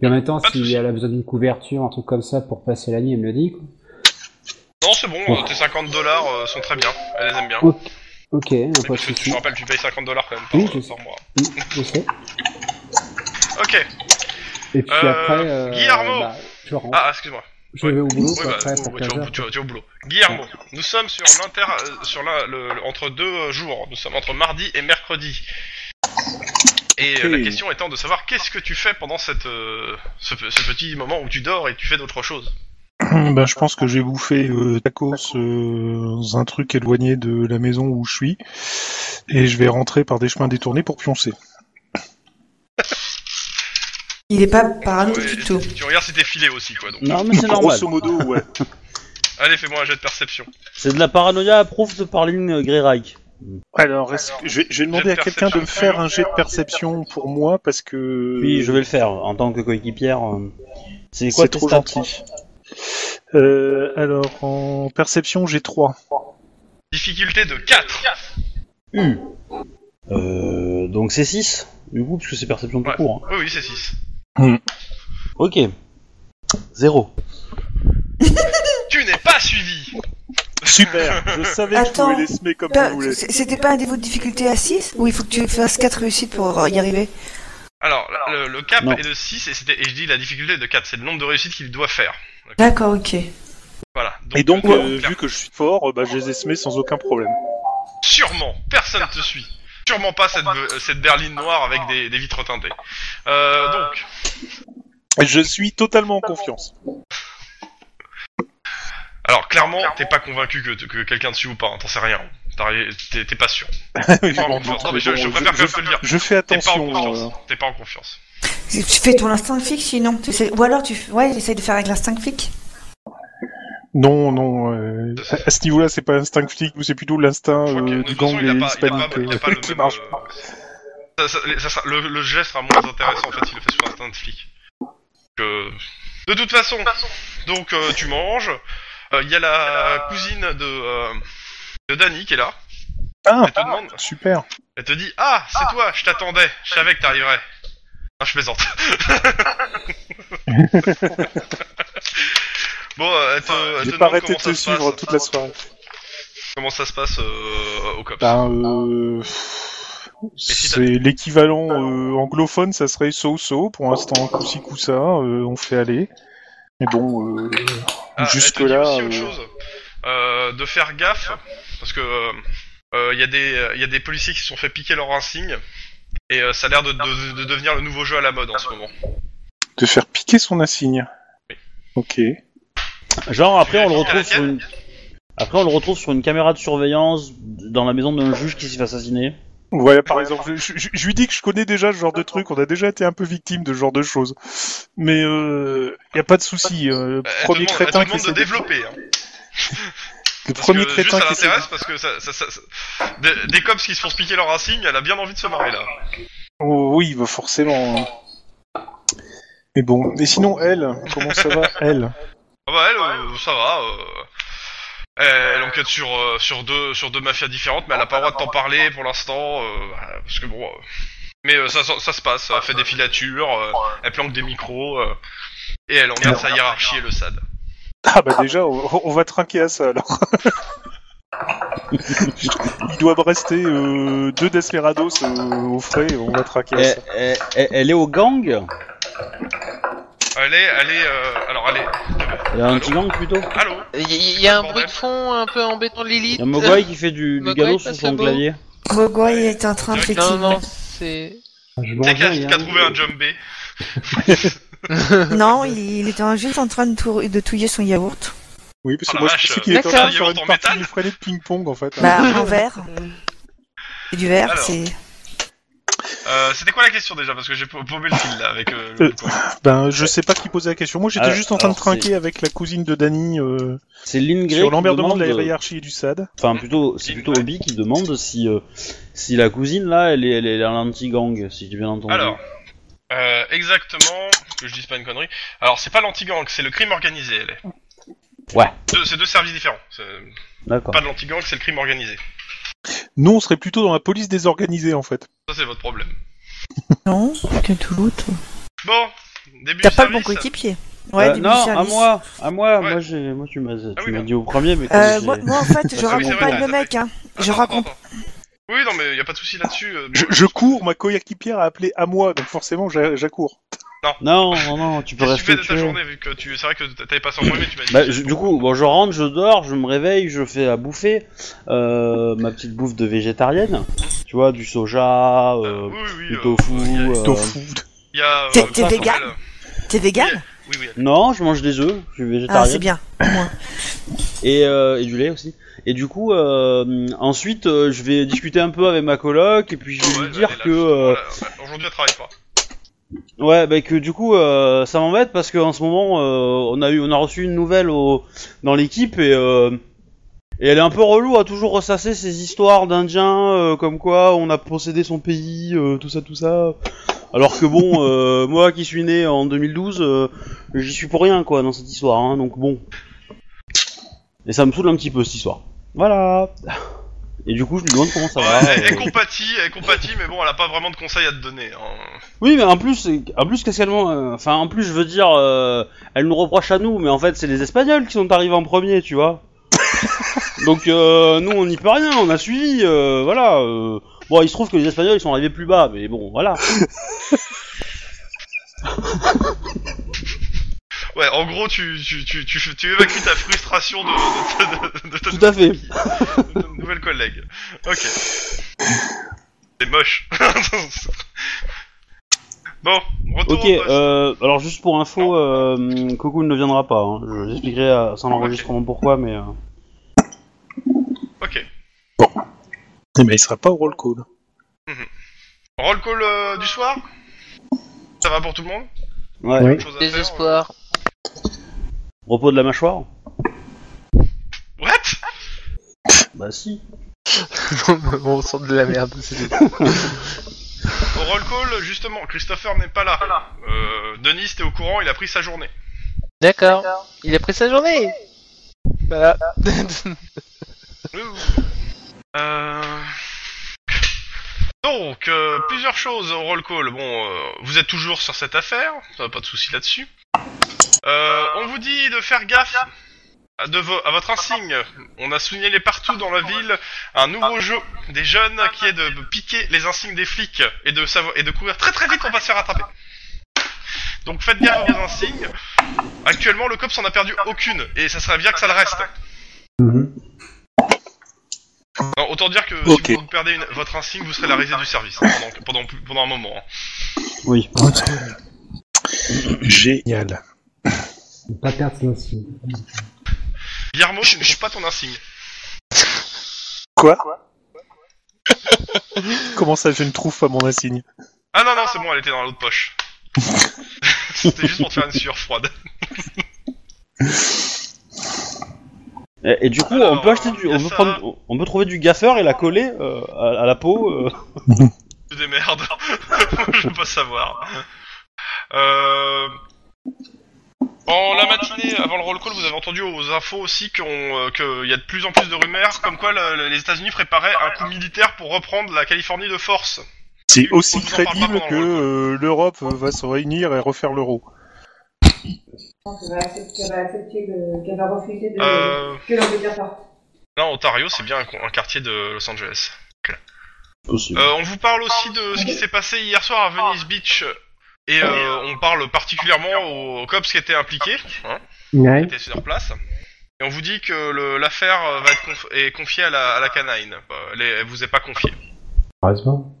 S4: puis en même temps,
S2: Pas de
S4: si
S2: souci.
S4: elle a besoin d'une couverture, un truc comme ça, pour passer la nuit, elle me le dit, quoi.
S2: Non c'est bon, euh, tes 50 dollars sont très bien. Elle les aime bien.
S4: Ouais, Ok,
S2: Mais
S4: pas de
S2: parce que tu
S4: soucis.
S2: te rappelles, tu payes 50 dollars quand même par,
S4: Oui, je sais.
S2: par mois.
S4: Oui, je sais.
S2: Ok.
S4: Et puis
S2: Euh,
S4: après, euh,
S2: Guillermo
S4: bah, je rentre.
S2: Ah excuse-moi.
S4: je vais au boulot,
S2: Oui,
S4: quoi,
S2: bah,
S4: après,
S2: tu,
S4: pour
S2: tu-
S4: 15 heures.
S2: tu- tu- tu es au boulot. Guillermo, nous sommes sur l'inter, euh, sur la, le- le- entre deux euh, jours. Nous sommes entre mardi et mercredi. Et euh,
S1: Ok.
S2: la question étant de savoir qu'est-ce que tu fais pendant cette, euh, ce, pe- ce petit moment où tu dors et tu fais d'autres choses.
S9: Ben, je pense que j'ai bouffé euh, tacos euh, dans un truc éloigné de la maison où je suis. Et je vais rentrer par des chemins détournés pour pioncer.
S3: Il est pas parano du
S2: Ouais,
S3: tout. Mm.
S2: Tu regardes si t'es filé aussi, quoi. Donc.
S1: Non, mais c'est normal.
S9: Grosso modo, ouais.
S2: Allez, fais-moi un jet de perception.
S1: C'est de la paranoïa approuve de Pauline Greyreich.
S9: Alors, est-ce que- je, vais, je vais demander
S2: Jet
S9: à
S2: de
S9: quelqu'un de me
S2: perception.
S9: faire un jet de perception pour moi parce que.
S1: Oui, je vais le faire en tant que coéquipière. euh. C'est quoi
S9: C'est
S1: tes
S9: trop
S1: stats
S9: gentil. Euh, alors, en perception, j'ai 3.
S2: Difficulté de 4.
S1: Euh, donc c'est 6 du coup, parce que c'est perception tout
S2: Ouais.
S1: court. hein.
S2: Oui, oui, c'est 6.
S1: Hmm. Ok. 0.
S2: Tu n'es pas suivi.
S9: Super Je savais que je
S3: Attends. Euh,
S9: pouvais les semer comme
S3: Pas-
S9: vous voulez.
S3: c- C'était pas un niveau de difficulté à 6 Ou il faut que tu fasses 4 réussites pour y arriver
S2: Alors, le, le cap
S1: Non.
S2: est de 6 et, c'était- et je dis la difficulté est de 4. C'est le nombre de réussites qu'il doit faire.
S3: D'accord, ok.
S2: Voilà.
S9: Et donc,
S2: euh,
S9: euh, vu que je suis fort, euh, bah, je les ai semés sans aucun problème.
S2: Sûrement, personne te suit. Sûrement pas cette, euh, cette berline noire avec des, des vitres teintées. Euh, donc,
S9: Et Je suis totalement en confiance.
S2: alors clairement, t'es pas convaincu que, que quelqu'un te suit ou pas, hein, t'en sais rien. T'as- T'es t'es pas sûr.
S9: Je
S2: T'es pas en
S9: m'en
S2: confiance.
S9: doute,
S2: Non, mais
S9: mais
S2: je,
S9: bon,
S2: je préfère
S9: je-
S2: quand même te le dire.
S9: je fais
S2: T'es pas en
S9: attention. euh,
S2: confiance. T'es pas en confiance.
S3: Tu fais ton instinct flic sinon Tu sais- Ou alors tu f- ouais, essaye de faire avec l'instinct flic
S9: Non, non. euh, à, à ce niveau-là, c'est pas l'instinct flic, mais c'est plutôt l'instinct
S2: Je crois
S9: euh,
S2: que- de
S9: du
S2: toute façon,
S9: gang
S2: il a pas-
S9: et
S2: il a pas-
S9: hispanique
S2: il a pas
S9: euh,
S2: le
S9: qui
S2: même,
S9: marche
S2: euh,
S9: pas.
S2: Ça- ça- ça sera- le, le geste sera moins intéressant en fait s'il le fait sous instinct de flic. Donc, euh, De toute façon, donc euh, tu manges. Euh, Il y a la cousine de, euh, de Danny qui est là.
S9: Ah,
S2: Elle te demande.
S9: super.
S2: Elle te dit Ah, c'est toi, je t'attendais, je savais que t'arriverais. Ah, je plaisante. bon, euh, elle te, elle te
S9: J'ai pas
S2: demande
S9: arrêté
S2: comment
S9: de te
S2: ça, se
S9: suivre
S2: passe,
S9: toute la soirée.
S2: comment ça se passe euh, au COPS.
S9: Ben, euh,
S2: si
S9: c'est l'équivalent euh, anglophone, ça serait so-so. Pour l'instant, coussi coussa, euh, on fait aller. Mais bon, euh,
S2: Ah,
S9: jusque-là. euh,
S2: Elle te dit aussi autre chose euh, de faire gaffe, parce que euh, euh, il y, a des- euh, il y a des policiers qui se sont fait piquer leur insigne, et euh, ça a l'air de, de- de devenir le nouveau jeu à la mode en ce moment.
S9: De faire piquer son insigne. Ok.
S1: Genre, après, on le
S2: Tu l'as
S1: retrouve
S2: piqué à
S1: sur une. Après, on le retrouve sur une caméra de surveillance dans la maison d'un juge qui s'est fait assassiner.
S9: Voilà, par exemple, je, je- je lui dis que je connais déjà ce genre de truc, on a déjà été un peu victime de ce genre de choses. Mais il euh, y a pas de souci. euh,
S2: Euh,
S9: le
S2: Elle te
S9: premier
S2: demande, elle te
S9: crétin qui
S2: demande de
S9: essaie de-
S2: développer. Hein,
S9: le
S2: parce que
S9: premier
S2: juste,
S9: crétin
S2: ça
S9: qui essaie de-
S2: l'intéresse parce que ça, ça- ça- ça- des, des cops qui se font se piquer leur racine, elle a bien envie de se marrer là.
S9: Oh, oui, bah forcément. hein. Mais bon, et sinon elle, comment ça va elle
S2: Ah bah elle, euh, ça va. euh, Elle, elle enquête sur, euh, sur, deux, sur deux mafias différentes, mais elle a pas le droit de t'en parler pour l'instant, euh, voilà, parce que bon... euh, Mais euh, ça, ça, ça se passe, elle fait des filatures, euh, elle planque des micros, euh, et elle regarde sa hiérarchie et le SAD.
S9: Ah bah déjà, on, on va trinquer à ça alors. il doit me rester euh, deux desperados euh, au frais, on va trinquer à ça.
S1: Elle, elle- elle- Eh, elle est au gang
S2: Elle est... Elle est euh, alors elle est...
S1: Elle a un petit gang plutôt
S2: Allô
S7: Il y, y a un
S2: Bordel.
S7: bruit de fond un peu embêtant, Lilith.
S1: Il y a Mogwai qui fait du, du
S7: Mogwai
S1: galop sur
S7: passe
S1: son
S7: le beau.
S1: clavier.
S3: Mogwai est en train de
S2: Direct,
S7: Non,
S3: flexible.
S7: non, c'est.
S4: Je hein.
S2: T'es qu'à
S4: l'envoie, il y a
S2: qu'à trouvé un jumbé.
S3: Non, il, il était en- juste en train de, tour- de touiller son yaourt.
S9: Oui, parce
S2: Oh
S9: que
S2: la
S9: moi je
S2: vache,
S9: pensais qu'il était en train de faire
S2: d'accord.
S9: une
S2: En
S9: partie
S2: métal
S9: du freinet de ping-pong en fait. hein.
S3: Bah, en verre. C'est du verre,
S2: Alors.
S3: c'est.
S2: Euh, C'était quoi la question déjà Parce que j'ai pau- paumé le fil là avec euh,
S9: Euh,
S2: le bouton.
S9: Ben, je sais pas qui posait la question. Moi, j'étais
S1: Ah,
S9: juste en train de
S1: alors, c'est-
S9: trinquer avec la cousine de Dany euh,
S1: C'est Lynn Gray
S9: sur
S1: qui
S9: l'emmerdement
S1: demande...
S9: de
S2: euh,
S9: la hiérarchie et du SAD.
S1: Enfin, plutôt, c'est plutôt Obi qui demande si, euh, si la cousine, là, elle est, elle est dans l'anti-gang, si j'ai bien entendu.
S2: Alors, euh, exactement, que je dise pas une connerie. Alors, c'est pas l'anti-gang, c'est le crime organisé, elle est.
S1: Ouais.
S2: Deux- C'est deux services différents. C'est
S1: D'accord.
S2: Pas de l'anti-gang, c'est le crime organisé.
S9: Nous, on serait plutôt dans la police désorganisée, en fait.
S2: Ça, c'est votre problème.
S3: Non,
S5: Que tout l'autre.
S2: Bon, début
S3: t'as
S2: du
S3: pas le bon
S2: service.
S3: coéquipier.
S1: Euh,
S3: Ouais, début
S1: non,
S3: du
S1: à
S3: service.
S1: moi, à moi,
S2: Ouais. Ah
S1: moi, j'ai, moi tu m'as, tu
S2: oui,
S1: m'as
S2: non.
S1: dit au premier, mais
S3: Euh,
S1: comme
S3: moi,
S1: j'ai-
S3: moi, en fait, je
S2: Ah oui, c'est vrai,
S3: raccompagne
S2: t'as-
S3: le mec, hein.
S2: Attends,
S3: Je
S2: attends,
S3: raconte.
S2: attends. Oui, non, mais y a pas de souci là-dessus. euh,
S9: Je,
S2: bon,
S9: je cours, ma Koyaki Pierre a appelé à moi, donc forcément, j'a- j'accours.
S1: Non, non, non, tu peux
S2: Qu'est-ce que tu
S1: rester.
S2: fais de ta journée vu que tu... c'est vrai que t'avais passé en premier, tu m'as dit.
S1: Bah, je- du coup, bon, je rentre, je dors, je me réveille, je fais à bouffer, euh, ma petite bouffe de végétarienne, tu vois, du soja,
S2: Euh,
S1: euh,
S2: oui, oui,
S1: du
S2: euh,
S1: tofu.
S2: il y a-
S1: euh,
S9: Tofu.
S2: il y a, euh,
S3: T'es- t'es
S2: comment
S3: vegan
S2: s'appelle, euh,
S3: T'es vegan
S2: Oui, oui.
S1: Non, je mange des œufs, je suis
S3: Ah, c'est
S1: végétarien.
S3: bien. au moins.
S1: et, euh, et du lait aussi. Et du coup, euh, ensuite, euh, je vais discuter un peu avec ma coloc et puis je vais
S2: Ouais,
S1: lui
S2: bah,
S1: dire
S2: elle est là,
S1: que. euh,
S2: justement, là. Aujourd'hui, elle travaille pas.
S1: Ouais, bah que du coup, euh, ça m'embête parce qu'en ce moment, euh, on a eu, on a reçu une nouvelle au, dans l'équipe et, euh, et elle est un peu relou à toujours ressasser ces histoires d'Indiens, euh, comme quoi on a possédé son pays, euh, tout ça, tout ça. Alors que bon, euh, moi qui suis né en 2012, euh, j'y suis pour rien quoi dans cette histoire, hein, donc bon. Et ça me saoule un petit peu cette histoire. Voilà. Et du coup, je lui demande comment ça
S2: Ouais,
S1: va.
S2: elle,
S1: euh.
S2: elle compatit, elle compatit, mais bon, elle a pas vraiment de conseils à te donner. hein.
S1: Oui, mais en plus, en plus qu'est-ce qu'elle m'en- euh, Enfin, en plus, je veux dire, euh, elle nous reproche à nous, mais en fait, c'est les Espagnols qui sont arrivés en premier, tu vois. Donc, euh, nous, on n'y peut rien, on a suivi, euh, voilà. euh. Bon, il se trouve que les Espagnols, ils sont arrivés plus bas, mais bon, voilà.
S2: Ouais, en gros, tu, tu, tu, tu, tu évacues ta frustration de, de, de, de- de ta
S1: Tout à fait.
S2: de ta nouvelle collègue. Ok. C'est moche. bon, retour
S1: Ok,
S2: au poste.
S1: euh, alors juste pour info, euh, Cocoon ne viendra pas. hein. Je l'expliquerai euh, sans l'enregistrement pourquoi, mais... euh,
S2: Ok.
S9: Eh ben, il sera pas au roll call.
S2: Roll call euh, du soir Ça va pour tout le monde
S1: Ouais.
S4: Oui.
S2: Chose à faire,
S7: Désespoir.
S1: Repos de la mâchoire
S2: euh, What
S1: Bah si.
S7: on sent de la merde. c'est tout.
S2: Au roll call, justement, Christopher n'est pas là. Euh, Denis, t'es au courant, il a pris sa journée.
S7: D'accord. Il a pris sa journée. Voilà.
S2: Euh... Donc, euh, plusieurs choses au roll call. Bon, euh, vous êtes toujours sur cette affaire, ça, pas de souci là-dessus. Euh, on vous dit de faire gaffe à, de vo- à votre insigne. On a signalé partout dans la ville un nouveau jeu des jeunes qui est de piquer les insignes des flics et de, savoir, et de courir très très vite, on va se faire attraper. Donc faites gaffe à vos insignes. Actuellement, le COPS en a perdu aucune, et ça serait bien que ça le reste.
S4: Mhm.
S2: Non, autant dire que
S9: Ok.
S2: si vous perdez une- votre insigne, vous serez la risée du service hein, pendant, pendant, pendant un moment. hein.
S1: Oui.
S9: Génial.
S4: Faut Pas perdre son signe.
S2: Guillermo, je ne trouve pas ton insigne.
S9: Quoi Comment ça, je ne trouve pas mon insigne
S2: Ah non, non, c'est bon, elle était dans l'autre poche. C'était juste pour te faire une sueur froide.
S1: Et, et du coup,
S2: Alors,
S1: on peut acheter du,
S2: il y a
S1: on peut,
S2: ça.
S1: prendre- on peut trouver du gaffeur et la coller euh, à, à la peau. euh.
S2: Tu démerdes. je veux pas savoir. Euh... En la matinée, avant le roll call, vous avez entendu aux infos aussi qu'on, euh, qu'il y a de plus en plus de rumeurs comme quoi le- le- les États-Unis préparaient un coup militaire pour reprendre la Californie de force.
S9: C'est
S2: On
S9: aussi
S2: en parle pas
S9: crédible
S2: pendant
S9: que
S2: le-
S9: euh, l'Europe va se réunir et refaire l'euro.
S6: pense qu'elle va accepter- qu'elle va accepter le- qu'elle va refuser de,
S2: Euh...
S6: que l'Angleterre parte.
S2: Non, Ontario, c'est bien un co- un quartier de Los Angeles.
S1: Possible.
S2: Euh, on vous parle aussi de ce qui s'est passé hier soir à Venice Beach. Et euh, on parle particulièrement aux cops qui étaient impliqués, hein, qui
S4: Ouais.
S2: étaient sur place. Et on vous dit que le- l'affaire euh, va être conf- est confiée à la, à la canine. Bah, elle, est- elle vous est pas confiée.
S4: Heureusement.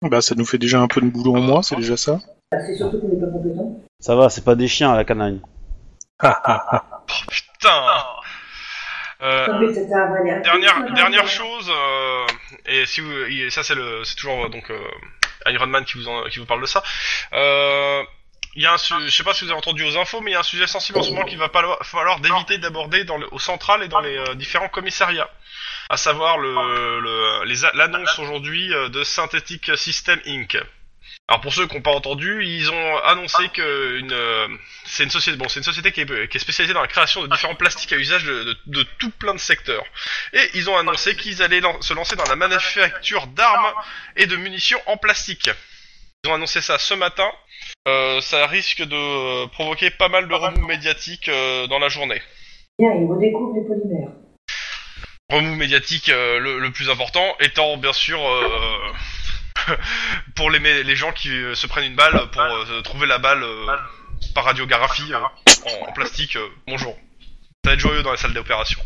S9: Bah, ça nous fait déjà un peu de boulot en moins,
S2: Ah.
S9: c'est déjà ça.
S6: Bah, C'est surtout qu'on n'est pas compétent.
S1: Ça va, c'est pas des chiens à la canine. Ah,
S2: Putain Euh,
S6: Comme c'était un Valère.
S2: dernière, dernière chose, euh, et si vous, et ça c'est le, c'est toujours euh, donc euh, Iron Man qui vous en- qui vous parle de ça. Euh, Il y a un, su- je sais pas si vous avez entendu aux infos, mais il y a un sujet sensible en ce moment qu'il va palo- falloir d'éviter d'aborder dans le, au central et dans les euh, différents commissariats, à savoir le, le les a- l'annonce aujourd'hui euh, de Synthetic System Inc. Alors pour ceux qui n'ont pas entendu, ils ont annoncé que une, euh, c'est une société, bon, c'est une société qui est, qui est spécialisée dans la création de différents plastiques à usage de- de- de tout plein de secteurs. Et ils ont annoncé qu'ils allaient lan- se lancer dans la manufacture d'armes et de munitions en plastique. Ils ont annoncé ça ce matin. Euh, ça risque de euh, provoquer pas mal de remous médiatiques euh, dans la journée.
S6: Bien, il redécouvre les polymères.
S2: Remous médiatiques euh, le, le plus important étant bien sûr euh, pour les, mé- les gens qui euh, se prennent une balle pour euh, trouver la balle euh, par radiographie euh, en, en plastique. euh, bonjour. Ça va être joyeux dans les salles d'opération.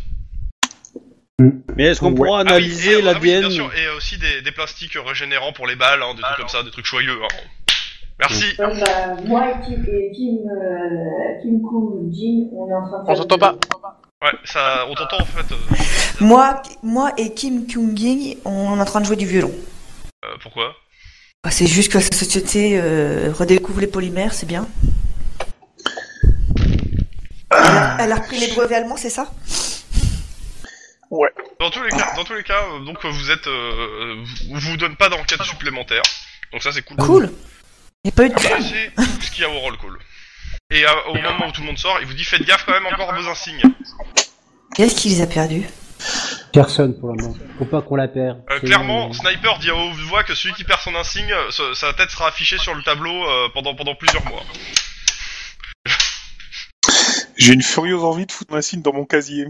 S1: Mais est-ce qu'on
S4: Ouais.
S1: pourra
S2: Ah oui, et-
S1: analyser
S2: ah oui,
S1: l'ADN Ah,
S2: bien sûr, et aussi des, des plastiques régénérants pour les balles, hein, des trucs comme ça, des trucs joyeux. hein. Merci.
S6: Donc, bah, moi et Kim, et Kim, euh, Kim Koon Jin, on est en train de
S7: On
S6: faire
S7: s'entend
S6: des-
S7: pas.
S1: Mm.
S2: Ouais, ça, on t'entend en fait. euh,
S3: Moi, moi et Kim Kyung-ging, on est en train de jouer du violon.
S2: euh, pourquoi
S3: Bah, C'est juste que la société euh, redécouvre les polymères, c'est bien. Elle a, elle a repris les brevets allemands, c'est ça
S2: Dans tous les cas, dans tous les cas, euh, donc euh, vous êtes, euh, euh, vous- vous donne pas d'enquête supplémentaire. Donc ça c'est cool.
S3: Cool Il n'y a pas eu de
S2: Bah, C'est tout ce qu'il y a au roll call. Et euh, au moment où tout le monde sort, il vous dit faites gaffe quand même encore à vos insignes.
S3: Qu'est-ce qu'il les a perdus
S4: Personne pour le moment. Faut pas qu'on la perde.
S2: Euh,
S4: C'est-
S2: clairement, Sniper dit à haute voix que celui qui perd son insigne, euh, ce- sa tête sera affichée sur le tableau euh, pendant pendant plusieurs mois.
S9: J'ai une furieuse envie de foutre ma signe dans mon casier.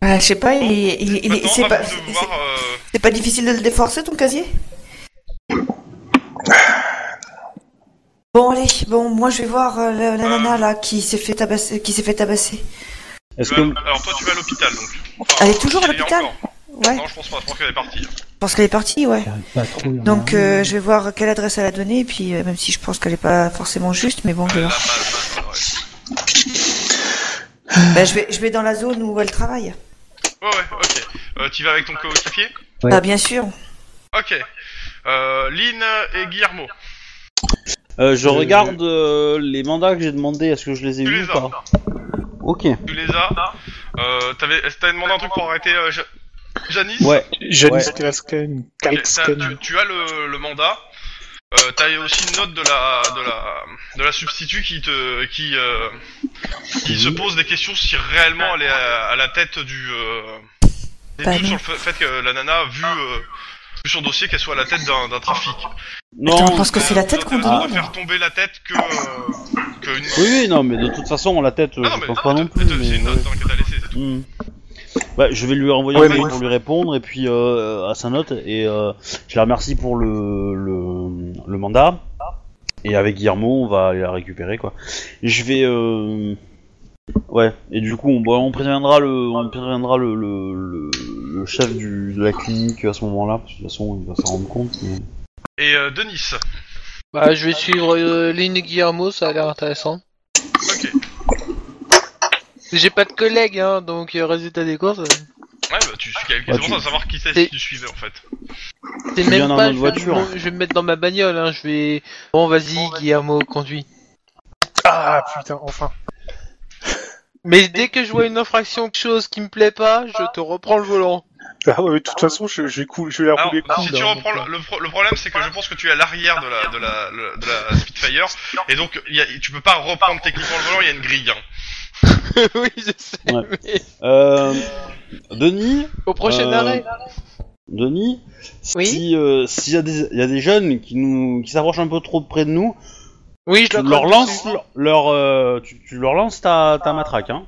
S3: Ah, Je sais pas, il, il, il-
S2: Maintenant,
S3: c'est
S2: à
S3: pas,
S2: vous de voir. euh,
S3: c'est- c'est pas difficile de le déforcer ton casier Bon allez, bon moi je vais voir euh, la, la
S2: Euh.
S3: nana là qui s'est fait tabasser, qui s'est fait tabasser.
S1: Est-ce
S2: Tu vas-
S1: que
S2: Alors toi tu vas à l'hôpital donc. Enfin,
S3: Elle est toujours à
S2: elle y est
S3: l'hôpital
S2: encore.
S3: Ouais,
S2: Non je pense pas, je pense qu'elle est partie.
S3: je pense qu'elle est partie, ouais.
S4: J'arrive euh, pas à trouver un
S3: Donc
S4: nom.
S3: euh, je vais voir quelle adresse elle a donnée et puis euh, même si je pense qu'elle est pas forcément juste, mais bon je vais
S2: La
S3: voir.
S2: balle, ouais.
S3: Bah, je vais je vais dans la zone où elle travaille.
S2: Ouais ouais ok. Euh, tu vas avec ton coéquipier
S4: Ouais.
S3: Bah bien sûr.
S2: Ok. Euh, Lynn et Guillermo.
S1: euh, je regarde euh, les mandats que j'ai demandés, est-ce que je les ai
S2: Tu
S1: eus ou
S2: les as.
S1: pas Ok.
S2: Tu les as. Euh, t'avais est-ce que t'avais demandé un truc pour arrêter euh, Ja- Janice
S1: Ouais.
S9: Janice
S1: Ouais.
S9: Kalasken,
S2: Ok, t'as-
S9: Kalsken.
S2: tu, tu as le, le mandat. Euh, t'as aussi une note de la de la de la substitut qui te qui euh, qui se pose des questions si réellement elle est à, à la tête du euh, des
S5: Bah
S2: doutes
S5: non.
S2: sur le fa- fait que la nana a vu euh, vu son dossier qu'elle soit à la tête d'un d'un trafic.
S1: Non.
S3: Attends, parce que c'est la tête qu'on
S2: Ça
S3: demande.
S2: va faire tomber la tête que euh, que une
S1: Oui, oui, non, mais de toute façon, la tête, euh,
S2: Ah non,
S1: je
S2: mais
S1: pense pas non
S2: attends,
S1: plus.
S2: attends, C'est
S1: mais,
S2: une
S1: ouais.
S2: note hein, que t'as laissée, c'est tout.
S1: Hmm. Bah, je vais lui envoyer
S9: Ouais,
S1: un
S9: mais-
S1: mail pour lui répondre et puis euh, à sa note et euh, je la remercie pour le, le, le mandat et avec Guillermo on va aller la récupérer quoi. Et je vais euh, ouais et du coup on, bah, on préviendra le on préviendra le, le, le, le chef du, de la clinique à ce moment-là parce que de toute façon il va s'en rendre compte. mais-
S2: Et euh, Denis.
S7: Bah, je vais suivre euh, Lynn et Guillermo, ça a l'air intéressant.
S2: Ok.
S7: J'ai pas de collègues, hein, donc euh, résultat des courses, euh,
S2: Ouais, bah tu suis quelqu'un.
S1: Bah,
S2: c'est pour
S1: tu-
S2: ça de savoir qui c'est
S7: C'est-
S2: qui tu suivais en fait.
S7: c'est
S1: Tu viens
S7: même
S1: dans
S7: pas.
S1: notre
S7: Je vais,
S1: voiture.
S7: je vais me mettre dans ma bagnole, hein, je vais. Bon, vas-y, Guillermo, conduis.
S9: Ah putain, enfin.
S7: Mais dès que je vois une infraction, quelque chose qui me plaît pas, je te reprends le volant.
S9: Ah ouais, mais de toute façon, je, je vais, cou- je vais la
S2: Alors,
S9: rouler
S2: si
S9: coude.
S2: tu
S9: hein.
S2: reprends le, le pro- le problème, c'est que je pense que tu es à l'arrière de la, de la, le- de la Spitfire, et donc il y a- tu peux pas reprendre techniquement le volant, il y a une grille. hein.
S7: oui, je sais.
S1: Ouais.
S7: mais
S1: Euh, Denis,
S7: Au prochain
S1: Euh,
S7: arrêt.
S1: Denis,
S7: Oui
S1: si euh, s'il y, a des- il y a des jeunes qui nous qui s'approchent un peu trop près de nous,
S7: Oui, je
S1: tu
S7: le
S1: leur
S7: prends
S1: lances
S7: dessus.
S1: leur, leur, euh, tu, tu leur lances ta, ta matraque. Hein.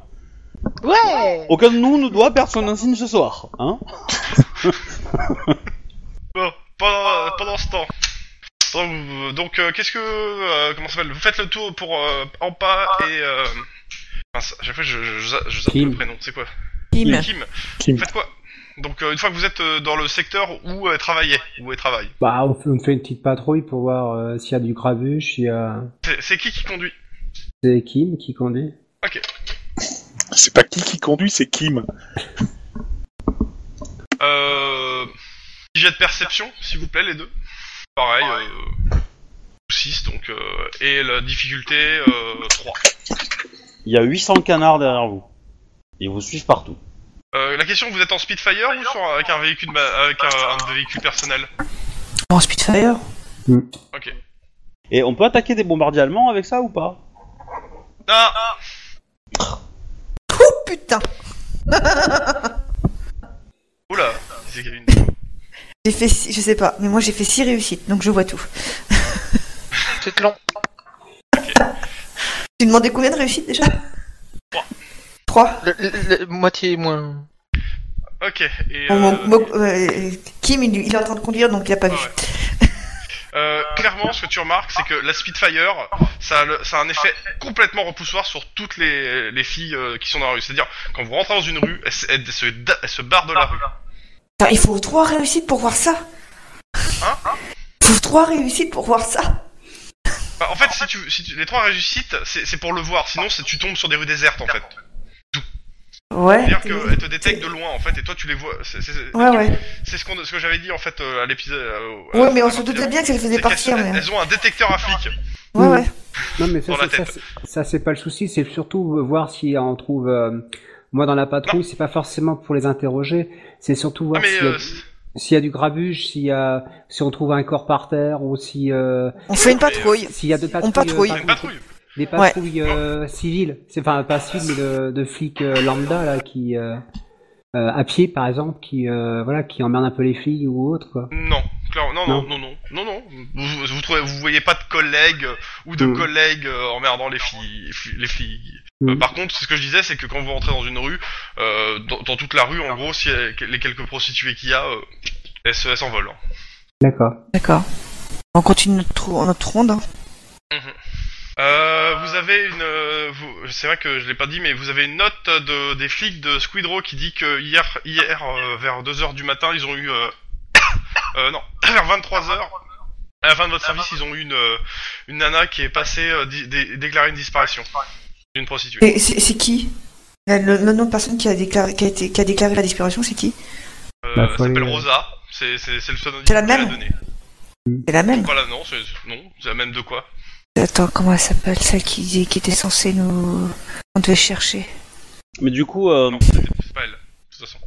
S7: Ouais.
S1: Aucun de nous ne doit perdre son insigne ce soir. Hein
S2: Bon, pendant, euh, pendant ce temps. Pendant que vous- Donc, euh, qu'est-ce que. euh, comment ça s'appelle Vous faites le tour pour euh, Ampa et. Euh... Mince, à chaque fois je, je, je, je zappe
S4: Kim.
S2: le prénom, c'est quoi
S3: Kim.
S2: Kim.
S9: Kim.
S2: Faites quoi Donc, euh, une fois que vous êtes euh, dans le secteur où elle travaillait, où elle travaille,
S4: Bah, on fait, on fait une petite patrouille pour voir euh, s'il y a du crabuche, s'il y a.
S2: c'est- c'est qui qui conduit
S4: C'est Kim qui conduit.
S9: C'est pas qui qui conduit, c'est Kim.
S2: Euh. Jet de perception, s'il vous plaît, les deux. Pareil, euh. 6, donc. euh, et la difficulté, euh, 3.
S1: Il y a 800 canards derrière vous. Ils vous suivent partout.
S2: Euh, la question, vous êtes en Spitfire ou sur, avec un véhicule, ma- avec euh, un, un véhicule personnel
S3: En Spitfire
S4: Mm.
S1: Et on peut attaquer des bombardiers allemands avec ça ou pas
S2: Ah
S3: Oh putain
S2: Oula qui c'est qui a eu une-
S3: J'ai fait, six- je sais pas, mais moi j'ai fait 6 réussites, donc je vois tout.
S7: C'est long.
S3: Tu demandais combien de réussites déjà 3.
S7: Le- le- le- moitié moins.
S2: Ok, et. Euh,
S3: Kim, il, il est en train de conduire, donc il a pas vu.
S2: Ouais. euh, clairement, ce que tu remarques, c'est que la Spitfire, ça a, le- ça a un effet complètement repoussoir sur toutes les, les filles euh, qui sont dans la rue. C'est-à-dire, quand vous rentrez dans une rue, elles, se- elles se, elles se barrent de la rue.
S3: Putain, il faut 3 réussites pour voir ça
S2: Hein
S3: Il faut 3 réussites pour voir ça
S2: Bah, en fait, si tu, si tu- les trois réussites, c'est c'est pour le voir. Sinon, c'est- tu tombes sur des rues désertes, en fait.
S3: Ouais.
S2: C'est-à-dire qu'elles te détectent de loin, en fait, et toi, tu les vois. C'est c'est- c'est-
S3: Ouais, ouais.
S2: c'est ce, qu'on- ce que j'avais dit, en fait, euh, à l'épisode. euh, à-
S3: Ouais, mais
S2: à
S3: on se doutait bien que ça le
S2: C'est
S3: faisait
S2: qu'elles-
S3: partir,
S2: elles,
S3: mais.
S2: elles ont un détecteur à flic.
S3: Ouais, ouais.
S4: Mm. Non, mais ça,
S2: Dans la
S4: c'est- ça,
S2: tête.
S4: c'est- ça, c'est pas le souci, c'est surtout euh, voir si on trouve. euh, Moi, dans la patrouille, c'est pas forcément pour les interroger, c'est surtout
S2: Ah,
S4: voir
S2: mais
S4: s'il y a-
S2: euh, c'est-
S4: s'il y, a du grabuge, s'il y a, si on trouve un corps par terre ou si euh,
S3: On fait une patrouille.
S4: s'il y a deux patrouilles, euh,
S3: patrouille.
S4: par
S2: c'est une
S4: contre,
S2: patrouille.
S4: des patrouilles euh, civiles, c'est enfin pas civiles mais de, de flics euh, lambda là qui euh, euh, à pied par exemple qui euh, voilà qui emmerdent un peu les filles ou autre quoi.
S2: Non, clairement, non, non, non, non, non, non. Vous, vous, trouvez, vous voyez pas de collègues euh, ou de
S4: Mm.
S2: collègues euh, emmerdant les filles, fi- les filles. Euh,
S4: Mm.
S2: par contre, ce que je disais, c'est que quand vous rentrez dans une rue, euh, dans, dans toute la rue, en gros, si euh, les quelques prostituées qu'il y a, euh, elles se- elles s'envolent. hein.
S4: D'accord.
S3: D'accord. On continue notre, trou- notre ronde. hein.
S2: Euh, vous avez une, euh, vous- c'est vrai que je l'ai pas dit, mais vous avez une note de, des flics de Squidrow qui dit que hier, hier euh, vers 2 heures du matin, ils ont eu, euh, euh, non, vers 23 heures, à la fin de votre service, ils ont eu une, euh, une nana qui est passée euh, di- dé- déclarée une disparition d'une prostituée.
S3: Et C'est c'est qui le, le nom de personne qui a déclaré, qui a été, qui a déclaré la disparition, c'est qui
S2: Euh,
S4: Bah,
S2: elle
S4: faut
S2: s'appelle
S4: aller-
S2: Rosa, c'est c'est c'est le pseudonyme
S3: C'est la
S2: qu'elle a
S3: même
S2: donné.
S3: C'est la même.
S2: Pas la non, c'est non, c'est la même de quoi
S5: Attends, comment elle s'appelle celle qui, qui était censée nous. On devait chercher.
S1: Mais du coup, euh,
S2: Non, c'était- c'est pas elle. De toute façon,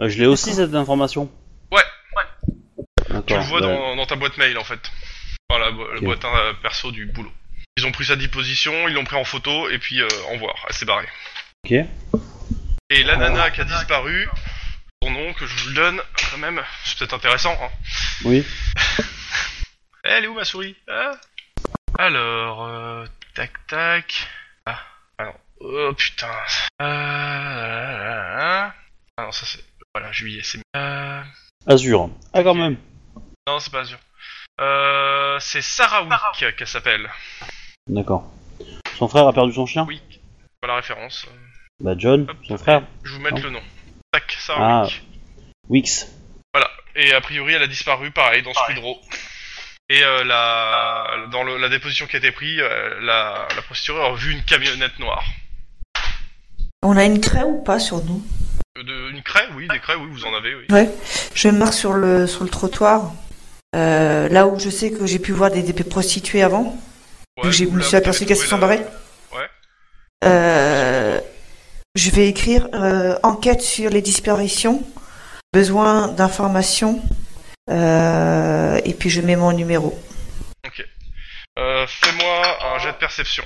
S1: euh, je l'ai aussi cette information.
S2: Ouais,
S1: D'accord,
S2: tu le vois
S1: bah,
S2: dans, dans ta boîte mail en fait, enfin la, bo- la
S1: Ok.
S2: boîte hein, perso du boulot. Ils ont pris sa disposition, ils l'ont pris en photo et puis euh, en voir. Elle s'est barrée.
S1: Ok.
S2: Et la nana qui a disparu, son nom que je vous le donne, quand même, c'est peut-être intéressant. Hein. Eh,
S1: Oui.
S2: Elle est où ma souris Ah. Alors, euh, tac tac. Ah, ah non. Oh putain. Euh, ah non, ça c'est. Voilà, juillet, c'est. Euh,
S1: Azur. Ah quand même.
S2: non, c'est pas sûr. Euh, c'est Sarah Wick qu'elle s'appelle.
S1: D'accord. Son frère a perdu son chien
S2: Oui. Pas la référence.
S1: Bah John,
S2: Hop.
S1: son frère.
S2: Je vous mets
S1: Non.
S2: le nom. Tac, ça.
S1: Ah.
S2: Rick.
S1: Wix.
S2: Et a priori, elle a disparu, pareil, dans Squidrow. Et euh, la... dans le- la déposition qui a été prise, euh, la, la prostituée a revu une camionnette noire.
S3: On a une craie ou pas sur nous
S2: Euh, de- une craie, oui, des craies, oui, vous en avez, oui.
S3: Ouais. Je marche sur le sur le trottoir, euh, là où je sais que j'ai pu voir des, des prostituées avant.
S2: Ouais,
S3: Donc j'ai-
S2: vous,
S3: je me
S2: là,
S3: suis
S2: vous
S3: aperçu
S2: avez
S3: qu'elles se sont
S2: trouvé la-
S3: barrées. Euh, je vais écrire euh, enquête sur les disparitions, besoin d'informations, euh, et puis je mets mon numéro.
S2: Euh, Fais-moi un jet de perception.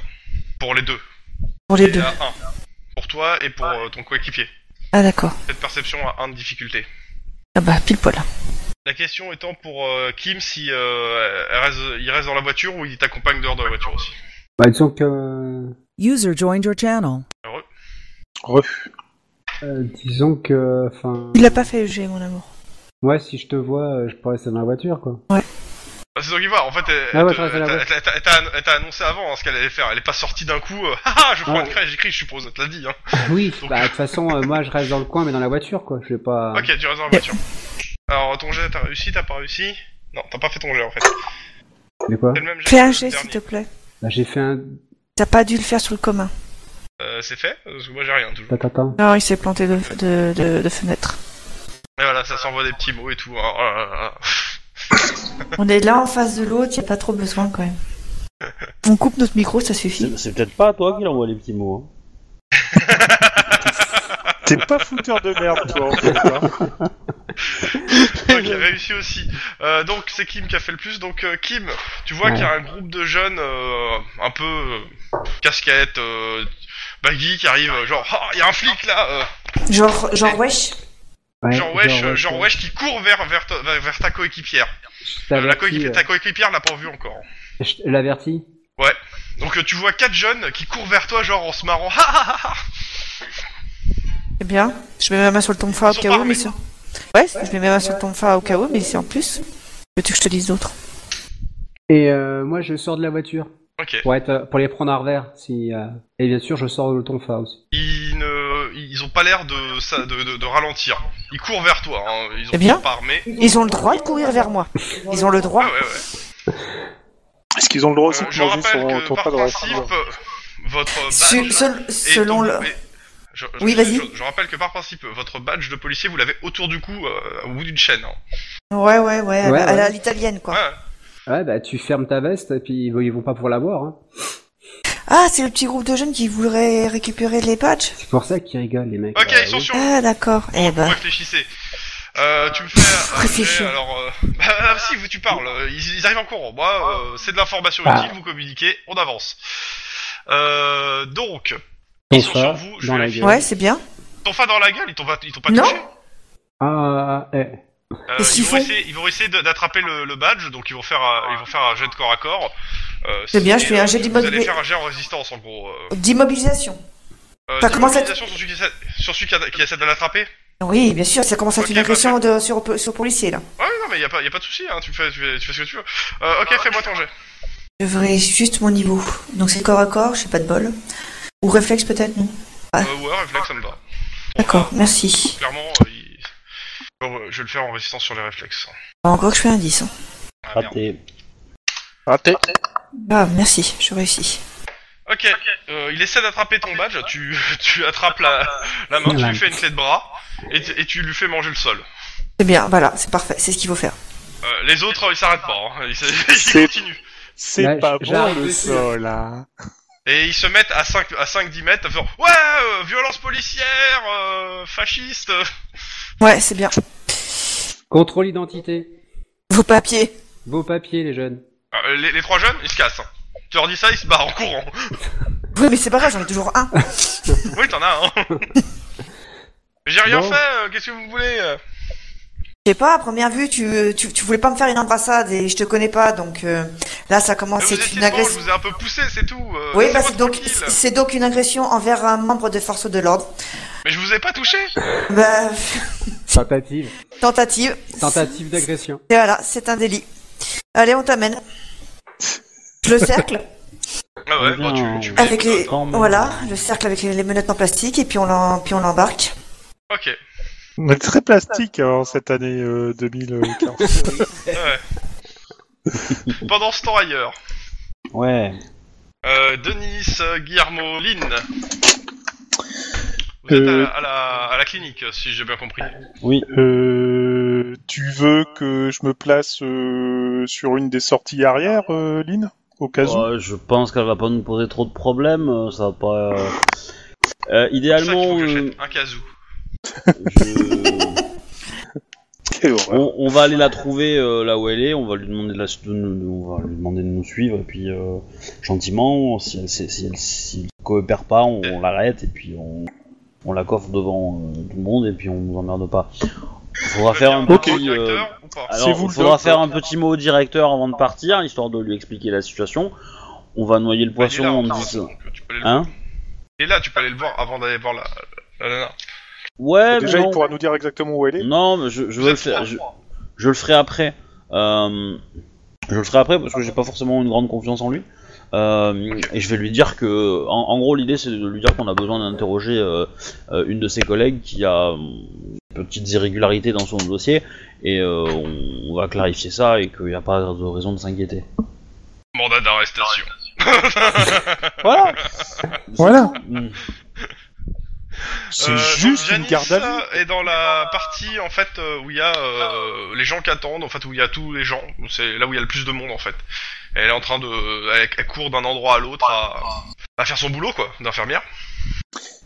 S2: Pour les deux.
S3: Pour les
S2: Il y
S3: deux.
S2: a un. Pour toi et pour euh, ton coéquipier.
S5: Ah d'accord.
S2: Cette perception a un de difficulté.
S5: Ah bah pile poil.
S2: La question étant pour euh, Kim si euh, elle reste- il reste dans la voiture ou il t'accompagne dehors de la voiture aussi.
S4: Bah, disons que. euh,
S8: User joined your channel.
S2: Heureux.
S9: Ref.
S4: euh, disons que. Enfin.
S3: Il l'a pas fait le jet, mon amour.
S4: Ouais, si je te vois, euh, je pourrais rester dans la voiture, quoi.
S2: Ah, c'est donc il va. En fait, elle,
S4: Ah
S2: elle
S4: ouais,
S2: te-
S4: ça, c'est la
S2: elle t'a-
S4: voiture.
S2: elle t'a- elle t'a annon- elle t'a annoncé avant hein, ce qu'elle allait faire. Elle est pas sortie d'un coup. euh, Ah, ah, je prends
S4: Ouais.
S2: une crèche, j'écris, je suppose. Elle te l'a dit. Hein.
S4: Oui,
S2: Donc-
S4: bah, de toute façon, euh, moi, je reste dans le coin, mais dans la voiture, quoi. Je vais pas.
S2: Ok, tu restes dans la voiture. Alors, ton jet, t'as réussi, t'as pas réussi Non, t'as pas fait ton jet en fait.
S4: Mais quoi
S2: C'est le même jet.
S3: Fais
S2: que
S3: un
S2: le
S3: jet,
S2: dernier.
S3: s'il te plaît.
S4: Bah, j'ai fait un.
S3: T'as pas dû le faire sur le commun.
S2: Euh, c'est fait Parce que moi j'ai rien toujours.
S4: Attends, attends.
S3: Non, il s'est planté de, de, de, de fenêtre.
S2: Et voilà, ça s'envoie des petits mots et tout. hein. Oh là là là.
S3: On est là en face de l'autre, y a pas trop besoin quand même. On coupe notre micro, ça suffit.
S1: C'est c'est peut-être pas à toi qu'il envoie les petits mots. hein.
S9: T'es pas fouteur de merde, toi, en fait. hein.
S2: Ok, Ah, réussi aussi. Euh, donc c'est Kim qui a fait le plus. Donc euh, Kim, tu vois
S4: Ouais.
S2: qu'il y a un groupe de jeunes euh, un peu euh, casquette, euh, baggy qui arrive, euh, genre Ah, il y a un flic là, euh,
S3: Genre, genre wesh.
S4: Ouais,
S2: genre wesh, euh, genre
S4: ouais,
S2: wesh qui court vers vers, ta- vers- vers ta coéquipière.
S4: je
S2: Euh, la
S4: t'avertis,
S2: coéquipière,
S4: euh,
S2: ta coéquipière l'a pas vu encore.
S4: Je te l'avertis.
S2: Donc euh, tu vois quatre jeunes qui courent vers toi genre en se marrant. Ah, ah, ah, ah.
S3: C'est bien. Je mets ma main sur le tomfar au
S2: Ils sont
S3: cas où,
S2: pas
S3: mais c'est... Ouais, je mets ma main sur le tomfar au cas où, mais c'est en plus. Veux-tu que je te dise d'autres
S4: Et euh, moi, je sors de la voiture.
S2: Ok.
S4: Pour, être, euh, pour les prendre à revers, si. euh, Et bien sûr, je sors de l'autonfa aussi.
S2: Ils ne, ils ont pas l'air de, ça- de, de, de ralentir. Ils courent vers toi. Hein. Ils
S3: Eh
S2: ont
S3: bien.
S2: sont pas armés.
S3: Ils ont le droit de courir vers moi. Ils ont le droit.
S2: Ouais, ouais, ouais.
S9: Est-ce qu'ils ont le droit aussi
S2: Euh,
S9: de
S2: je
S9: manger
S2: rappelle
S9: sur
S2: que
S9: ton
S2: par
S9: pas de
S2: principe,
S9: racine
S2: euh, votre badge
S3: Su- sel-
S2: est
S3: selon
S2: donc-
S3: le...
S2: et- je, je-
S3: Oui,
S2: je-
S3: vas-y.
S2: Je, je rappelle que par principe, votre badge de policier, vous l'avez autour du cou, euh, au bout d'une chaîne. hein.
S3: Ouais, ouais, ouais, à la-
S4: Ouais,
S3: à
S4: ouais.
S3: la- à l'italienne, quoi.
S2: Ouais.
S4: Ouais, bah, tu fermes ta veste, et puis ils vont- ils vont pas pouvoir la voir. Hein.
S3: Ah, c'est le petit groupe de jeunes qui voulait récupérer les badges
S4: C'est pour ça qu'ils rigolent, les mecs.
S2: Ok,
S4: Bah,
S2: ils sont
S4: oui.
S2: sur.
S3: Ah, d'accord. Eh
S2: Vous
S3: ben,
S2: réfléchissez. Euh, tu me fais. un- un
S3: Réfléchis.
S2: jet, alors, euh, bah, si, vous, tu parles. euh, Ils, ils arrivent en courant. Moi, euh, c'est de l'information
S4: Ah.
S2: utile. Vous communiquez, on avance. Euh, donc,
S4: Ton
S2: ils sont sur
S4: phare
S2: vous. Je
S4: dans la
S2: vérifie.
S4: gueule.
S3: ouais, c'est bien.
S2: Ils t'ont pas dans la gueule. Ils t'ont pas, ils t'ont pas
S3: Non.
S2: touché.
S4: Ah, eh.
S2: Euh,
S3: Qu'est-ce
S2: ils,
S3: qu'ils
S2: vont
S3: font
S2: essayer, ils vont essayer de- d'attraper le, le badge, donc ils vont faire, un- ils vont faire un jet de corps à corps. Euh,
S3: C'est bien, je fais un jet
S2: Vous
S3: d'immobilier.
S2: allez faire un jet en résistance, en gros. Euh,
S3: D'immobilisation.
S2: euh,
S3: Ça commence à
S2: d'immobilisation sur celui qui essaie, sur celui qui a- qui essaie de l'attraper
S3: Oui, bien sûr, ça commence à être
S2: Ok,
S3: une agression de, sur, sur policier, là.
S2: Ouais, non, mais y a pas, y a pas de souci, hein, tu, fais, tu, fais, tu fais ce que tu veux. Euh, ok, fais-moi ton jet.
S3: Je vérifie juste mon niveau. Donc c'est corps à corps, j'ai pas de bol. Ou réflexe, peut-être, non
S2: Euh, ouais, réflexe, ça me va.
S3: D'accord, merci.
S2: Clairement, euh, il- Bon, euh, je vais le faire en résistance sur les réflexes.
S3: Encore que je fais un 10. hein.
S2: Ah, merde.
S1: Raté.
S7: Raté.
S3: Ah, merci, je réussis.
S2: Ok, euh, il essaie d'attraper ton badge, tu, tu attrapes la, la main, tu lui fais une clé de bras, et, tu- et tu lui fais manger le sol.
S3: C'est bien, voilà, c'est parfait, c'est ce qu'il faut faire.
S2: Euh, les autres, ils s'arrêtent pas, hein. ils, ils
S9: C'est-
S2: continuent.
S9: C'est
S4: Là,
S9: pas
S4: j-
S9: bon
S4: j'arrive
S9: le
S4: dessus.
S9: sol, hein.
S2: Et ils se mettent à 5 à 5 10 mètres en faisant ouais euh, violence policière euh, fasciste euh.
S3: Ouais, c'est bien.
S4: Contrôle identité.
S3: Vos papiers.
S4: Vos papiers, les jeunes.
S2: Euh, les, les trois jeunes ils se cassent. hein. Tu leur dis ça ils se barrent en courant.
S3: Oui, mais c'est pas grave, j'en ai toujours un.
S2: oui t'en as un. hein. J'ai rien
S4: Bon.
S2: fait euh, qu'est-ce que vous voulez euh
S3: Je sais pas, à première vue, tu, tu, tu voulais pas me faire une embrassade et je te connais pas, donc euh, là, ça commence,
S2: Vous
S3: c'est
S2: étiez
S3: une
S2: devant, je
S3: agression.
S2: vous ai un peu poussé c'est tout. euh,
S3: Oui, bah,
S2: laissez-moi
S3: c'est donc,
S2: tranquille.
S3: c'est donc une agression envers un membre des forces de l'ordre.
S2: Mais je vous ai pas touché.
S3: Bah,
S4: Tentative.
S3: tentative.
S4: Tentative d'agression.
S3: Et voilà, c'est un délit. Allez, on t'amène. Je le cercle
S2: Ah ouais
S1: Eh
S2: bon,
S1: bien,
S2: tu, tu mets
S3: avec
S2: les
S3: les,
S2: menottes,
S1: Attends, mais-
S3: voilà, le cercle avec les, les menottes en plastique et puis on l'en- puis on l'embarque.
S2: hein. Ok.
S9: On est très plastique hein, cette année euh, 2015.
S2: ouais. Pendant ce temps ailleurs
S1: Ouais.
S2: euh, Denis euh, Guillermo Lynn. Vous êtes à,
S9: Euh.
S2: à la, à la clinique, si j'ai bien compris.
S9: Euh, tu veux que je me place euh, sur une des sorties arrière, euh, Lynn Au cas où
S1: Ouais, je pense qu'elle va pas nous poser trop de problèmes, euh, ça va pas... euh, euh,
S2: C'est pour ça qu'il
S1: idéalement,
S2: faut que
S1: euh,
S2: j'achète un casou.
S1: je-
S9: Quelle horreur.
S1: on, on va aller la trouver euh, là où elle est, on va lui demander de, la, de nous- on va lui demander de nous suivre, et puis euh, gentiment, si elle, si, si elle, si elle coopère pas, on, on l'arrête, et puis on, on la coffre devant euh, tout le monde, et puis on nous emmerde pas. Faudra faire un
S9: Ok.
S1: petit... euh,
S2: directeur ou pas
S1: Alors,
S9: C'est vous
S1: il
S9: le
S1: faudra
S9: doc,
S1: faire
S9: hein.
S1: un petit mot au directeur avant de partir, histoire de lui expliquer la situation. On va noyer le
S2: Bah, il est
S1: poisson
S2: là,
S1: en
S2: enfin,
S1: disant...
S2: tu peux aller le-
S1: Hein
S2: Il est là, tu peux aller le voir avant d'aller voir la, la nana.
S1: Ouais,
S9: Déjà,
S1: mais
S9: il
S1: non.
S9: pourra nous dire exactement où elle est.
S1: Non, mais je, je veux le faire. Je, je le ferai après. Euh, je le ferai après parce que j'ai pas forcément une grande confiance en lui. Euh, et je vais lui dire que, en, en gros, l'idée c'est de lui dire qu'on a besoin d'interroger euh, euh, une de ses collègues qui a euh, des petites irrégularités dans son dossier et euh, on, on va clarifier ça et qu'il n'y a pas de raison de s'inquiéter.
S2: Mandat d'arrestation.
S1: Voilà.
S9: Voilà.
S1: Mm.
S9: C'est
S2: Euh,
S9: juste
S2: donc,
S9: une garde à vue.
S2: Janice, euh, est dans la partie en fait euh, où il y a euh, les gens qui attendent, en fait où il y a tous les gens, où c'est là où il y a le plus de monde en fait. Et elle est en train de, elle, elle court d'un endroit à l'autre à, à faire son boulot quoi, d'infirmière.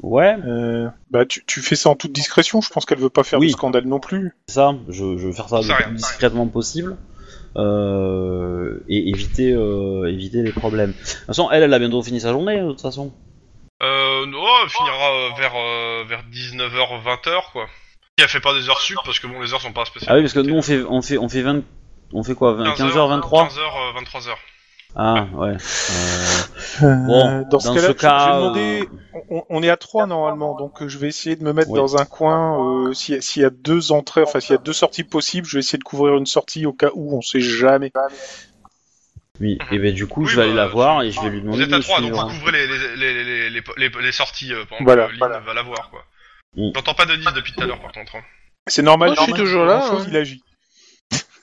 S1: Ouais,
S9: Euh, bah, tu, tu fais ça en toute discrétion. Je pense qu'elle veut pas faire
S1: Oui.
S9: de scandale non plus.
S1: ça, je, je vais faire ça le
S2: Ça
S1: plus
S2: arrive.
S1: discrètement possible euh, et éviter, euh, éviter les problèmes. De toute façon, elle, elle a bientôt fini sa journée, de toute façon.
S2: Euh, non, elle finira
S9: Oh.
S2: euh, vers euh, vers 19h 20h quoi. Et elle fait pas des heures sup parce que bon les heures sont pas spéciales.
S1: Ah oui, parce que nous, on fait, on fait, on fait 20... On fait quoi 15h23
S2: 15h 23h.
S1: Ah, ouais. Euh,
S9: Euh, dans ce
S1: dans
S9: cas-là,
S1: ce
S9: je-
S1: cas, euh,
S9: je vais demander- on- On, on est à trois normalement, donc euh, je vais essayer de me mettre
S1: Oui.
S9: dans un coin. euh, S'il y a- s'il y a deux entrées, enfin s'il y a deux sorties possibles, je vais essayer de couvrir une sortie au cas où. On sait jamais.
S1: oui, et ben du coup,
S2: Oui,
S1: je vais aller
S2: bah,
S1: la voir et je vais lui
S2: Vous
S1: demander
S2: êtes
S1: de
S2: à
S1: me
S2: 3 donc
S1: suivre.
S2: vous couvrez les les, les, les, les, les- les sorties euh, pendant
S9: Voilà,
S2: que Lynn
S9: voilà.
S2: va la voir quoi.
S1: Mm.
S2: J'entends pas de 10 depuis tout à l'heure par contre. hein.
S9: C'est normal.
S7: Moi, je suis
S9: normal,
S7: toujours là,
S9: grand-chose,
S7: hein.
S9: Il agit.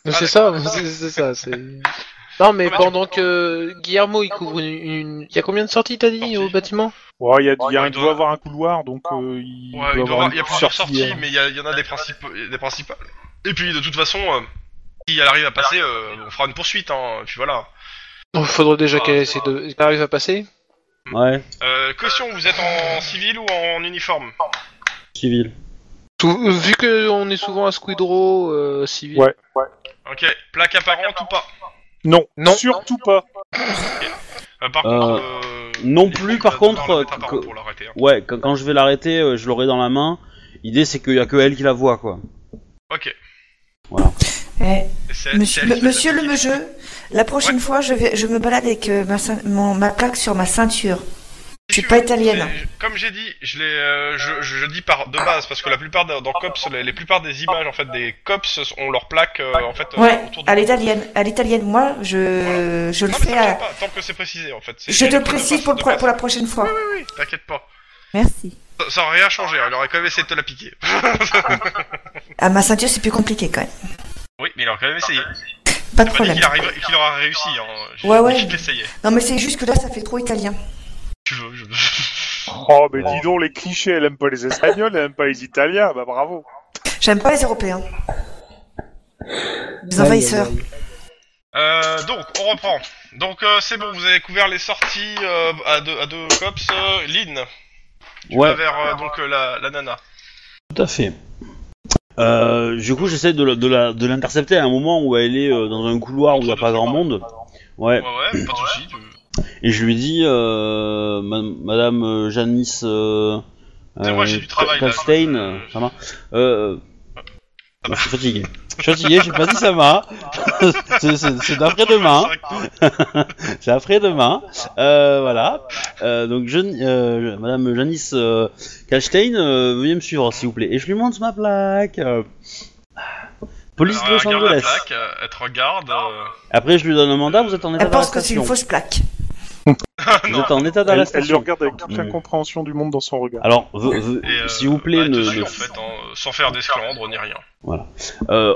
S7: Mais
S2: Ah,
S7: c'est ça, c'est c'est ça, c'est. Non, mais pendant que Guillermo il couvre une. une- Il y a combien de sorties t'as dit au bâtiment
S9: Ouais, il y a, il y a un-
S2: il
S9: il doit
S2: doit-
S9: avoir un couloir, donc euh, il
S2: Ouais,
S9: doit
S2: il doit
S9: avoir
S2: avoir-
S9: une
S2: il y a plusieurs
S9: sortie,
S2: sorties,
S9: euh.
S2: mais il y, a- il y en a des, principaux- des principales. Et puis, de toute façon, euh, si elle arrive à passer, euh, on fera une poursuite, hein, puis voilà.
S7: Il faudrait déjà qu'elle essaie de. qu'elle arrive à passer
S1: Ouais,
S2: Euh, caution, vous êtes en civil ou en uniforme
S1: civil.
S7: Tout- Vu qu'on est souvent à Squidrow euh, civil.
S9: Ouais, ouais.
S2: Ok, plaque apparente ou pas
S9: Non,
S7: Non.
S9: surtout pas.
S2: Euh, Par contre... euh,
S1: non
S2: il faut
S1: plus,
S2: que
S1: par
S2: la demeure
S1: contre,
S2: la mette à
S1: euh,
S2: part
S1: que-
S2: pour l'arrêter, hein.
S1: Ouais, quand, quand je vais l'arrêter, euh, je l'aurai dans la main. L'idée, c'est qu'il y a que elle qui la voit, quoi.
S2: Ok.
S3: Eh,
S2: Et c'est-
S3: Monsieur,
S2: c'est elle qui fait
S3: monsieur
S2: la
S3: le
S2: civile.
S3: Mejeu, la prochaine fois, je, vais, je me balade avec euh, ma, ceint- mon- ma plaque sur ma ceinture. je suis
S2: tu
S3: pas
S2: veux,
S3: italienne.
S2: c'est- je- Comme j'ai dit, je, l'ai, euh, je, je- je dis par de base parce que la plupart des- dans cops, les, les plupart des images en fait des cops ont leur plaque euh, en fait euh,
S3: Ouais,
S2: autour du-
S3: à l'italienne. À l'italienne, moi, je, je le
S2: Non, mais
S3: fais
S2: ça change
S3: à...
S2: pas, tant que c'est précisé en fait. C'est-
S3: Je
S2: il y
S3: te
S2: a
S3: le
S2: une place
S3: précise pour,
S2: de
S3: le pro-
S2: place.
S3: pour la prochaine fois.
S2: Oui, T'inquiète pas.
S3: Merci.
S2: Ça, ça aurait rien changé, hein, il aurait quand même essayé de te la piquer.
S3: À ma ceinture, c'est plus compliqué quand même.
S2: Oui, mais il aurait quand même essayé.
S3: Pas de
S2: C'est pas dit
S3: problème.
S2: qu'il arrive- qu'il aura réussi. Hein. J'ai
S3: Ouais,
S2: dit
S3: ouais.
S2: qu'il essayait.
S3: Non, mais c'est juste que là, ça fait trop italien.
S2: Tu veux, je...
S9: Oh, mais dis donc, les clichés, elle aime pas les Espagnols, elle aime pas les Italiens, bah bravo.
S3: J'aime pas les Européens. Les
S4: Aïe, aïe,
S3: envahisseurs.
S4: aïe.
S2: euh, donc, on reprend. Donc, euh, c'est bon, vous avez couvert les sorties euh, à, deux, à deux cops. euh, Lynn, tu vas
S1: Ouais,
S2: vers euh, donc, euh, la, la nana.
S1: tout à fait. Euh, du coup, j'essaie de, la- de, la- de l'intercepter à un moment où elle est euh, dans un couloir où il n'y a pas grand monde. Ouais,
S2: Ouais, ouais, pas de soucis. Tu...
S1: Et je lui dis, euh, ma- Madame euh, Janice euh,
S2: C'est moi, j'ai du travail, là.
S1: Kalstein, euh, ça va euh, euh, Je suis fatigué. Je suis fatigué, je sais pas si ça va. c'est c'est- c'est d'après-demain. C'est après-demain. Euh, voilà. Euh, donc, je, euh, Madame Janice euh, Kalstein, euh, veuillez me suivre, s'il vous plaît. Et je lui montre ma plaque. euh, Police de
S2: Alors,
S1: Los
S2: elle regarde la
S1: Angeles.
S2: plaque, euh, elle te regarde. euh,
S1: Après, je lui donne un mandat. Vous êtes en état
S3: Elle pense que c'est
S1: d'arrestation.
S3: une fausse plaque.
S1: Vous êtes en état
S9: Elle, elle le
S1: d'arrestation.
S9: regarde avec toute
S1: Mm.
S9: l'incompréhension du monde dans son regard.
S1: Alors, ve- ve-
S2: et, euh,
S1: s'il vous plaît,
S2: elle te
S1: ne,
S2: suit,
S1: ne-
S2: en fait, hein, sans faire d'esclandre ni rien.
S1: Euh,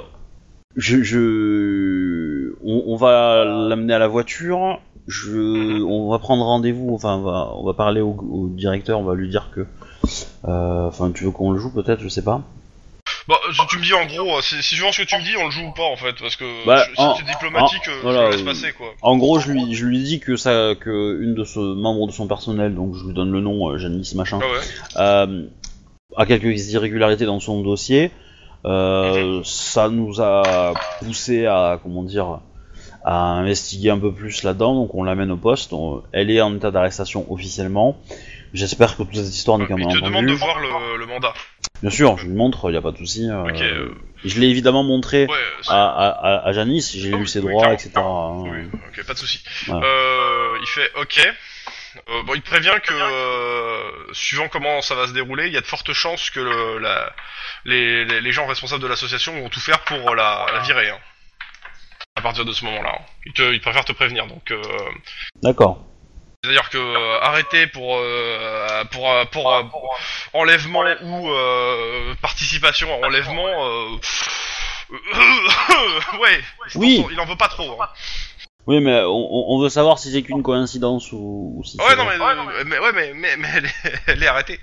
S1: je, je- on, on va l'amener à la voiture. Mhm. Je, on va prendre rendez-vous. Enfin, on va, on va parler au, au directeur. On va lui dire que Euh, Enfin, tu veux qu'on le joue peut-être, je sais pas.
S2: Bah, si tu me dis en gros, euh, si, si suivant ce que tu me dis, on le joue ou pas en fait, parce que
S1: Bah,
S2: je-
S1: en-
S2: si c'est diplomatique,
S1: en-
S2: euh,
S1: voilà,
S2: je le laisse
S1: euh,
S2: passer quoi.
S1: En gros, je lui, je lui dis que ça, que une de ce membre de son personnel, donc je lui donne le nom, euh, Janice machin,
S2: Ah ouais.
S1: euh, à quelques irrégularités dans son dossier. Euh, ça nous a poussé à comment dire à investiguer un peu plus là-dedans, donc on l'amène au poste. On- elle est en état d'arrestation officiellement. J'espère que toute cette histoire n'est
S2: Il
S1: qu'un
S2: te demande
S1: malentendu.
S2: de voir le, le mandat.
S1: Bien sûr, je lui montre, il a pas de souci. euh,
S2: Ok. euh,
S1: Je l'ai évidemment montré
S2: ouais. c'est-
S1: à, à, à- à Janice, j'ai
S2: Ah
S1: lu
S2: oui,
S1: ses
S2: oui,
S1: droits,
S2: clairement,
S1: etc.
S2: clairement.
S1: hein.
S2: Oui, ok, pas de souci.
S1: Voilà.
S2: Euh, il fait OK. Euh, bon, il prévient que euh, suivant comment ça va se dérouler, il y a de fortes chances que le- la, les, les- les gens responsables de l'association vont tout faire pour la, la virer. hein. À partir de ce moment-là, hein. il, te, il préfère te prévenir. Donc, euh,
S1: D'accord.
S2: c'est-à-dire que euh, arrêter pour euh, pour euh, pour, euh, enlèvement ou euh, participation à enlèvement. euh, ouais.
S1: Oui.
S2: Il en veut pas trop. hein.
S1: Oui, mais on- on, on veut savoir si c'est qu'une coïncidence ou, ou si
S2: Ouais,
S1: c'est
S2: non,
S1: vrai.
S2: mais, euh, mais, ouais, mais, mais, mais elle, est, elle est arrêtée.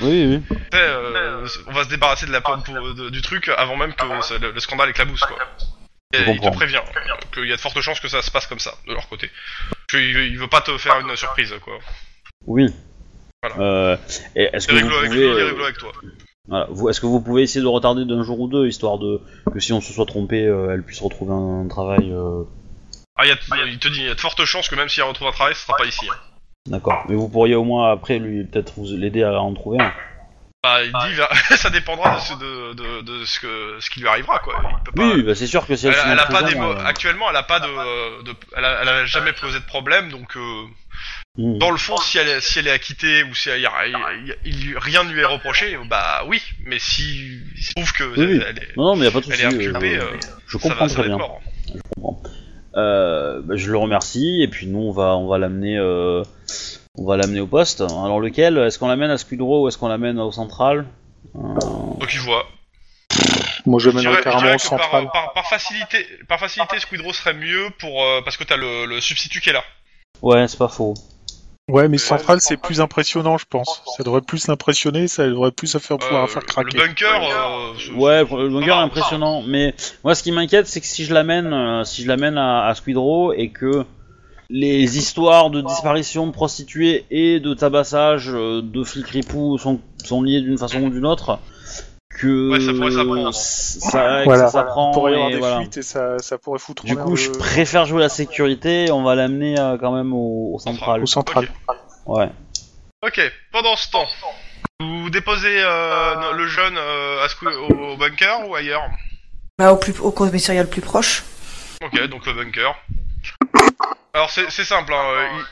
S1: Oui, oui, oui.
S2: Euh, Ah, on va se débarrasser de la pomme pour- euh, de- du truc avant même que ça- le, le scandale éclabousse, quoi. Et
S1: Je
S2: il te
S1: comprends.
S2: prévient euh, qu'il y a de fortes chances que ça se passe comme ça, de leur côté. Parce qu'il veut- il veut pas te faire une surprise, quoi.
S1: Oui.
S2: Voilà.
S1: Euh, et est-ce que
S2: C'est
S1: vous
S2: rigolo avec lui,
S1: pouvez,
S2: il est
S1: euh,
S2: rigolo avec toi.
S1: voilà, vous- est-ce que vous pouvez essayer de retarder d'un jour ou deux, histoire de que si on se soit trompé, euh, elle puisse retrouver un, travail. euh,
S2: Ah, il, y a de- il te dit, il y a de fortes chances que même s'il retrouve un travail, ce sera pas ici. hein.
S1: D'accord. Mais vous pourriez au moins après lui peut-être vous l'aider à en trouver un.
S2: Bah, il dit, va- ça dépendra de ce, de, de, de ce, que, ce qui lui arrivera, quoi. Il peut pas-
S1: Oui, oui, bah, c'est sûr que si
S2: Elle,
S1: elle, s'en
S2: elle a pas
S1: trouve
S2: des
S1: un,
S2: mo-
S1: euh,
S2: actuellement, elle a pas de, euh, de- elle, a, elle a jamais posé de problème, donc euh,
S1: hmm.
S2: dans le fond, si elle, est- si elle est acquittée ou si elle- il- il- il- rien ne lui est reproché, bah oui. Mais si il se trouve que
S1: Oui, oui.
S2: elle est,
S1: Non, non, mais y a pas de
S2: elle
S1: souci.
S2: est inculpée,
S1: euh,
S2: euh,
S1: je
S2: ça
S1: comprends
S2: va, ça
S1: très
S2: va être
S1: bien.
S2: mort.
S1: Euh, bah, je le remercie et puis nous on va on va l'amener euh, on va l'amener au poste. Alors lequel Est-ce qu'on l'amène à Scudro ou est-ce qu'on l'amène au central
S2: Donc il voit.
S1: Ah,
S9: Moi,
S2: Je
S9: j'amène
S2: dirais, je
S9: carrément
S2: dirais
S9: au
S2: que par,
S9: central.
S2: par- par facilité, par facilité, Squidro serait mieux pour euh, parce que t'as le, le substitut qui est là.
S1: Ouais, c'est pas faux.
S9: Ouais, mais
S2: Ouais,
S9: central, c'est plus impressionnant, je pense. Ça devrait plus l'impressionner, ça devrait plus à faire pouvoir
S2: Euh,
S9: faire
S2: le
S9: craquer.
S2: bunker. euh, ce-
S1: Ouais, le bunker
S2: Ah,
S1: est impressionnant, mais moi ce qui m'inquiète c'est que si je l'amène euh, si je l'amène à, à Squidrow et que les histoires de disparition de prostituées et de tabassage euh, de flics ripoux sont, sont liées d'une façon ou d'une autre, que
S2: Ouais, ça pourrait s'apprendre.
S1: ça, que
S9: Voilà.
S1: ça s'apprend
S9: Il pourrait y avoir
S1: et
S9: des
S1: voilà.
S9: fuites et ça, ça pourrait foutre en
S1: Du
S9: l'air
S1: coup,
S9: le-
S1: je préfère jouer la sécurité, on va l'amener euh, quand même au, au central.
S9: au central.
S2: Ok.
S1: Ouais.
S2: Ok, pendant ce temps, vous déposez euh, no- le jeune euh, à Squi- au, au bunker ou ailleurs
S3: Bah, au, plus, au commissariat le plus proche.
S2: Ok, donc le bunker. Alors c'est c'est simple, hein, euh, il,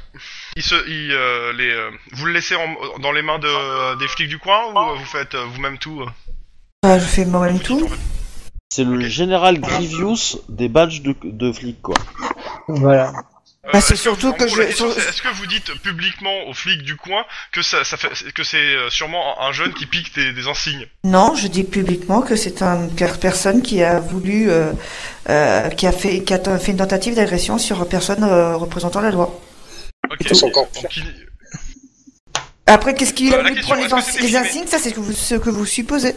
S2: il se, il, euh, les, euh, vous le laissez en- dans les mains de, euh, des flics du coin ou euh, vous faites euh, vous-même tout euh
S3: Bah, je fais moi-même tout.
S1: C'est le général Grievous des badges de, de flics, quoi.
S4: Voilà.
S3: Bah, c'est
S2: est-ce
S3: surtout
S2: vous-
S3: que
S2: en gros,
S3: je-
S2: la question,
S3: sur-
S2: c'est, Est-ce que vous dites publiquement aux flics du coin que ça, ça fait, que c'est euh, sûrement un jeune qui pique des, des insignes
S3: Non, je dis publiquement que c'est un- une personne qui a voulu, euh, euh, qui a fait, qui a t- fait une tentative d'agression sur une personne euh, représentant la loi.
S2: Ok.
S3: C'est
S9: encore
S2: Donc, il-
S3: Après, qu'est-ce qu'il
S2: Euh,
S3: a
S2: la
S3: voulu
S2: question,
S3: prendre les,
S2: est-ce que
S3: ins-
S2: c'était
S3: les
S2: filmé
S3: insignes Ça, c'est ce que vous, ce que vous supposez.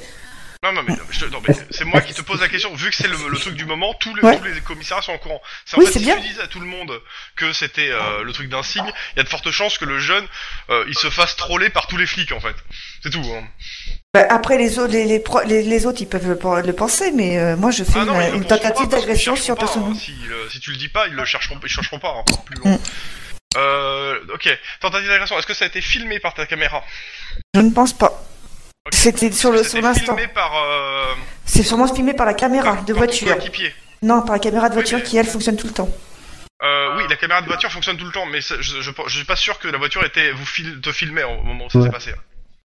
S2: Non, non, mais, je- non, mais c'est moi qui te pose la question. Vu que c'est le, le truc du moment, tous les,
S3: Ouais.
S2: tous les commissariats sont au courant. C'est en
S3: Oui,
S2: fait,
S3: c'est
S2: si
S3: bien.
S2: tu dises à tout le monde que c'était euh, le truc d'un signe, il y a de fortes chances que le jeune, euh, il se fasse troller par tous les flics, en fait. C'est tout. Hein.
S3: Bah, après, les autres, les, les, pro- les- les autres, ils peuvent le, pen- le penser, mais euh, moi, je fais
S2: Ah
S3: une,
S2: non, ils le
S3: une
S2: penseront
S3: tentative
S2: pas parce qu'ils
S3: d'agression
S2: chercheront
S3: sur
S2: pas,
S3: personne.
S2: hein. Si, euh, si tu le dis pas, ils le chercheront, ils chercheront pas. hein, plus loin.
S3: Mm.
S2: Euh, ok. Tentative d'agression. Est-ce que ça a été filmé par ta caméra
S3: Je ne pense pas.
S2: Ok.
S3: C'était sur
S2: Est-ce
S3: le
S2: que
S3: sur
S2: ça a été
S3: l'instant.
S2: filmé par, euh,
S3: C'est sûrement filmé par la caméra
S2: par-
S3: de
S2: par ton
S3: voiture.
S2: coéquipier
S3: Non, par la caméra de
S2: Oui,
S3: voiture
S2: mais-
S3: qui elle fonctionne tout le temps.
S2: Euh, oui, la caméra de voiture fonctionne tout le temps, mais ça- je, je, je suis pas sûr que la voiture était vous fil- te filmait au moment où ça
S9: Ouais.
S2: s'est passé. hein.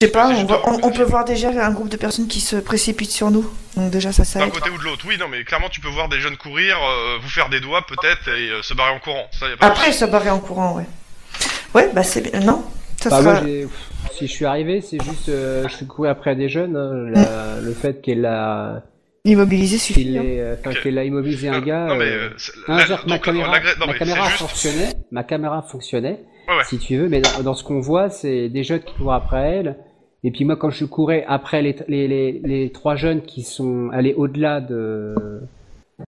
S3: Je sais pas,
S2: C'est
S3: on,
S2: juste
S3: voit-
S2: un
S3: on- on
S2: côté.
S3: peut voir déjà un groupe de personnes qui se précipitent sur nous. Donc déjà ça ça
S2: D'un
S3: aide.
S2: côté ou de l'autre, oui, non, mais clairement tu peux voir des jeunes courir, euh, vous faire des doigts peut-être et euh, se barrer en courant. Ça, y a pas de
S3: Après ça barrer en courant, ouais. Ouais, bah c'est bien. Non, ça
S4: Bah, moi,
S3: sera.
S4: j'ai- pff, si je suis arrivé, c'est juste, euh, je suis couru après des jeunes. hein, la- Le fait qu'elle a,
S3: Immobiliser
S4: qu'il
S3: suffit. hein.
S4: ait, euh, enfin,
S2: Ok.
S4: qu'elle a immobilisé un
S2: Euh,
S4: gars.
S2: non, mais,
S4: euh,
S2: euh, c'est-
S4: Non,
S2: la-
S4: genre, ma
S2: donc,
S4: caméra,
S2: l'agré- non,
S4: ma
S2: mais
S4: caméra
S2: c'est juste-
S4: fonctionnait, ma caméra fonctionnait,
S2: Ouais, ouais.
S4: si tu veux, mais dans, dans ce qu'on voit, c'est des jeunes qui courent après elle, Et puis moi, quand je courais après les, les, les, les trois jeunes qui sont allés au-delà de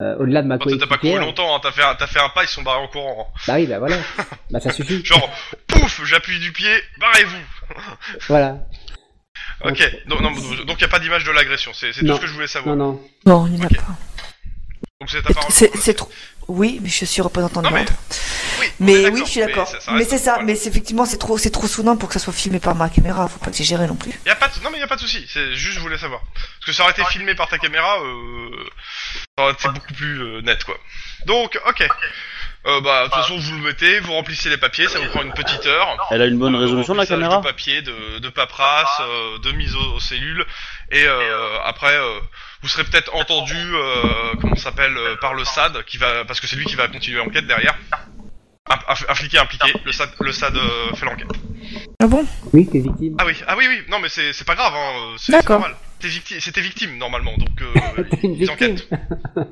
S4: euh, au-delà de ma
S2: Enfin, T'as pas couru
S4: coéquipière,
S2: longtemps, hein, t'as fait, un- t'as fait un pas, ils sont barrés en courant. hein.
S4: bah oui, bah voilà, bah ça suffit,
S2: Genre, pouf, j'appuie du pied, barrez-vous.
S4: voilà.
S2: Ok, donc il donc, n'y a pas d'image de l'agression, c'est c'est tout
S4: Non.
S2: ce que je voulais savoir.
S4: Non, non.
S5: Bon, il n'y en a
S2: Ok.
S5: pas.
S2: Donc c'est ta parole.
S3: C'est c'est trop. Oui, mais je suis représentant de
S2: Non, mais-
S3: l'ordre.
S2: Oui, on est
S3: Mais oui, je suis d'accord.
S2: ça-
S3: Mais
S2: reste-
S3: c'est ça.
S2: voilà.
S3: Mais c'est effectivement, c'est trop, c'est trop soudain pour que ça soit filmé par ma caméra. Faut pas exagérer non plus.
S2: Y a pas de... Non mais y a pas de souci, c'est juste je voulais savoir. Parce que ça aurait été filmé par ta caméra, euh... ça aurait été beaucoup plus euh, net quoi. Donc ok. Euh, bah de toute façon vous le mettez, vous remplissez les papiers, ça vous prend une petite heure.
S1: Elle a une bonne résolution la
S2: Remplissage
S1: caméra
S2: De papier, de, de paperasse, euh, de mise aux, aux cellules, et euh, après euh, vous serez peut-être entendu, euh, comment ça s'appelle, euh, par le SAD, qui va, parce que c'est lui qui va continuer l'enquête derrière. Un, un- un flic est impliqué, le SAD, le SAD euh, fait l'enquête.
S5: Ah bon
S4: Oui, t'es victime.
S2: Ah oui, ah oui, oui, non mais c'est c'est pas grave, hein. euh, c'est c'est
S5: D'accord.
S2: normal. T'es victime, c'était victime normalement, donc euh,
S4: T'es une
S2: ils
S4: victime.
S2: enquêtent.
S4: Ouais,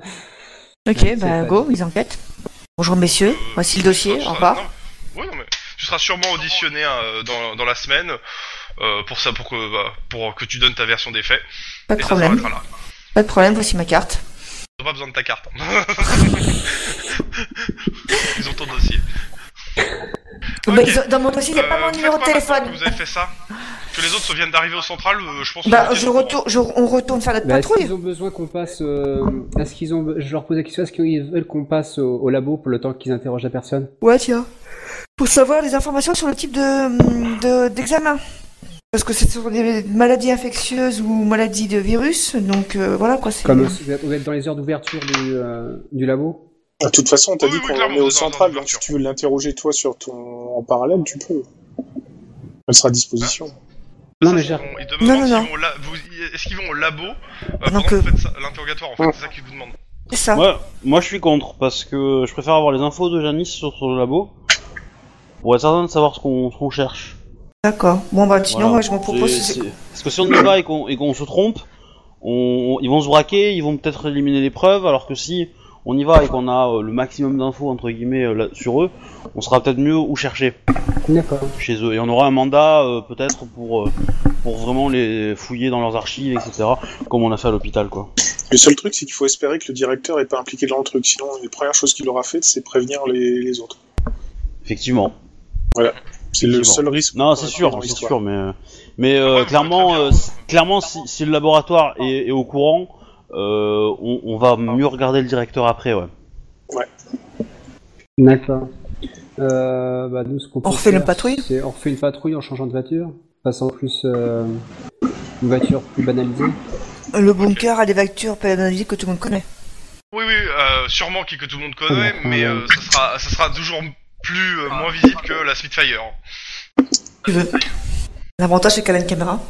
S3: Ok,
S4: c'est
S3: bah
S4: pas-
S3: go, ils enquêtent. Bonjour messieurs, Bah, voici le dossier.
S2: Tu
S3: Au
S2: seras-
S3: revoir.
S2: non, oui, non, mais tu seras sûrement auditionné hein, dans, dans la semaine euh, pour ça, pour que bah, pour que tu donnes ta version des faits.
S3: Pas de
S2: et ça
S3: problème.
S2: s'arrêtera là.
S3: Pas de problème. Voici ma carte.
S2: Ils ont pas besoin de ta carte. ils ont ton dossier.
S3: Bah,
S2: Ok.
S3: ils ont- Dans mon dossier, il n'y a
S2: Euh,
S3: pas mon
S2: faites
S3: numéro de
S2: quoi maintenant
S3: téléphone.
S2: que Vous avez fait ça. Que les autres viennent d'arriver au central, euh, je pense.
S3: Bah,
S2: qu'on-
S3: je retourne, je- on retourne faire notre
S4: Bah, est-ce
S3: patrouille.
S4: qu'ils ont besoin qu'on passe euh, Est-ce qu'ils ont be- Je leur pose la question. Est-ce qu'ils veulent qu'on passe au, au labo pour le temps qu'ils interrogent la personne
S3: Ouais, tiens. Pour savoir les informations sur le type de de- d'examen. Parce que c'est sur des maladies infectieuses ou maladies de virus. Donc euh, voilà quoi. c'est-
S4: Comme vous êtes, vous êtes dans les heures d'ouverture du, euh, du labo.
S10: Ah, De toute façon, t'as
S2: Oui,
S10: dit
S2: oui,
S10: qu'on
S2: clairement,
S10: l'emmenait
S2: dans-
S10: au
S2: dans
S10: central,
S2: l'ouverture.
S10: donc si tu veux l'interroger toi sur ton... en parallèle, tu peux. Elle sera à disposition.
S4: Non, mais
S2: ils
S4: j'ai-
S2: vont- ils demandent
S3: Non, non,
S2: s'ils
S3: non.
S2: vont au la- vous- Est-ce qu'ils vont au labo euh,
S3: non,
S2: pendant que
S3: que-
S2: vous faites ça- l'interrogatoire en fait
S10: Ouais.
S2: C'est ça qu'ils vous demandent.
S3: C'est ça.
S1: Moi, moi je suis contre parce que je préfère avoir les infos de Janice sur sur le labo pour être certain de savoir ce qu'on ce qu'on cherche.
S3: D'accord. Bon bah sinon
S1: Voilà.
S3: moi je m'en
S1: C'est-
S3: propose.
S1: c'est- Parce que si on y va et qu'on et qu'on se trompe, on- on- ils vont se braquer, ils vont peut-être éliminer les preuves, alors que si on y va et qu'on a euh, le maximum d'infos entre guillemets euh, là- sur eux, on sera peut-être mieux où chercher
S4: D'accord.
S1: chez eux et on aura un mandat euh, peut-être pour euh, pour vraiment les fouiller dans leurs archives, etc. Comme on a fait à l'hôpital quoi.
S10: Le seul truc, c'est qu'il faut espérer que le directeur est pas impliqué dans le truc. Sinon, les premières choses qu'il aura faites, c'est prévenir les, les autres.
S1: Effectivement.
S10: C'est le
S1: Effectivement.
S10: seul risque.
S1: Non,
S10: qu'on
S1: c'est
S10: aurait
S1: sûr,
S10: dans
S1: c'est
S10: l'histoire.
S1: sûr, mais euh, mais euh,
S2: Ouais, ouais,
S1: clairement,
S2: très bien.
S1: euh, c- clairement, si, si le laboratoire est, est au courant, euh, on, on va mieux regarder le directeur après, ouais.
S4: D'accord. Euh, bah, nous, ce qu'on peut
S3: On refait
S4: faire,
S3: une patrouille
S4: c'est- On refait une patrouille en changeant de voiture, passant plus euh, une voiture plus banalisée.
S3: Le bunker a des voitures pédagogiques que tout le monde connaît.
S2: Oui, oui, euh, sûrement qui que tout le monde connaît,
S4: Ouais,
S2: mais
S4: ouais.
S2: euh, ça, sera, ça sera toujours plus euh, moins visible que la Spitfire.
S3: Tu veux. L'avantage c'est qu'elle a une caméra.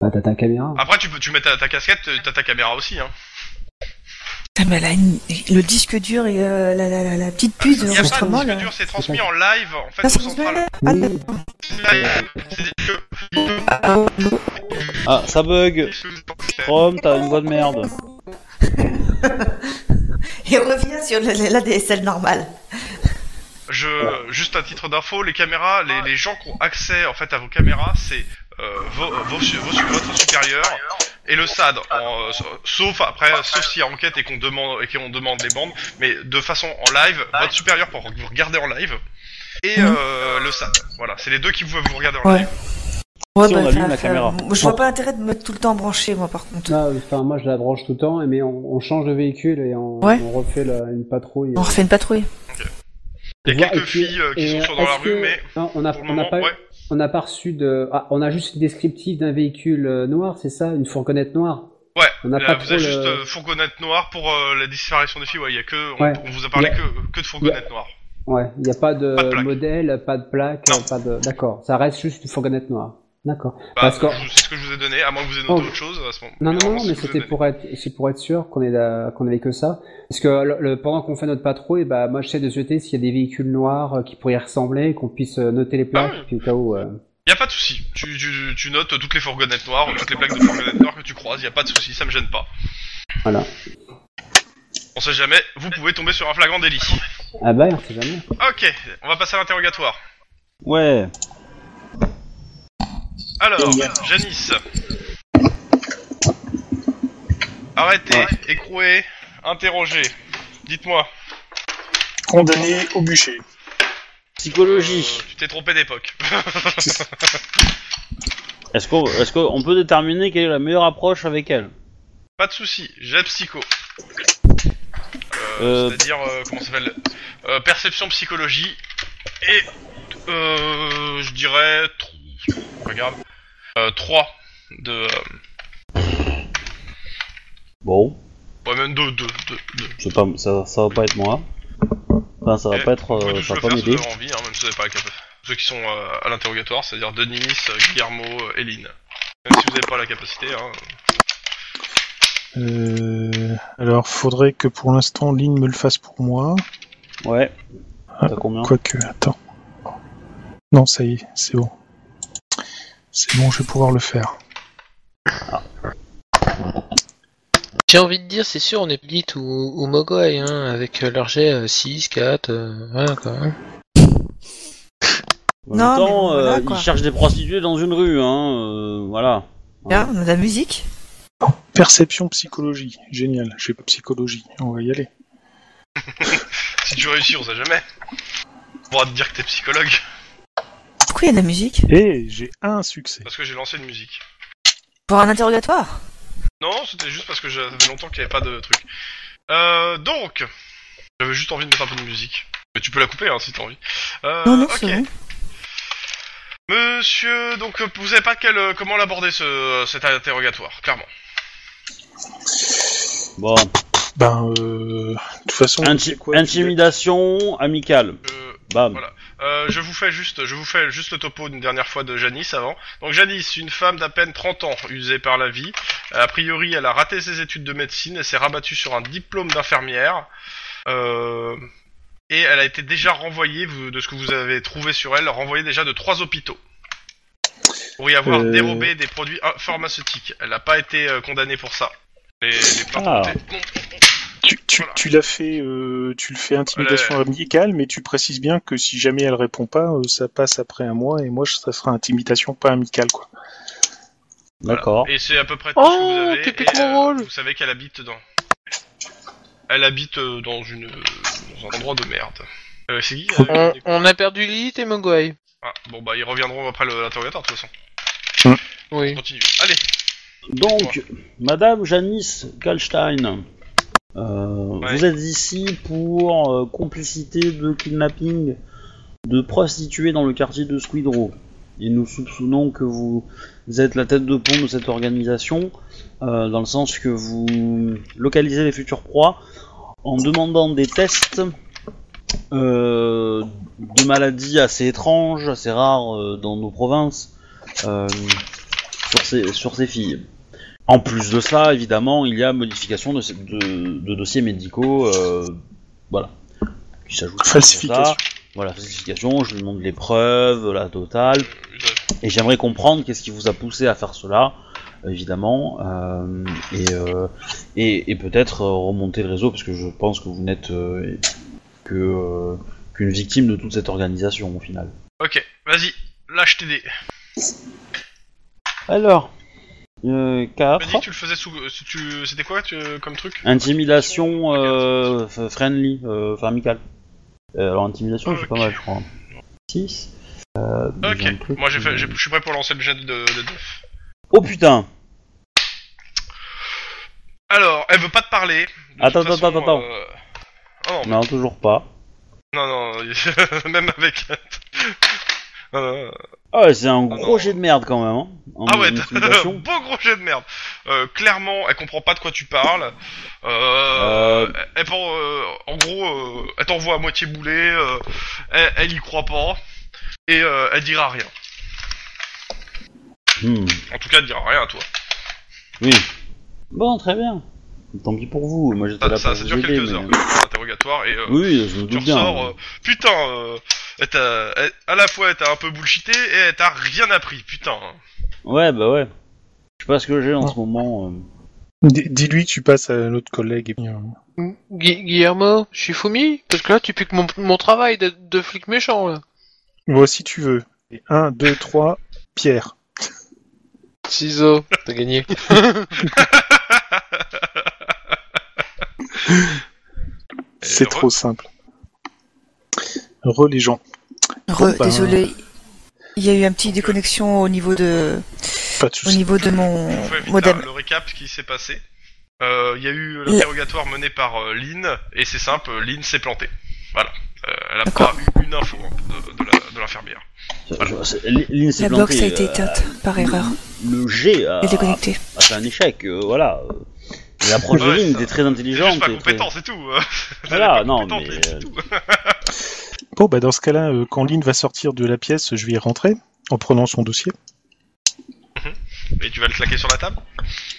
S4: Bah, t'as ta caméra.
S2: Après, tu peux, tu mets ta, ta casquette, euh, t'as ta caméra aussi. Hein.
S5: Putain, mais elle a une- le disque dur et euh, la, la, la, la petite puce de
S2: Il y a pas
S5: l'enregistrement,
S2: de
S5: là.
S2: disque dur, c'est transmis en live, en fait,
S3: Ah,
S2: au
S3: c'est
S2: central.
S3: Ah,
S4: Oui.
S2: Live, c'est-à-dire que-
S1: Ah, ça bug. Rome, t'as une voix de merde.
S3: Et on revient sur le- la, la DSL normale.
S2: Je, juste à titre d'info, les caméras, les, les gens qui ont accès en fait à vos caméras, c'est euh, vos, vos su- vos su- votre supérieur et le SAD. en, euh, sa- sauf après, sauf s'il y a enquête et qu'on demande et qu'on demande les bandes, mais de façon en live, votre supérieur pour que vous regardez en live et
S4: Mmh.
S2: euh, le SAD. Voilà, c'est les deux qui peuvent vous regarder en
S3: Ouais.
S2: live.
S3: Ouais, bah,
S1: Si, on allume
S3: ça-
S1: la
S3: ça-
S1: caméra.
S3: moi, Je vois pas l'intérêt de me tout le temps brancher moi par contre.
S4: Ah, enfin, moi, je la branche tout le temps, mais on, on change de véhicule et on,
S3: Ouais.
S4: on refait la- une patrouille.
S3: On refait une patrouille.
S2: Il y a
S4: Voir-
S2: quelques
S4: et puis-
S2: filles euh, qui
S4: et,
S2: sont
S4: euh,
S2: sur dans la
S4: est-ce que-
S2: rue, mais
S4: Non, on a,
S2: pour le
S4: on a
S2: moment,
S4: pas,
S2: ouais.
S4: on a pas reçu de. Ah, on a juste le descriptif d'un véhicule euh, noir, c'est ça Une fourgonnette noire
S2: Ouais,
S4: On n'a
S2: là,
S4: pas
S2: vous
S4: trop
S2: avez
S4: le-
S2: juste euh, fourgonnette noire pour euh, la disparition des filles. Ouais, il y a que on,
S4: Ouais.
S2: on vous a parlé
S4: Il y a-
S2: que, que de fourgonnette noire.
S4: Ouais, il n'y a pas de,
S2: Pas de plaque.
S4: modèle, pas de plaque,
S2: Non.
S4: euh, pas de. D'accord, ça reste juste une fourgonnette noire. D'accord.
S2: Bah,
S4: Parce que-
S2: je vous- c'est ce que je vous ai donné, à moins que vous ayez noté
S4: Oh.
S2: autre chose à ce moment.
S4: Non, non, non,
S2: c'est ce que je
S4: mais
S2: vous ai
S4: c'était
S2: donné.
S4: pour être, c'est pour être sûr qu'on est là- qu'on avait que ça. Parce que le- le- pendant qu'on fait notre patrouille, bah, moi, j'essaie de jeter s'il y a des véhicules noirs euh, qui pourraient y ressembler, qu'on puisse euh, noter les plaques,
S2: Ah oui.
S4: puis au cas où. euh,
S2: Y a pas de souci. Tu, tu, tu notes toutes les fourgonnettes noires, toutes les plaques de fourgonnettes noires que tu croises. Y a pas de souci, ça me gêne pas.
S4: voilà.
S2: On sait jamais. Vous pouvez tomber sur un flagrant délit.
S4: Ah bah, on sait jamais.
S2: Ok, on va passer à l'interrogatoire.
S1: Ouais.
S2: Alors, Janice. Arrêtez, écroué, interrogé. Dites-moi,
S10: Condamné au bûcher.
S2: Psychologie. Euh, tu t'es trompé d'époque.
S1: Est-ce qu'on est-ce qu'on peut déterminer quelle est la meilleure approche avec elle
S2: Pas de souci, j'ai psycho.
S1: Euh,
S2: C'est-à-dire, euh, comment ça s'appelle Euh, Perception psychologie. Et. Euh, je dirais. tr- Regarde. Euh, 3 de. euh,
S1: Bon,
S2: Ouais, même 2, 2, 2, 2.
S1: je sais pas, ça, ça va pas être moi. Enfin, ça va pas être, euh,
S2: je
S1: ça va
S2: le faire
S1: pas
S2: si vous
S1: m'aider.
S2: avez envie, hein, même si vous n'avez pas la capacité. Ceux qui sont euh, à l'interrogatoire, c'est-à-dire Denis, euh, Guillermo, euh, Eline. Même si vous n'avez pas la capacité, hein.
S9: Euh, alors, faudrait que pour l'instant, Lynn me le fasse pour moi.
S1: Ouais. T'as combien
S9: Quoique, attends. Non, ça y est, c'est bon. C'est bon, je vais pouvoir le faire.
S7: J'ai envie de dire, c'est sûr, on est Blit ou, ou Mogwai, hein, avec euh, leur jet euh, 6, 4, euh, voilà quoi. hein.
S1: En même
S3: Non, mais bon,
S1: temps,
S3: voilà,
S1: euh,
S3: quoi.
S1: ils cherchent des prostituées dans une rue, hein, euh, voilà.
S3: Là, on a de la musique.
S9: Perception psychologie, génial. J'ai pas psychologie, on va y aller.
S2: si tu réussis, on sait jamais. On pourra te dire que t'es psychologue,
S3: Pourquoi il y a de la musique
S9: Et j'ai un succès.
S2: parce que j'ai lancé une musique.
S3: Pour un interrogatoire
S2: Non, c'était juste parce que j'avais longtemps qu'il n'y avait pas de truc. Euh, donc, j'avais juste envie de mettre un peu de musique. Mais tu peux la couper hein, si t'as envie. Euh,
S3: Non, non,
S2: ok.
S3: c'est bon.
S2: Monsieur, donc euh, vous savez pas quel, euh, comment l'aborder ce, euh, cet interrogatoire, clairement.
S1: Bon,
S9: Ben, euh, de toute façon,
S1: Inti-
S9: c'est quoi,
S1: intimidation amicale.
S2: Euh,
S1: Bam.
S2: voilà. Euh, je vous fais juste, je vous fais juste le topo d'une dernière fois de Janice avant. Donc Janice, une femme d'à peine 30 ans, usée par la vie. A priori, elle a raté ses études de médecine, elle s'est rabattue sur un diplôme d'infirmière. Euh, et elle a été déjà renvoyée, vous- de ce que vous avez trouvé sur elle, renvoyée déjà de trois hôpitaux. Pour y avoir
S9: Euh.
S2: dérobé des produits ah, pharmaceutiques. Elle n'a pas été euh, condamnée pour ça. Les, les plaintes ont
S1: Ah.
S2: été- Non.
S9: Tu, tu,
S2: Voilà.
S9: tu l'as fait, euh, tu le fais intimidation amicale, mais tu précises bien que si jamais elle répond pas, euh, ça passe après un mois et moi je- ça sera intimidation pas amicale quoi.
S1: D'accord.
S2: Et c'est à peu près tout ce que vous
S7: Oh,
S2: avez.
S7: Pépé
S2: et, euh,
S7: Corol.
S2: vous savez qu'elle habite dans. Elle habite euh, dans une euh, dans un endroit de merde. Euh, c'est qui qui a-
S7: On, on a perdu Lilith et Mogwai.
S2: Ah, bon bah ils reviendront après le- l'interrogatoire de toute façon.
S7: Oui.
S2: Continue. Allez.
S1: Donc, Madame Janice Kalstein, euh,
S2: Ouais.
S1: vous êtes ici pour euh, complicité de kidnapping de prostituées dans le quartier de Squid Row. Et nous soupçonnons que vous, vous êtes la tête de pont de cette organisation, euh, dans le sens que vous localisez les futures proies en demandant des tests euh, de maladies assez étranges, assez rares euh, dans nos provinces. euh, sur ces, sur ces filles. En plus de ça, évidemment, il y a modification de, ces- de- de dossiers médicaux, euh, voilà, qui s'ajoute à
S9: Falsification.
S1: ça. Voilà, falsification, je lui demande les preuves, la totale,
S2: Euh,
S1: et j'aimerais comprendre qu'est-ce qui vous a poussé à faire cela, évidemment, euh, et, euh, et, et peut-être euh, remonter le réseau, parce que je pense que vous n'êtes euh, que, euh, qu'une victime de toute cette organisation, au final.
S2: Ok. Vas-y. Lâche tes dés.
S1: Alors,
S2: Vas-y,
S1: 4...
S2: tu le faisais sous. euh, si tu- C'était quoi tu- euh, comme truc
S1: Intimidation euh, f- friendly, euh, enfin amical. Euh, alors intimidation, c'est pas
S2: Ok.
S1: mal, je crois. Euh, 6.
S2: Ok. Moi j'ai fait. j'ai- Je suis prêt pour lancer le jet de. de- de-
S1: Oh putain
S2: Alors, elle veut pas te parler. De
S1: Attends,
S2: toute
S1: attends,
S2: façon,
S1: attends,
S2: euh, Ah non,
S1: Non, toujours pas.
S2: non, non, même avec. Non, non, non.
S1: Ah ouais, c'est un
S2: non.
S1: gros jet de merde quand même. Hein, en
S2: Ah ouais, t'as-
S1: intimidation.
S2: beau gros jet de merde. Euh, clairement, elle comprend pas de quoi tu parles. Euh,
S1: Euh.
S2: elle- Elle, pen- euh, en gros, euh, elle t'envoie à moitié boulet. euh, elle, elle y croit pas et euh, elle dira rien.
S1: Hmm,
S2: En tout cas, elle dira rien à toi.
S1: Oui. Bon, très bien. Tant pis pour vous. Moi j'étais
S2: Ça,
S1: là
S2: ça-
S1: pour
S2: ça
S1: vous
S2: dure
S1: aider,
S2: quelques
S1: mais-
S2: heures l'interrogatoire et euh,
S1: Oui, je me
S2: tu
S1: doute bien.
S2: ressors. euh, putain, euh, elle t'a- elle- à la fois elle t'a un peu bullshité et elle t'a rien appris. Putain. hein. euh,
S1: Ouais, bah ouais. Je sais pas ce que j'ai en ce moment. euh.
S9: D- Dis-lui que tu passes à notre collègue et puis, euh,
S7: Gui- Guillermo, je suis fourmi Parce que là, tu piques mon, mon travail de, de flic méchant, là.
S9: moi si tu veux. Et 1, 2, 3, Pierre.
S7: Ciseaux, t'as gagné.
S9: C'est trop simple. Re les gens.
S5: Re,
S9: Bon, bah,
S5: Désolé,
S1: hein.
S5: il y a eu un petit déconnexion au niveau de,
S9: Pas de soucis.
S5: au niveau de mon
S2: On fait vite
S5: modem.
S2: un- le récap ce qui s'est passé. Euh, Il y a eu l'interrogatoire mené par euh, Lynn, et c'est simple, euh, Lynn s'est plantée. Voilà. Euh, elle a pas
S5: D'accord.
S2: eu une info hein, de, de la- de l'infirmière.
S1: Lynn s'est
S5: La
S1: plantée,
S5: box a été
S1: euh,
S5: éteinte par erreur.
S1: Le G a,
S5: Elle est déconnectée.
S1: a fait un échec, euh, voilà. Euh, L'approche de
S2: Ouais,
S1: Lynn
S2: ça-
S1: était très intelligente.
S2: Juste pas
S1: et
S2: compétent,
S1: très-
S2: c'est tout. euh.
S1: Voilà, non, mais. euh,
S9: Bon, bah dans ce cas-là, euh, quand Lynn va sortir de la pièce, je vais y rentrer en prenant son dossier.
S2: Et tu vas le claquer sur la table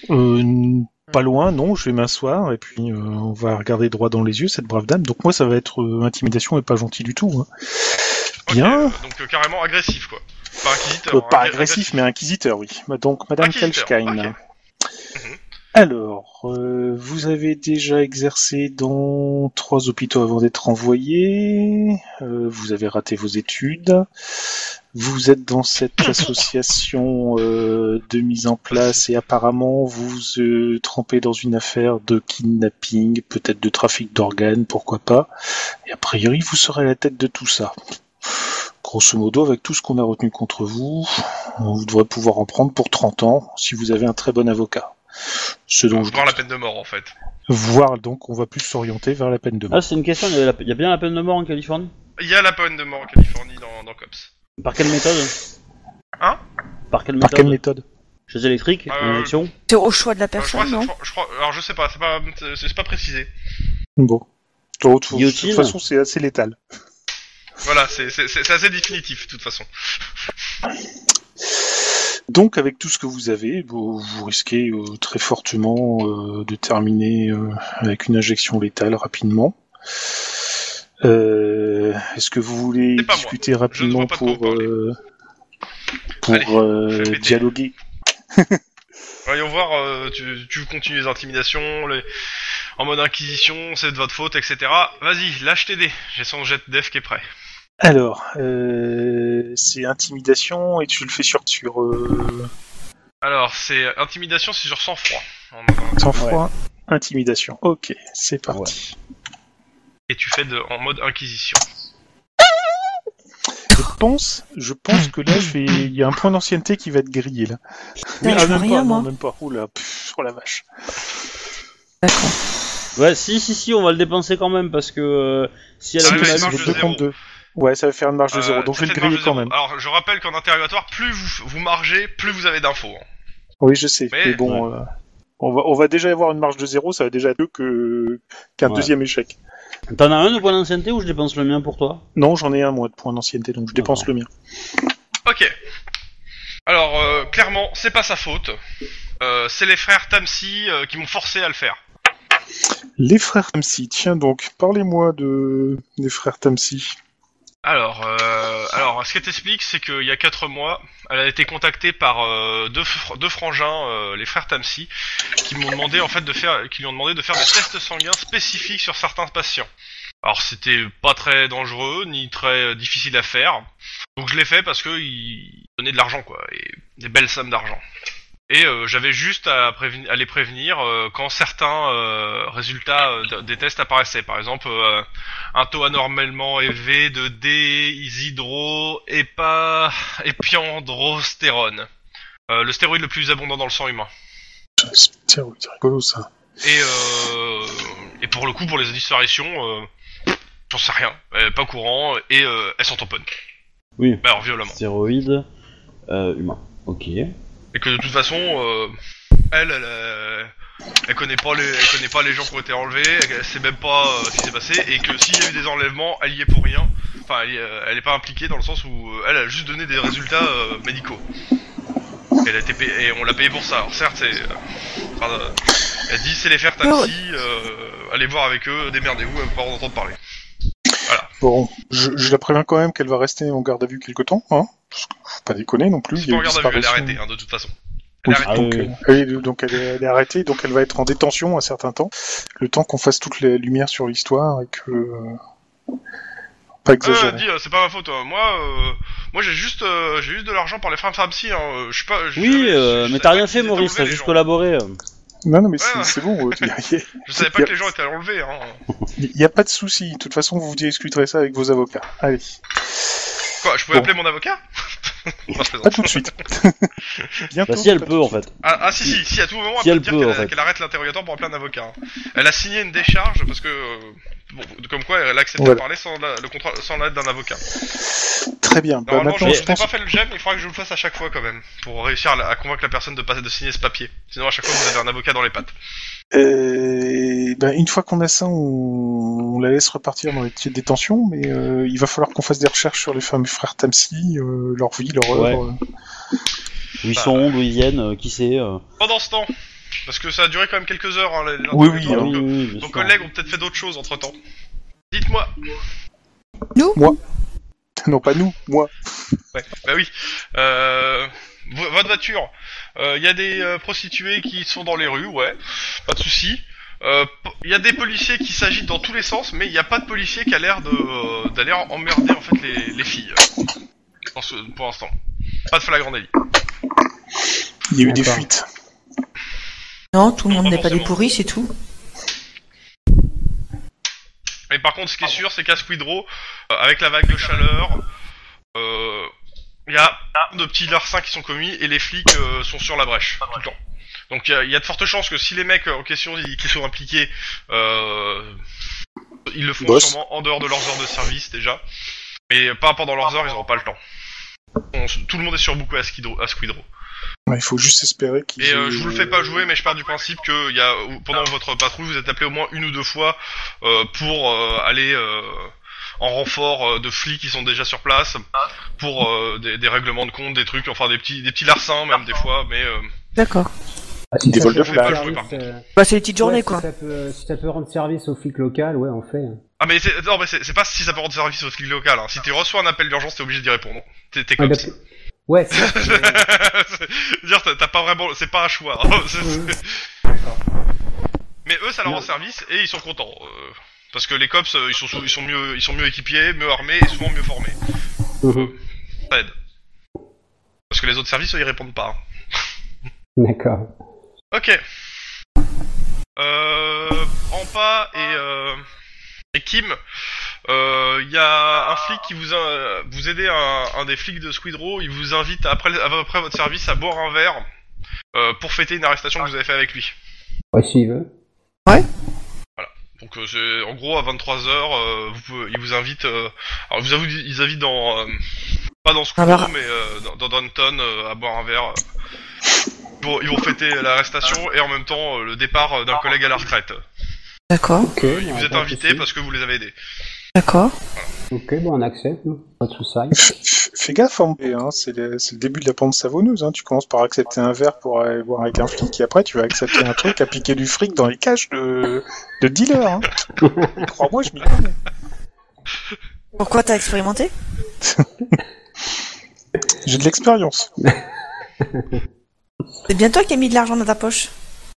S9: Euh, n- pas loin, non, je vais m'asseoir et puis euh, on va regarder droit dans les yeux cette brave dame. Donc moi, ça va être euh, intimidation et pas gentil du tout. hein. Bien,
S2: Donc euh, carrément agressif, quoi. Pas inquisiteur.
S9: Euh,
S2: hein,
S9: pas
S2: agré-
S9: agressif, mais inquisiteur, oui. Donc Madame
S2: Inquisiteur,
S9: Kalschkain.
S2: ok.
S9: Alors, euh, vous avez déjà exercé dans trois hôpitaux avant d'être envoyé. euh, vous avez raté vos études. Vous êtes dans cette association euh, de mise en place et apparemment vous euh, trempez dans une affaire de kidnapping, peut-être de trafic d'organes, pourquoi pas. Et a priori, vous serez à la tête de tout ça. Grosso modo, avec tout ce qu'on a retenu contre vous, vous devrez pouvoir en prendre pour 30 ans si vous avez un très bon avocat. Ce dont je
S2: Voir la peine de mort, en fait.
S9: Voir, donc, on va plus s'orienter vers la peine de mort.
S1: Ah, c'est une question, il y, a la- il y a bien la peine de mort en Californie
S2: Il y a la peine de mort en Californie dans, dans COPS.
S1: Par quelle méthode
S2: Hein
S1: Par quelle
S9: Par
S1: méthode
S9: quelle méthode
S1: Chaise électrique
S2: Euh,
S1: Injection
S5: C'est au choix de la
S2: Euh, je, crois,
S5: personne,
S2: c'est-
S5: non
S2: je crois- je crois- alors je sais pas, c'est pas, c'est- c'est pas précisé.
S9: Bon. De toute façon, de
S1: Guillotine
S9: toute façon, c'est assez létal.
S2: Voilà, c'est c'est- c'est- c'est assez définitif de toute façon.
S9: Donc, avec tout ce que vous avez, vous, vous risquez euh, très fortement euh, de terminer euh, avec une injection létale rapidement. Euh, Est-ce que vous voulez
S2: C'est pas moi.
S9: discuter
S2: Je ne vois
S9: rapidement
S2: pas de quoi
S9: pour,
S2: vous parlez.
S9: euh, pour
S2: Allez,
S9: euh,
S2: fais péter.
S9: dialoguer
S2: Voyons voir, euh, tu, tu continues les intimidations, les... en mode inquisition, c'est de votre faute, etc. Vas-y, lâche tes dés, j'ai son jet de def qui est prêt.
S9: Alors, euh, c'est intimidation et tu le fais sur, sur euh,
S2: Alors, c'est euh, intimidation, c'est sur sang-froid.
S9: sans froid. Intimidation. Ok, c'est parti.
S2: Et tu fais de, en mode inquisition.
S9: Je pense, je pense que là, je vais... il y a un point d'ancienneté qui va être grillé là. ah,
S5: Putain, je vois
S9: même
S5: rien,
S9: pas,
S5: moi.
S9: non, même pas. Oula, pff, oh la vache.
S5: D'accord.
S1: Ouais, si, si, si, on va le dépenser quand même parce que euh, si elle
S2: Ça
S1: a
S2: va,
S1: plus
S2: il
S1: la-
S2: marche
S9: Donc,
S2: de
S9: deux
S2: zéro.
S9: contre deux. Ouais, ça va faire une marge de zéro,
S2: Euh,
S9: donc je vais le
S2: faites marge
S9: griller
S2: de
S9: quand
S2: zéro.
S9: même.
S2: Alors, je rappelle qu'en interrogatoire, plus vous, vous margez, plus vous avez d'infos. hein.
S9: Oui, je sais, mais,
S2: Mais-
S9: bon, euh, on, va, on va déjà avoir une marge de zéro, ça va déjà être mieux que- qu'un
S1: Ouais.
S9: deuxième échec.
S1: T'en as un de point d'ancienneté ou je dépense le mien pour toi
S9: Non, j'en ai un moi de point d'ancienneté, donc je
S5: Ah,
S9: dépense le mien.
S2: Ok. Alors, euh, clairement, c'est pas sa faute. Euh, c'est les frères Tamsi euh, qui m'ont forcé à le faire.
S9: Les frères Tamsi, tiens donc, parlez-moi de... des frères Tamsi.
S2: Alors, euh, alors, ce qu'elle t'explique, c'est qu'il y a quatre mois, elle a été contactée par euh, deux, fr- deux frangins, euh, les frères Tamsi, qui m'ont demandé en fait de faire, qui lui ont demandé de faire des tests sanguins spécifiques sur certains patients. Alors, c'était pas très dangereux ni très euh, difficile à faire, donc je l'ai fait parce que ils donnaient de l'argent quoi, et des belles sommes d'argent. Et euh, j'avais juste à, préven- à les prévenir euh, quand certains euh, résultats euh, d- des tests apparaissaient. Par exemple, euh, un taux anormalement élevé de déshydroépiandrostérone. Euh, le stéroïde le plus abondant dans le sang humain.
S9: Tiens, oui, c'est rigolo ça.
S2: Et, euh, et pour le coup, pour les disparitions, euh, j'en sais rien. Euh, pas courant, et euh, elles sont tamponnes.
S1: Oui.
S2: Bah alors violemment.
S1: Stéroïde euh, humain. Ok.
S2: Et que de toute façon, euh, elle, elle, euh, elle connaît pas les, elle connaît pas les gens qui ont été enlevés, elle, elle sait même pas euh, ce qui s'est passé, et que s'il y a eu des enlèvements, elle y est pour rien. Enfin, elle, y- euh, elle est pas impliquée dans le sens où euh, elle a juste donné des résultats euh, médicaux. Elle a été payée- et on l'a payé pour ça. Alors certes, c'est, euh, enfin, euh, elle dit c'est les faire taxi, euh, allez voir avec eux, démerdez-vous, elle veut pas en entendre parler.
S9: Bon, je, je la préviens quand même qu'elle va rester en garde à vue quelque temps, hein Parce que faut pas déconner non plus.
S2: Si
S9: il y a
S2: on
S9: eu
S2: regarde à vue, elle est
S9: disparition.
S2: arrêtée, hein, de toute façon. Elle
S9: Oui,
S2: est arrêtée.
S1: Ah
S9: donc,
S1: oui,
S9: euh, elle est- donc elle est, elle est arrêtée, donc elle va être en détention un certain temps, le temps qu'on fasse toutes les lumières sur l'histoire et que euh, pas
S2: Euh, elle
S9: exagérer.
S2: Ah, dit, euh, c'est pas ma faute, euh, hein. moi, euh, Moi, j'ai juste, euh, j'ai juste de l'argent par les femmes femmes si. Hein. euh, Je suis pas. je-
S1: Oui,
S2: je-
S1: euh,
S2: je
S1: mais
S2: savais
S1: t'as
S2: pas
S1: rien
S2: qu'ils
S1: fait,
S2: étaient
S1: Maurice,
S2: enlevés,
S1: t'as
S2: les
S1: juste
S2: gens.
S1: collaboré. euh.
S9: Non, non,
S2: Ouais,
S9: mais c'est
S2: ouais.
S9: c'est bon. euh, Il
S2: Je savais pas que les gens étaient enlevés. Hein.
S9: n'y a, pas de souci. De toute façon, vous discuterez ça avec vos avocats. Allez.
S2: Quoi, je peux
S9: Bon.
S2: appeler mon avocat Non, je
S9: Pas
S2: plaisante.
S9: tout de suite. Bientôt.
S1: Bah si elle
S9: pas
S1: peut en fait.
S2: Ah, ah, si, si, si, à tout moment,
S1: Si
S2: elle
S1: elle
S2: peut
S1: peut,
S2: dire qu'elle
S1: en fait.
S2: qu'elle arrête l'interrogatoire pour appeler un avocat. hein. Elle a signé une décharge parce que. euh, bon, comme quoi, elle a accepté
S9: Voilà.
S2: de parler sans la- le contrôle- sans l'aide d'un avocat.
S9: Très bien. Bah,
S2: Normalement,
S9: maintenant,
S2: je
S9: je
S2: n'ai
S9: pense.
S2: pas fait le gemme, il faudra que je vous le fasse à chaque fois quand même, pour réussir à, à convaincre la personne de, passer, de signer ce papier. Sinon, à chaque fois, vous avez un avocat dans les pattes.
S9: Euh, ben, une fois qu'on a ça, on, on la laisse repartir dans les petites détentions, mais euh, il va falloir qu'on fasse des recherches sur les fameux frères Tamsi, euh, leur vie, leur
S1: Ouais.
S9: œuvre.
S1: Où
S2: Bah,
S1: ils sont, d'où ils viennent, euh, qui c'est. euh.
S2: Pendant ce temps, parce que ça a duré quand même quelques heures, hein, les- les
S9: Oui, oui,
S2: interrogations,
S9: hein.
S2: donc,
S1: oui,
S2: euh,
S1: oui, bien
S2: Vos
S1: sûr.
S2: collègues ont peut-être fait d'autres choses entre temps. Dites-moi.
S9: Euh, Non, pas nous, moi.
S2: Ouais, bah oui. Euh, vo- votre voiture. Il y a des euh, prostituées qui sont dans les rues, ouais. Pas de souci. Il y a des policiers qui s'agitent dans tous les sens, mais il n'y a pas de policier qui a l'air de euh, d'aller emmerder en fait les, les filles. Pour ce- pour l'instant. Pas de flagrant délit.
S9: Il y a eu des
S4: D'accord.
S9: fuites.
S3: Non, tout le monde
S2: Pas
S3: n'est pas des
S2: forcément.
S3: pourris, c'est tout.
S2: Mais par contre, ce qui est sûr, c'est qu'à Squidrow, euh, avec la vague de chaleur, euh, il y a de petits larcins qui sont commis et les flics euh, sont sur la brèche tout le temps. Donc il y a- il y, a de fortes chances que si les mecs euh, en question ils- qui sont impliqués, euh, ils le font
S10: Boss.
S2: sûrement en dehors de leurs heures de service déjà. Mais pas pendant leurs heures, ils n'auront pas le temps. On s- tout le monde est surbooké à Squidrow. À Squidrow.
S9: Ouais, il faut juste espérer qu'ils.
S2: Et
S9: aient-
S2: euh, je vous le fais pas jouer, mais je pars du principe que il y a, pendant votre patrouille, vous êtes appelé au moins une ou deux fois euh, pour euh, aller euh, en renfort euh, de flics qui sont déjà sur place, pour euh, des, des règlements de compte, des trucs, enfin des petits, des petits larcins même des fois, mais euh,
S5: D'accord.
S4: Bah, si
S9: Ah, Des
S4: ça
S9: vols
S4: peut
S9: de
S4: rendre
S2: flash.
S4: service, euh,
S3: Bah, c'est une petite journée,
S4: ouais, si
S3: quoi.
S4: ça peut- euh, Si ça peut rendre service aux flics locaux, ouais, on fait. hein.
S2: ah mais c'est, non mais c'est, c'est pas si ça peut rendre service aux flics locaux. Hein. Si tu reçois un appel d'urgence, t'es obligé d'y répondre. T'es, t'es
S4: Ouais,
S2: comme
S4: bah,
S2: ça.
S4: ouais, c'est- euh,
S2: C'est- dire t'as, t'as pas vraiment, c'est pas un choix. hein. C'est-
S4: Mhm.
S2: c'est- mais eux, ça leur rend service et ils sont contents. euh, Parce que les cops, euh, ils sont, sou- ils sont mieux, ils sont mieux équipés, mieux armés et souvent mieux formés.
S4: Mhm.
S2: Ça aide. Parce que les autres services, eux, ils répondent pas. hein.
S4: D'accord.
S2: Ok. Euh, Ampa et, euh, et Kim, euh, il y a un flic qui vous a, vous aidez un, un des flics de Squidrow, il vous invite après, après votre service à boire un verre euh, pour fêter une arrestation que vous avez fait avec lui.
S4: Ouais, s'il veut.
S2: Donc euh, c'est- en gros à 23 heures, euh, vous pouvez- il vous invite, euh, alors il vous avoue, ils invitent dans euh, pas dans Squidrow
S3: Alors-
S2: mais euh, dans, dans Downton euh, à boire un verre. euh. Ils vont- ils vont fêter l'arrestation et en même temps euh, le départ euh, d'un collègue à la retraite.
S5: D'accord.
S4: Ok.
S2: Oui, vous êtes invité parce que vous les avez aidés.
S5: D'accord.
S4: Ok, bon, on accepte, nous. Pas de soucis.
S9: euh, F- f- Fais gaffe, hein, mais, hein, c'est le, c'est le début de la pente savonneuse. Hein. Tu commences par accepter un verre pour aller boire avec un flic, et après tu vas accepter un truc à piquer du fric dans les caches de, de dealers. Hein. Crois-moi, je m'y connais.
S3: Pourquoi t'as expérimenté
S9: J'ai de l'expérience.
S3: C'est bien toi qui as mis de l'argent dans ta poche.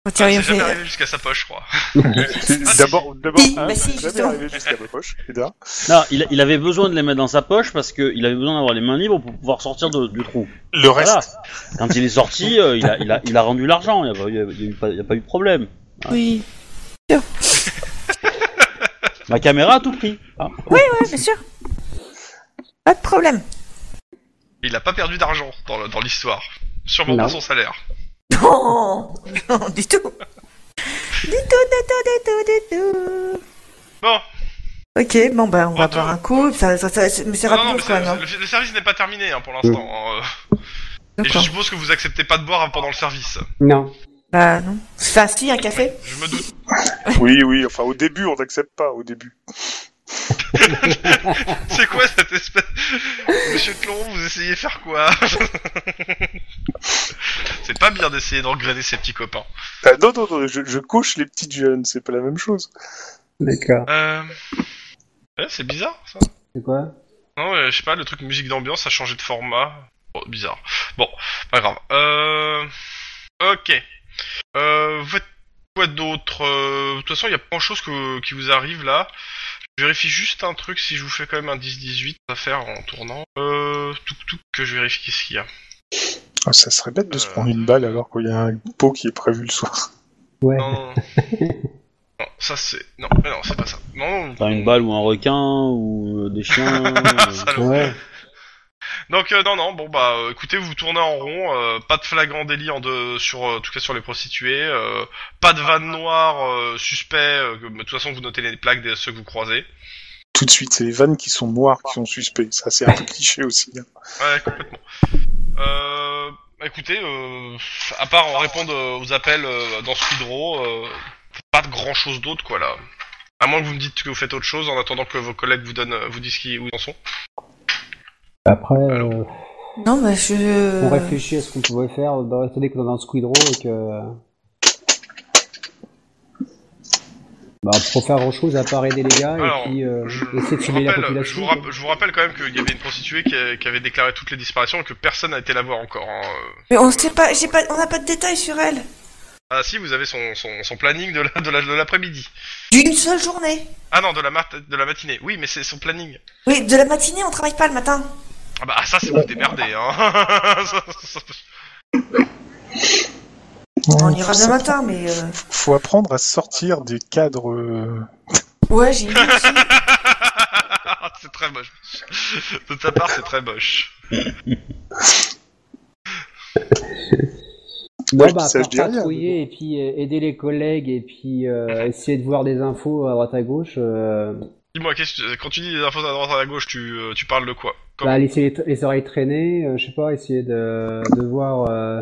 S3: Quand tu as
S2: Ah,
S3: rien
S2: c'est jamais
S3: fait.
S2: arrivé jusqu'à sa poche, je crois.
S9: D'abord, d'abord,
S3: Si,
S9: hein,
S3: bah si,
S9: jamais
S3: justement.
S9: arrivé jusqu'à ma poche. et d'un.
S1: Non, il, il avait besoin de les mettre dans sa poche parce qu'il avait besoin d'avoir les mains libres pour pouvoir sortir de- du trou.
S9: Le reste,
S1: Voilà. Quand il est sorti, euh, il, a, il, a, il a rendu l'argent, il n'y a, pas- il y a eu pas- il y a pas eu de problème. Ah.
S3: Oui.
S1: La caméra a tout pris. Ah.
S3: Ouais, bien sûr. Pas de problème.
S2: Il a pas perdu d'argent dans le- dans l'histoire. Sûrement
S4: Non.
S2: pas son salaire.
S3: Non, non, du tout. Du tout, du tout, du tout, du tout.
S2: Bon,
S3: Ok, bon bah on va
S2: Bon,
S3: boire
S2: toi-
S3: un coup, ça, ça, ça- mais c'est
S2: non, non,
S3: rapide
S2: mais
S3: quand même.
S2: c'est-
S3: hein.
S2: le, le service n'est pas terminé hein, pour l'instant. hein, euh. Et je
S5: D'accord.
S2: suppose que vous acceptez pas de boire pendant le service.
S4: Non.
S3: Bah non. Enfin si, un café
S2: Je me doute.
S9: oui, oui, enfin au début, on n'accepte pas, au début.
S2: C'est quoi cette espèce. Monsieur Clon, vous essayez de faire quoi C'est pas bien d'essayer d'engrainer ses petits copains.
S9: Ah, non, non, non, je, je coche les petites jeunes, c'est pas la même chose.
S4: D'accord.
S2: Euh. ouais, c'est bizarre ça.
S4: C'est quoi
S2: Non, euh, je sais pas, le truc musique d'ambiance a changé de format. Bon, bizarre. Bon, pas grave. Euh... Ok. Euh, vous faites quoi d'autre Euh, De toute façon, il y a pas grand chose que... qui vous arrive là. Je vérifie juste un truc si je vous fais quand même un 10-18 à faire en tournant. Euh, tout tout que je vérifie ce qu'il y a.
S10: Ah, ça serait bête
S9: Euh.
S10: de se prendre une balle alors qu'il y a un pot qui est prévu le soir.
S4: Ouais.
S2: Non, non, non, ça c'est. Non, mais non, c'est pas ça. Non, non,
S1: Enfin, une balle ou un requin ou euh, des chiens. euh,
S2: Salaud. Donc euh, non non bon bah euh, écoutez vous tournez en rond euh, pas de flagrant délit en de sur euh, en tout cas sur les prostituées euh, pas de vanne noire euh, suspect euh, que- mais de toute façon vous notez les plaques de ceux que vous croisez
S10: Tout de suite, c'est les vannes qui sont noires qui sont suspects. Ça, c'est un peu cliché aussi. hein.
S2: ouais complètement euh, bah, écoutez euh, à part en répondre euh, aux appels euh, dans Speedrow euh, pas de grand chose d'autre quoi là à moins que vous me dites que vous faites autre chose en attendant que vos collègues vous donnent euh, vous disent qui- où ils en sont
S4: Après, euh,
S3: Non, mais je.
S4: on réfléchit à ce qu'on pouvait faire dans l'attendant qu'on avait un squid row et que. Bah, pour faire grand chose à part aider les gars
S2: Alors,
S4: et puis euh,
S2: je,
S4: essayer de
S2: je
S4: filmer la
S2: rappelle, je
S4: population.
S2: vous rapp- je vous rappelle quand même qu'il y avait une prostituée qui, a- qui avait déclaré toutes les disparitions et que personne n'a été la voir encore. hein. Euh,
S3: Mais on sait pas, j'ai pas, on n'a pas de détails sur elle.
S2: Ah si, vous avez son, son, son planning de la- de la- de l'après-midi.
S3: D'une seule journée.
S2: ah non, de la, mat- de la matinée. Oui, mais c'est son planning.
S3: Oui, de la matinée, on travaille pas le matin.
S2: Ah bah ah, ça, c'est vous démerder. Hein. Ça, ça, ça-
S3: On
S10: Ouais,
S3: ira
S10: faut
S3: le
S10: sa-
S3: matin, mais. euh,
S10: Faut apprendre à sortir des cadres. euh,
S3: Ouais, j'ai vu aussi.
S2: c'est très moche. De ta part, c'est très moche.
S4: Ouais,
S10: je dis
S4: bah,
S10: ça, je dis
S4: à part
S10: rien.
S4: patrouiller et puis euh, aider les collègues et puis euh, essayer de voir des infos à droite à gauche. euh,
S2: Dis-moi, qu'est-ce que- quand tu dis des infos à droite à la gauche, tu, euh, tu parles de quoi Comme-
S4: bah, laisser les, les oreilles traîner, euh, je sais pas, essayer de, de voir, euh,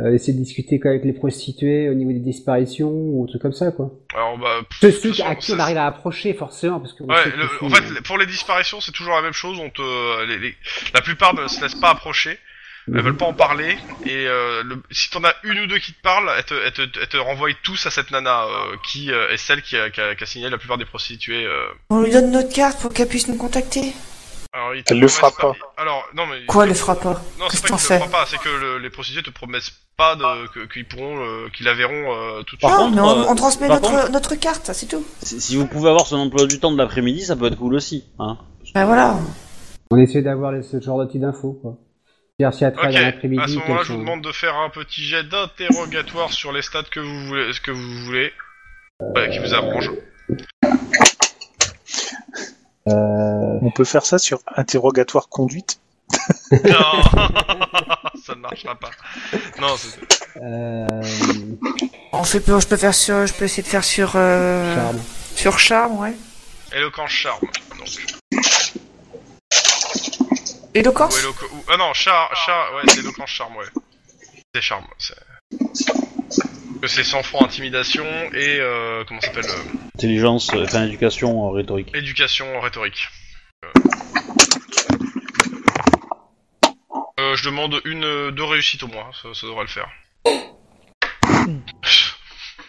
S4: euh, essayer de discuter quoi, avec les prostituées au niveau des disparitions ou un truc comme ça, quoi.
S2: Alors, bah, pff,
S4: C'est
S2: de toute
S4: ceux à
S2: façon,
S4: qui on
S2: ça-
S4: arrive à approcher, forcément, parce que... on
S2: Ouais,
S4: sait que
S2: le-
S4: c'est- euh,
S2: en fait, les- pour les disparitions, c'est toujours la même chose. On te, euh, les- les- la plupart ne se laissent pas approcher.
S4: Mhm.
S2: Elles veulent pas en parler. Et euh, le- si t'en as une ou deux qui te parlent, elles te, elles te- elles te renvoient tous à cette nana euh, qui euh, est celle qui a, qui a- qui a signé la plupart des prostituées. euh.
S3: On lui donne notre carte pour qu'elle puisse nous contacter.
S2: Alors, ils te
S10: Elle le
S2: promettent
S10: fera pas.
S2: Alors, non, mais.
S3: Quoi, le fera pas
S2: Non, c'est
S3: Qu'est-ce
S2: pas
S3: qu'on
S2: qu'ils te le
S3: fait
S2: fera pas, c'est que le- les prostituées te promettent pas de, que- qu'ils pourront, euh, qu'ils la verront euh, tout de
S4: Bah,
S1: Par
S2: suite.
S1: contre,
S3: Non, mais on,
S1: euh,
S3: on transmet
S1: par
S3: notre,
S1: contre-
S3: notre carte, ça, c'est tout.
S1: si si vous pouvez avoir son emploi du temps de l'après-midi, ça peut être cool aussi. Hein.
S3: Bah voilà.
S4: On essaie d'avoir les- ce genre de petites infos, quoi. C'est-à-dire si à
S2: Ok,
S4: travers
S2: à ce
S4: l'après-midi...
S2: moment-là,
S4: quelles
S2: je vous
S4: sont-
S2: demande de faire un petit jet d'interrogatoire sur les stats que vous voulez, ce que vous voulez, Ouais, qui vous arrange.
S4: Euh,
S10: On peut faire ça sur interrogatoire conduite.
S2: Non, ça ne marchera pas. Non, c'est...
S4: euh,
S3: On fait, je peux faire sur, je peux essayer de faire sur, euh,
S4: charme.
S3: sur charme, ouais.
S2: éloquence charme. Donc.
S3: Éloquence.
S2: Ou éloqu- ou- Ah non, char, char, ouais, c'est éloquence charme, ouais. C'est charme. C'est... Que C'est sans franc intimidation et euh, comment ça s'appelle euh,
S1: Intelligence, euh, enfin éducation euh, rhétorique.
S2: éducation rhétorique. Euh. Euh, je demande une, euh, deux réussites au moins, ça, ça devrait le faire.
S3: Ça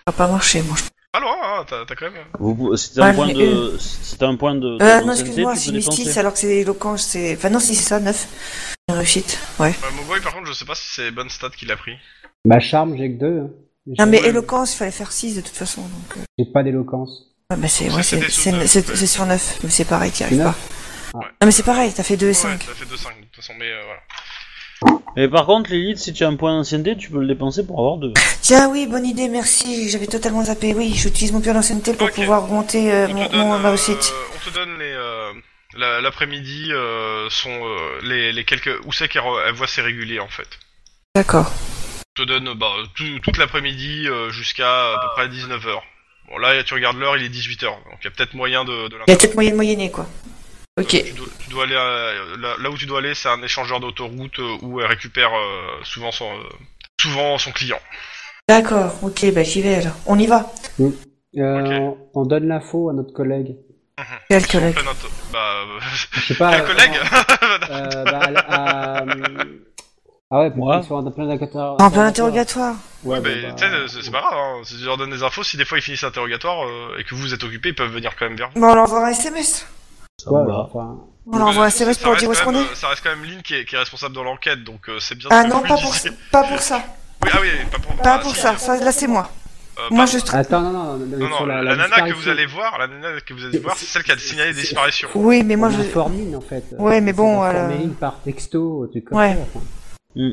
S3: va pas marcher, moi. je-
S2: Pas loin, hein, t'as, t'as quand même.
S1: Vous, pou- c'était
S3: Ouais,
S1: un, point
S3: mais
S1: de, c'était un point de.
S3: Euh,
S1: de
S3: non,
S1: d'ancienneté,
S3: excuse-moi,
S1: tu
S3: c'est
S1: peux dépenser.
S3: mystique, alors que c'est éloquence, c'est. Enfin, non, si, c'est ça, 9. Une réussite, ouais.
S2: Euh, Moboy, par contre, je sais pas si c'est les bonnes stats qu'il a pris.
S4: Bah charme, j'ai que deux. hein.
S3: Non, mais
S2: Ouais.
S3: éloquence, il fallait faire 6 de toute façon, donc. euh,
S4: J'ai pas d'éloquence.
S3: Ouais, bah c'est
S2: Ça,
S3: ouais,
S2: c'était
S3: c'est-
S2: sous
S3: c'est-
S2: neuf,
S3: c'est-
S2: ouais.
S3: c'est sur 9, mais c'est pareil, t'y
S4: C'est
S3: arrives pas.
S4: neuf.
S3: Non, mais c'est pareil, t'as fait 2 et
S2: Ouais,
S3: 5.
S2: ça fait 2-5 de toute façon, mais euh, voilà.
S1: Et par contre, Lilith, si tu as un point d'ancienneté, tu peux le dépenser pour avoir deux.
S3: Tiens, oui, bonne idée, merci, j'avais totalement zappé. Oui, j'utilise mon pion d'ancienneté pour
S2: Ok.
S3: pouvoir augmenter euh,
S2: On
S3: mon,
S2: te donne,
S3: mon- ma
S2: euh,
S3: réussite.
S2: on te donne les euh, la- l'après-midi euh, sont euh, les, les quelques où c'est qu'elle re- elle voit ses réguliers en fait.
S3: D'accord.
S2: On te donne bah, tout- toute l'après-midi euh, jusqu'à à peu près 19h. Bon là tu regardes l'heure, il est 18h. Donc il y a peut-être moyen de, de
S3: Il y a
S2: l'inter-
S3: peut-être moyen de moyenner, quoi. Ok.
S2: Euh, tu, dois, tu dois aller à- là, là où tu dois aller, c'est un échangeur d'autoroute euh, où elle récupère euh, souvent son euh, souvent son client.
S3: D'accord, ok, bah j'y vais alors. On y va.
S4: Euh,
S2: Ok.
S4: on, on donne l'info à notre collègue.
S3: Quel collègue
S2: Plein auto- bah, euh,
S4: Je sais
S3: Ah,
S4: pas...
S2: quel
S4: euh,
S2: collègue
S4: Euh, bah, à la- à- Ah ouais, pour
S1: Moi
S4: qu'ils soient en plein interrogatoire.
S3: En plein interrogatoire.
S4: Ouais,
S2: Mais
S4: bah,
S2: tu sais, c'est c'est pas grave, hein. si je leur donne des infos, si des fois ils finissent l'interrogatoire euh, et que vous vous êtes occupé, ils peuvent venir quand même vers vous.
S3: Bon, on leur envoie un SMS.
S1: Ça
S4: quoi,
S1: me va.
S4: enfin,
S3: On leur envoie un
S2: Euh,
S3: SMS
S2: ça
S3: pour
S2: reste
S3: dire où est-ce
S2: quand
S3: qu'on
S2: même,
S3: est.
S2: euh, Ça reste quand même Lynn qui est, qui est responsable dans l'enquête, donc euh, c'est bien
S3: Ah
S2: ce que
S3: non,
S2: vous
S3: pas
S2: lui
S3: pour,
S2: disiez.
S3: pas pour ça.
S2: Oui, ah oui, pas pour,
S3: Pas
S2: ah,
S3: pour
S2: si,
S3: ça, ça là c'est moi.
S2: Euh,
S3: Moi,
S2: pardon.
S3: je tra-
S4: Attends, non, non, non,
S2: Non, non,
S4: sur
S2: la,
S4: la,
S2: nana que
S4: disparition.
S2: vous allez voir, la nana que vous allez
S4: C'est-
S2: voir, c'est celle qui a signalé des
S4: c'est-
S2: disparitions.
S3: Oui, mais moi,
S4: On
S3: je.
S4: informe Lynn, en fait.
S3: Ouais, mais
S4: On
S3: bon,
S4: informe
S3: alors- euh,
S4: Lynn par texto, tu
S3: Ouais.
S1: Hmm.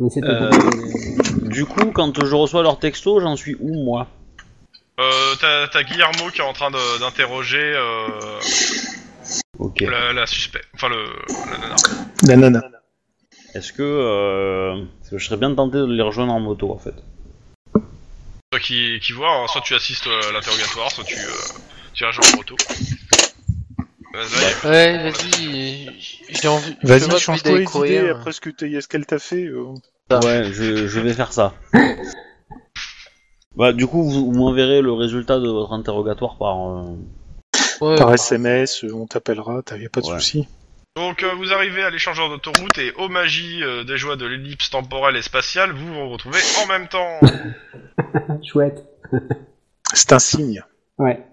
S4: On essaie de
S1: Euh, Du coup, quand je reçois leur texto, j'en suis où moi
S2: Euh, t'as t'as Guillermo qui est en train de- d'interroger euh,
S1: Ok.
S2: la, la suspect, enfin le, la nana.
S9: La nana.
S1: Est-ce que, euh, parce que je serais bien tenté de les rejoindre en moto en fait
S2: Toi qui, qui vois, hein, soit tu assistes euh, à l'interrogatoire, soit tu, euh, tu agis en moto. Vas-y.
S7: Ouais, vas-y. J'ai envie. j'ai
S9: Vas-y,
S7: envie
S9: change-toi
S7: d'aller
S9: les
S7: courir.
S9: idées après ce que t'as- ce qu'elle t'a fait. euh.
S1: Ouais, je, je vais faire ça. Bah, du coup, vous, vous m'enverrez le résultat de votre interrogatoire par. euh,
S7: Ouais,
S9: Par SMS, euh, on t'appellera, t'as y a pas de
S1: Ouais.
S9: souci.
S2: Donc euh, vous arrivez à l'échangeur d'autoroute et aux magies euh, des joies de l'ellipse temporelle et spatiale, vous vous retrouvez en même temps.
S4: Ah, Chouette.
S9: C'est un signe.
S4: Ouais.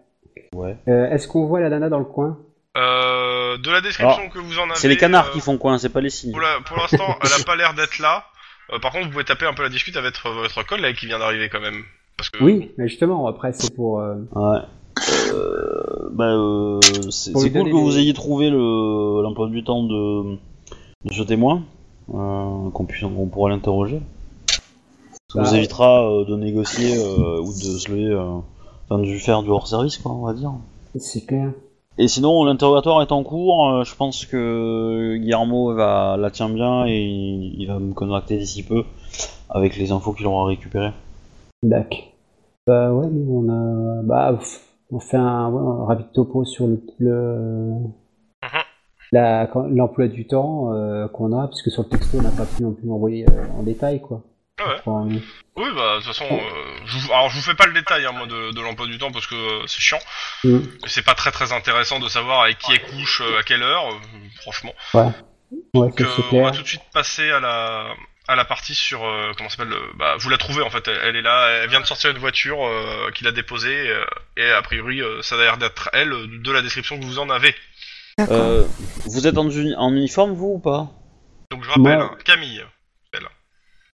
S1: Ouais.
S4: Euh, Est-ce qu'on voit la nana dans le coin
S2: Euh, de la description
S1: Alors,
S2: que vous en avez.
S1: C'est les canards
S2: euh,
S1: qui font coin, c'est pas les signes.
S2: Pour la- pour l'instant, elle a pas l'air d'être là. Euh, par contre, vous pouvez taper un peu la discute avec votre, votre collègue qui vient d'arriver quand même. Parce que
S4: Oui, mais justement, après, c'est pour. euh,
S1: Ouais. Euh, bah, euh, c'est
S4: Pour
S1: c'est cool
S4: lui donner
S1: que vous
S4: des-
S1: ayez trouvé le- l'emploi du temps de, de ce témoin, euh, qu'on puisse, qu'on pourra l'interroger. Ça nous
S4: Bah,
S1: évitera euh, de négocier euh, ou de se lever, euh, enfin de faire du hors service, quoi, on va dire.
S4: C'est clair.
S1: Et sinon, l'interrogatoire est en cours. euh, je pense que Guillermo va la tient bien et il, il va me contacter d'ici peu avec les infos qu'il aura récupérées.
S4: Dac. Bah ouais, nous, on a. Bah, pff, on fait un, ouais, un rapide topo sur le. le-
S2: Mhm.
S4: la- quand- L'emploi du temps euh, qu'on a, parce que sur le texto, on n'a pas pu non plus l'envoyer euh, en détail, quoi.
S2: Ah ouais.
S4: Enfin, euh,
S2: Oui, bah, de toute façon, euh, je vous, alors je vous fais pas le détail, hein, moi, de, de l'emploi du temps, parce que euh, c'est chiant.
S4: Mm.
S2: C'est pas très très intéressant de savoir avec qui elle couche, euh, à quelle heure, euh, franchement.
S4: ouais,
S2: Donc,
S4: ça,
S2: euh,
S4: c'est
S2: on va
S4: clair.
S2: tout de suite passer à la, à la partie sur, euh, comment ça s'appelle, le- bah, vous la trouvez, en fait, elle, elle est là, elle vient de sortir une voiture euh, qu'il a déposée, euh, et a priori, euh, ça a l'air d'être elle, euh, de la description que vous en avez.
S5: D'accord.
S1: Euh, vous êtes en, uni- en uniforme, vous ou pas
S2: Donc, je rappelle,
S4: Ouais.
S2: hein, Camille,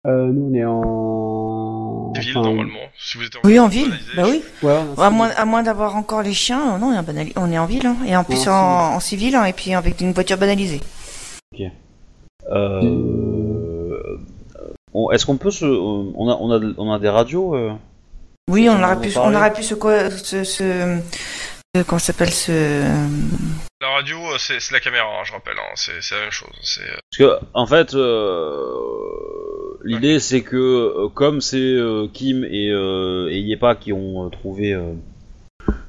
S4: Euh, nous, on est en.
S2: civile,
S4: enfin,
S2: normalement, si vous êtes en
S3: Oui, en ville.
S2: banalisé,
S3: Bah oui.
S4: Ouais, on est en
S3: À moins, à moins d'avoir encore les chiens, euh, non, on est en, banali- on est en ville, hein. et en plus
S4: Ouais,
S3: en, en civil, hein, et puis avec une voiture banalisée.
S1: Euh, on- Est-ce qu'on peut se. On a, on a, on a des radios euh
S3: Oui,
S1: On
S3: on aurait
S1: en
S3: pu,
S1: parlait.
S3: on aurait pu se, quoi, se, se- se- comment ça s'appelle ce,
S2: La radio, euh, c'est c'est la caméra, hein, je rappelle, hein, c'est c'est la même chose. C'est euh,
S1: Parce que, en fait, euh, l'idée c'est que, euh, comme c'est euh, Kim et, euh, et Yepa qui ont euh, trouvé. euh,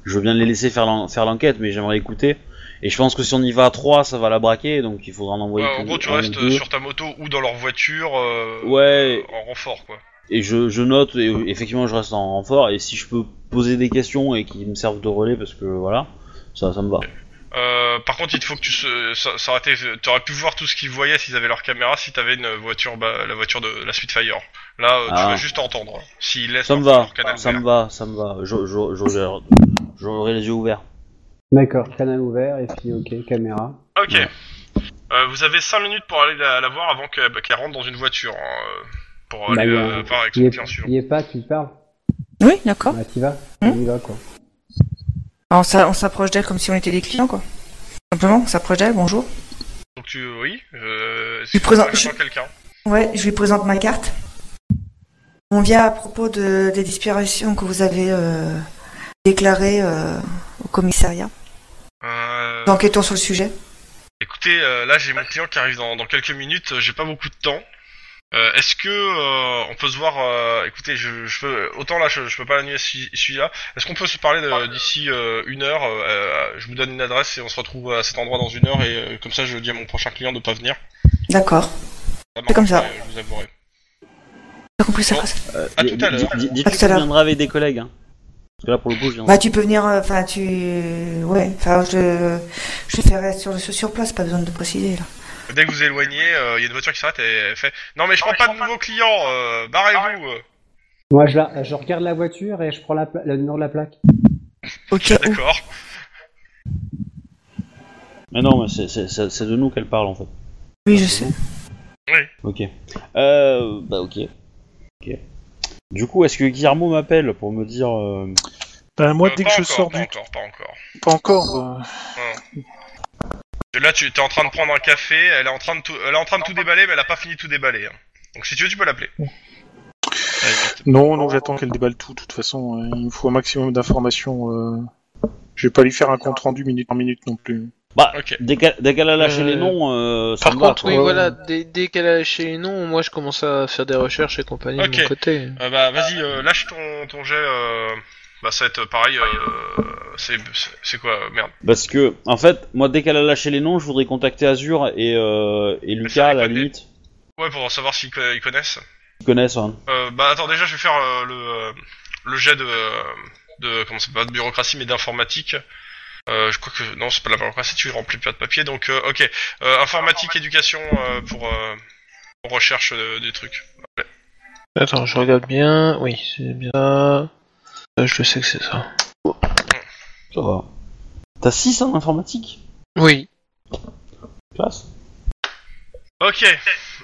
S1: je veux bien les laisser faire l'en- faire l'enquête, mais j'aimerais écouter. Et je pense que si on y va à 3, ça va la braquer, donc il faudra en envoyer.
S2: ouais, en
S1: plus-
S2: gros, tu
S1: un ou
S2: restes euh,
S1: deux.
S2: sur ta moto ou dans leur voiture euh,
S1: Ouais.
S2: en renfort, quoi.
S1: Et je, je note, et euh, effectivement, je reste en renfort, et si je peux poser des questions et qu'ils me servent de relais, parce que voilà, ça, ça me va.
S2: Euh, par contre, il te faut que tu se, ça, ça aurait été- t'aurais pu voir tout ce qu'ils voyaient s'ils avaient leur caméra, si t'avais une voiture, bah, la voiture de la suite Fire. Là, euh, tu
S1: Ah.
S2: vas juste entendre. hein, S'ils laissent
S1: Ça me
S2: leur-
S1: va,
S2: leur canal
S1: ça me
S2: ouvert.
S1: va, ça me va. Je- je- je- J'aurai les yeux ouverts.
S4: D'accord, canal ouvert, et puis ok, caméra.
S2: Ah, Ok. Euh, vous avez 5 minutes pour aller la, la voir avant que- bah, qu'elle rentre dans une voiture. hein, euh, pour
S4: Bah,
S2: aller
S4: il y a-
S2: euh, voir avec
S4: Il
S2: son
S4: est,
S2: client suivant.
S4: il est pas, tu parles
S3: oui, d'accord.
S4: Bah, t'y vas
S3: Hmm
S4: On y va, quoi.
S3: Alors, Bah, on s'a- on s'approche d'elle comme si on était des clients, quoi. Simplement, on s'approche d'elle, bonjour.
S2: Donc, tu. Oui euh,
S3: Tu présentes-
S2: je quelqu'un.
S3: Ouais, je lui présente ma carte. On vient à propos de, des disparitions que vous avez euh, déclarées euh, au commissariat.
S2: Euh,
S3: Nous enquêtons sur le sujet.
S2: Écoutez, euh, là j'ai mon client qui arrive dans, dans quelques minutes, euh, j'ai pas beaucoup de temps. Euh, Est-ce que euh, on peut se voir euh, Écoutez, je, je peux, autant là je, je peux pas annuler celui- celui-là. Est-ce qu'on peut se parler de- d'ici euh, une heure euh, euh, Je vous donne une adresse et on se retrouve à cet endroit dans une heure et euh, comme ça je dis à mon prochain client de pas venir.
S3: D'accord.
S2: marche,
S3: comme ça.
S2: euh, Je vous avouerai.
S3: T'as compris ça
S2: Bon.
S3: quoi, ça
S1: Euh,
S2: À
S1: di-
S2: tout à
S1: di-
S2: l'heure.
S1: di-
S3: À
S1: Dis-tu
S3: tout
S1: que
S3: à
S1: tu
S3: l'heure.
S1: viendras avec des collègues, hein. Parce que là, pour le coup, je viens.
S3: Bah, tu peux venir, euh, enfin, tu. Ouais, enfin, je. Je ferai sur, sur place, pas besoin de préciser, là.
S2: Dès que vous éloignez, euh, il y a une voiture qui s'arrête et elle fait Non mais je prends pas de nouveaux clients, euh, barrez-vous. euh.
S4: Moi, je, la- je regarde la voiture et je prends la pla- le numéro de la plaque.
S3: Ok,
S2: Ah, D'accord.
S1: Mais non, mais c'est- c'est c'est- c'est de nous qu'elle parle en fait.
S3: oui, je sais.
S1: Ok. Euh, bah ok. Ok. Du coup, est-ce que Guillermo m'appelle pour me dire... euh,
S9: Ben, moi,
S2: Euh,
S9: dès que
S2: pas
S9: je
S2: encore,
S9: sors
S2: pas
S9: du.
S2: encore, pas encore.
S9: Pas encore. euh,
S2: Ouais. Et Là, tu es en train de prendre un café, elle est en train de tout, elle est en train de tout déballer, mais elle a pas fini de tout déballer. hein. Donc si tu veux, tu peux l'appeler.
S9: Non, non, j'attends qu'elle déballe tout, de toute façon. euh, Il me faut un maximum d'informations. euh, Je vais pas lui faire un compte rendu minute par minute non plus.
S1: Bah,
S2: Ok.
S1: dès qu'elle dès qu'elle a lâché
S7: Euh,
S1: les noms, euh, ça
S7: Par
S1: me va,
S7: contre,
S1: quoi.
S7: oui, voilà, dès, dès qu'elle a lâché les noms, moi je commence à faire des recherches et compagnie
S2: Ok.
S7: de mon côté.
S2: Euh, bah vas-y, euh, lâche ton, ton jet. euh, Bah ça va être pareil. euh, C'est c'est- c'est quoi euh, Merde.
S1: Parce que, en fait, moi, dès qu'elle a lâché les noms, je voudrais contacter Azure et, euh, et Lucas, à la
S2: connaît.
S1: limite.
S2: Ouais, pour savoir s'ils co- ils connaissent.
S1: Ils connaissent, hein.
S2: Euh, bah attends, déjà je vais faire euh, le, euh, le jet de, euh, de comment ça s'appelle, pas de bureaucratie mais d'informatique. Euh, je crois que non, c'est pas de la bureaucratie, tu remplis pas de papier. Donc euh, ok, Euh, informatique, éducation euh, pour, euh, pour recherche euh, des trucs.
S7: Attends, je regarde bien. Oui, c'est bien ça. Euh, Je sais que c'est ça.
S1: Ça va. T'as 6 en informatique
S7: Oui.
S1: Classe.
S2: Ok.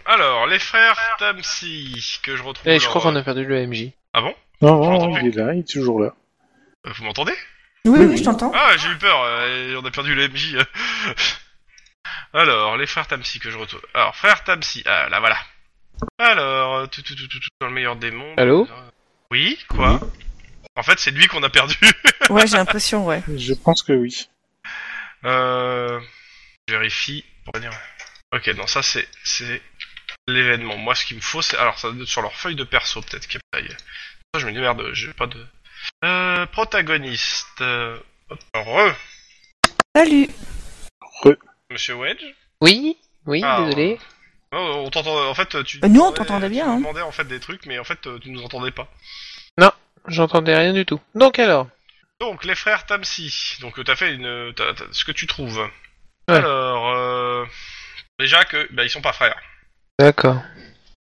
S2: Alors les frères Tamsi que je retrouve.
S7: Et Eh, je
S2: leur,
S7: crois qu'on
S2: euh,
S7: a perdu le MJ.
S2: Ah bon
S9: Non,
S2: Je
S9: non,
S2: l'entends
S9: il est là, il est toujours là.
S2: Euh, Vous m'entendez
S3: Oui, oui, je t'entends.
S2: Ah, j'ai eu peur, euh, et on a perdu le MJ. euh. Alors, les frères Tamsi que je retrouve. Alors, frères Tamsi, ah, là voilà. Alors, euh, tout, tout, tout, tout, tout, dans le meilleur des mondes.
S7: Allô
S2: Oui, quoi En fait, c'est lui qu'on a perdu.
S3: Ouais, j'ai l'impression, ouais.
S9: Je pense que oui.
S2: euh, je vérifie. Pour pas dire... Ok, non, ça c'est c'est l'événement. Moi, ce qu'il me faut, c'est. Alors, ça doit être sur leur feuille de perso, peut-être qu'il y a pas- Ça, je me dis merde, j'ai pas de. Euh, protagoniste. euh, hop, Re,
S5: Salut
S2: monsieur Wedge.
S7: Oui, oui,
S2: Ah,
S7: désolé.
S2: Non, on t'entend. En fait, tu.
S3: Euh, nous, on
S2: tu
S3: t'entendait bien,
S2: nous
S3: hein.
S2: demandais en fait des trucs, mais en fait, euh, tu nous entendais pas.
S7: J'entendais rien du tout. Donc alors
S2: Donc, les frères Tamsi. Donc, euh, t'as fait une. t'as- t'as- ce que tu trouves.
S7: Ouais.
S2: Alors, euh, déjà que, bah, ils sont pas frères.
S7: D'accord.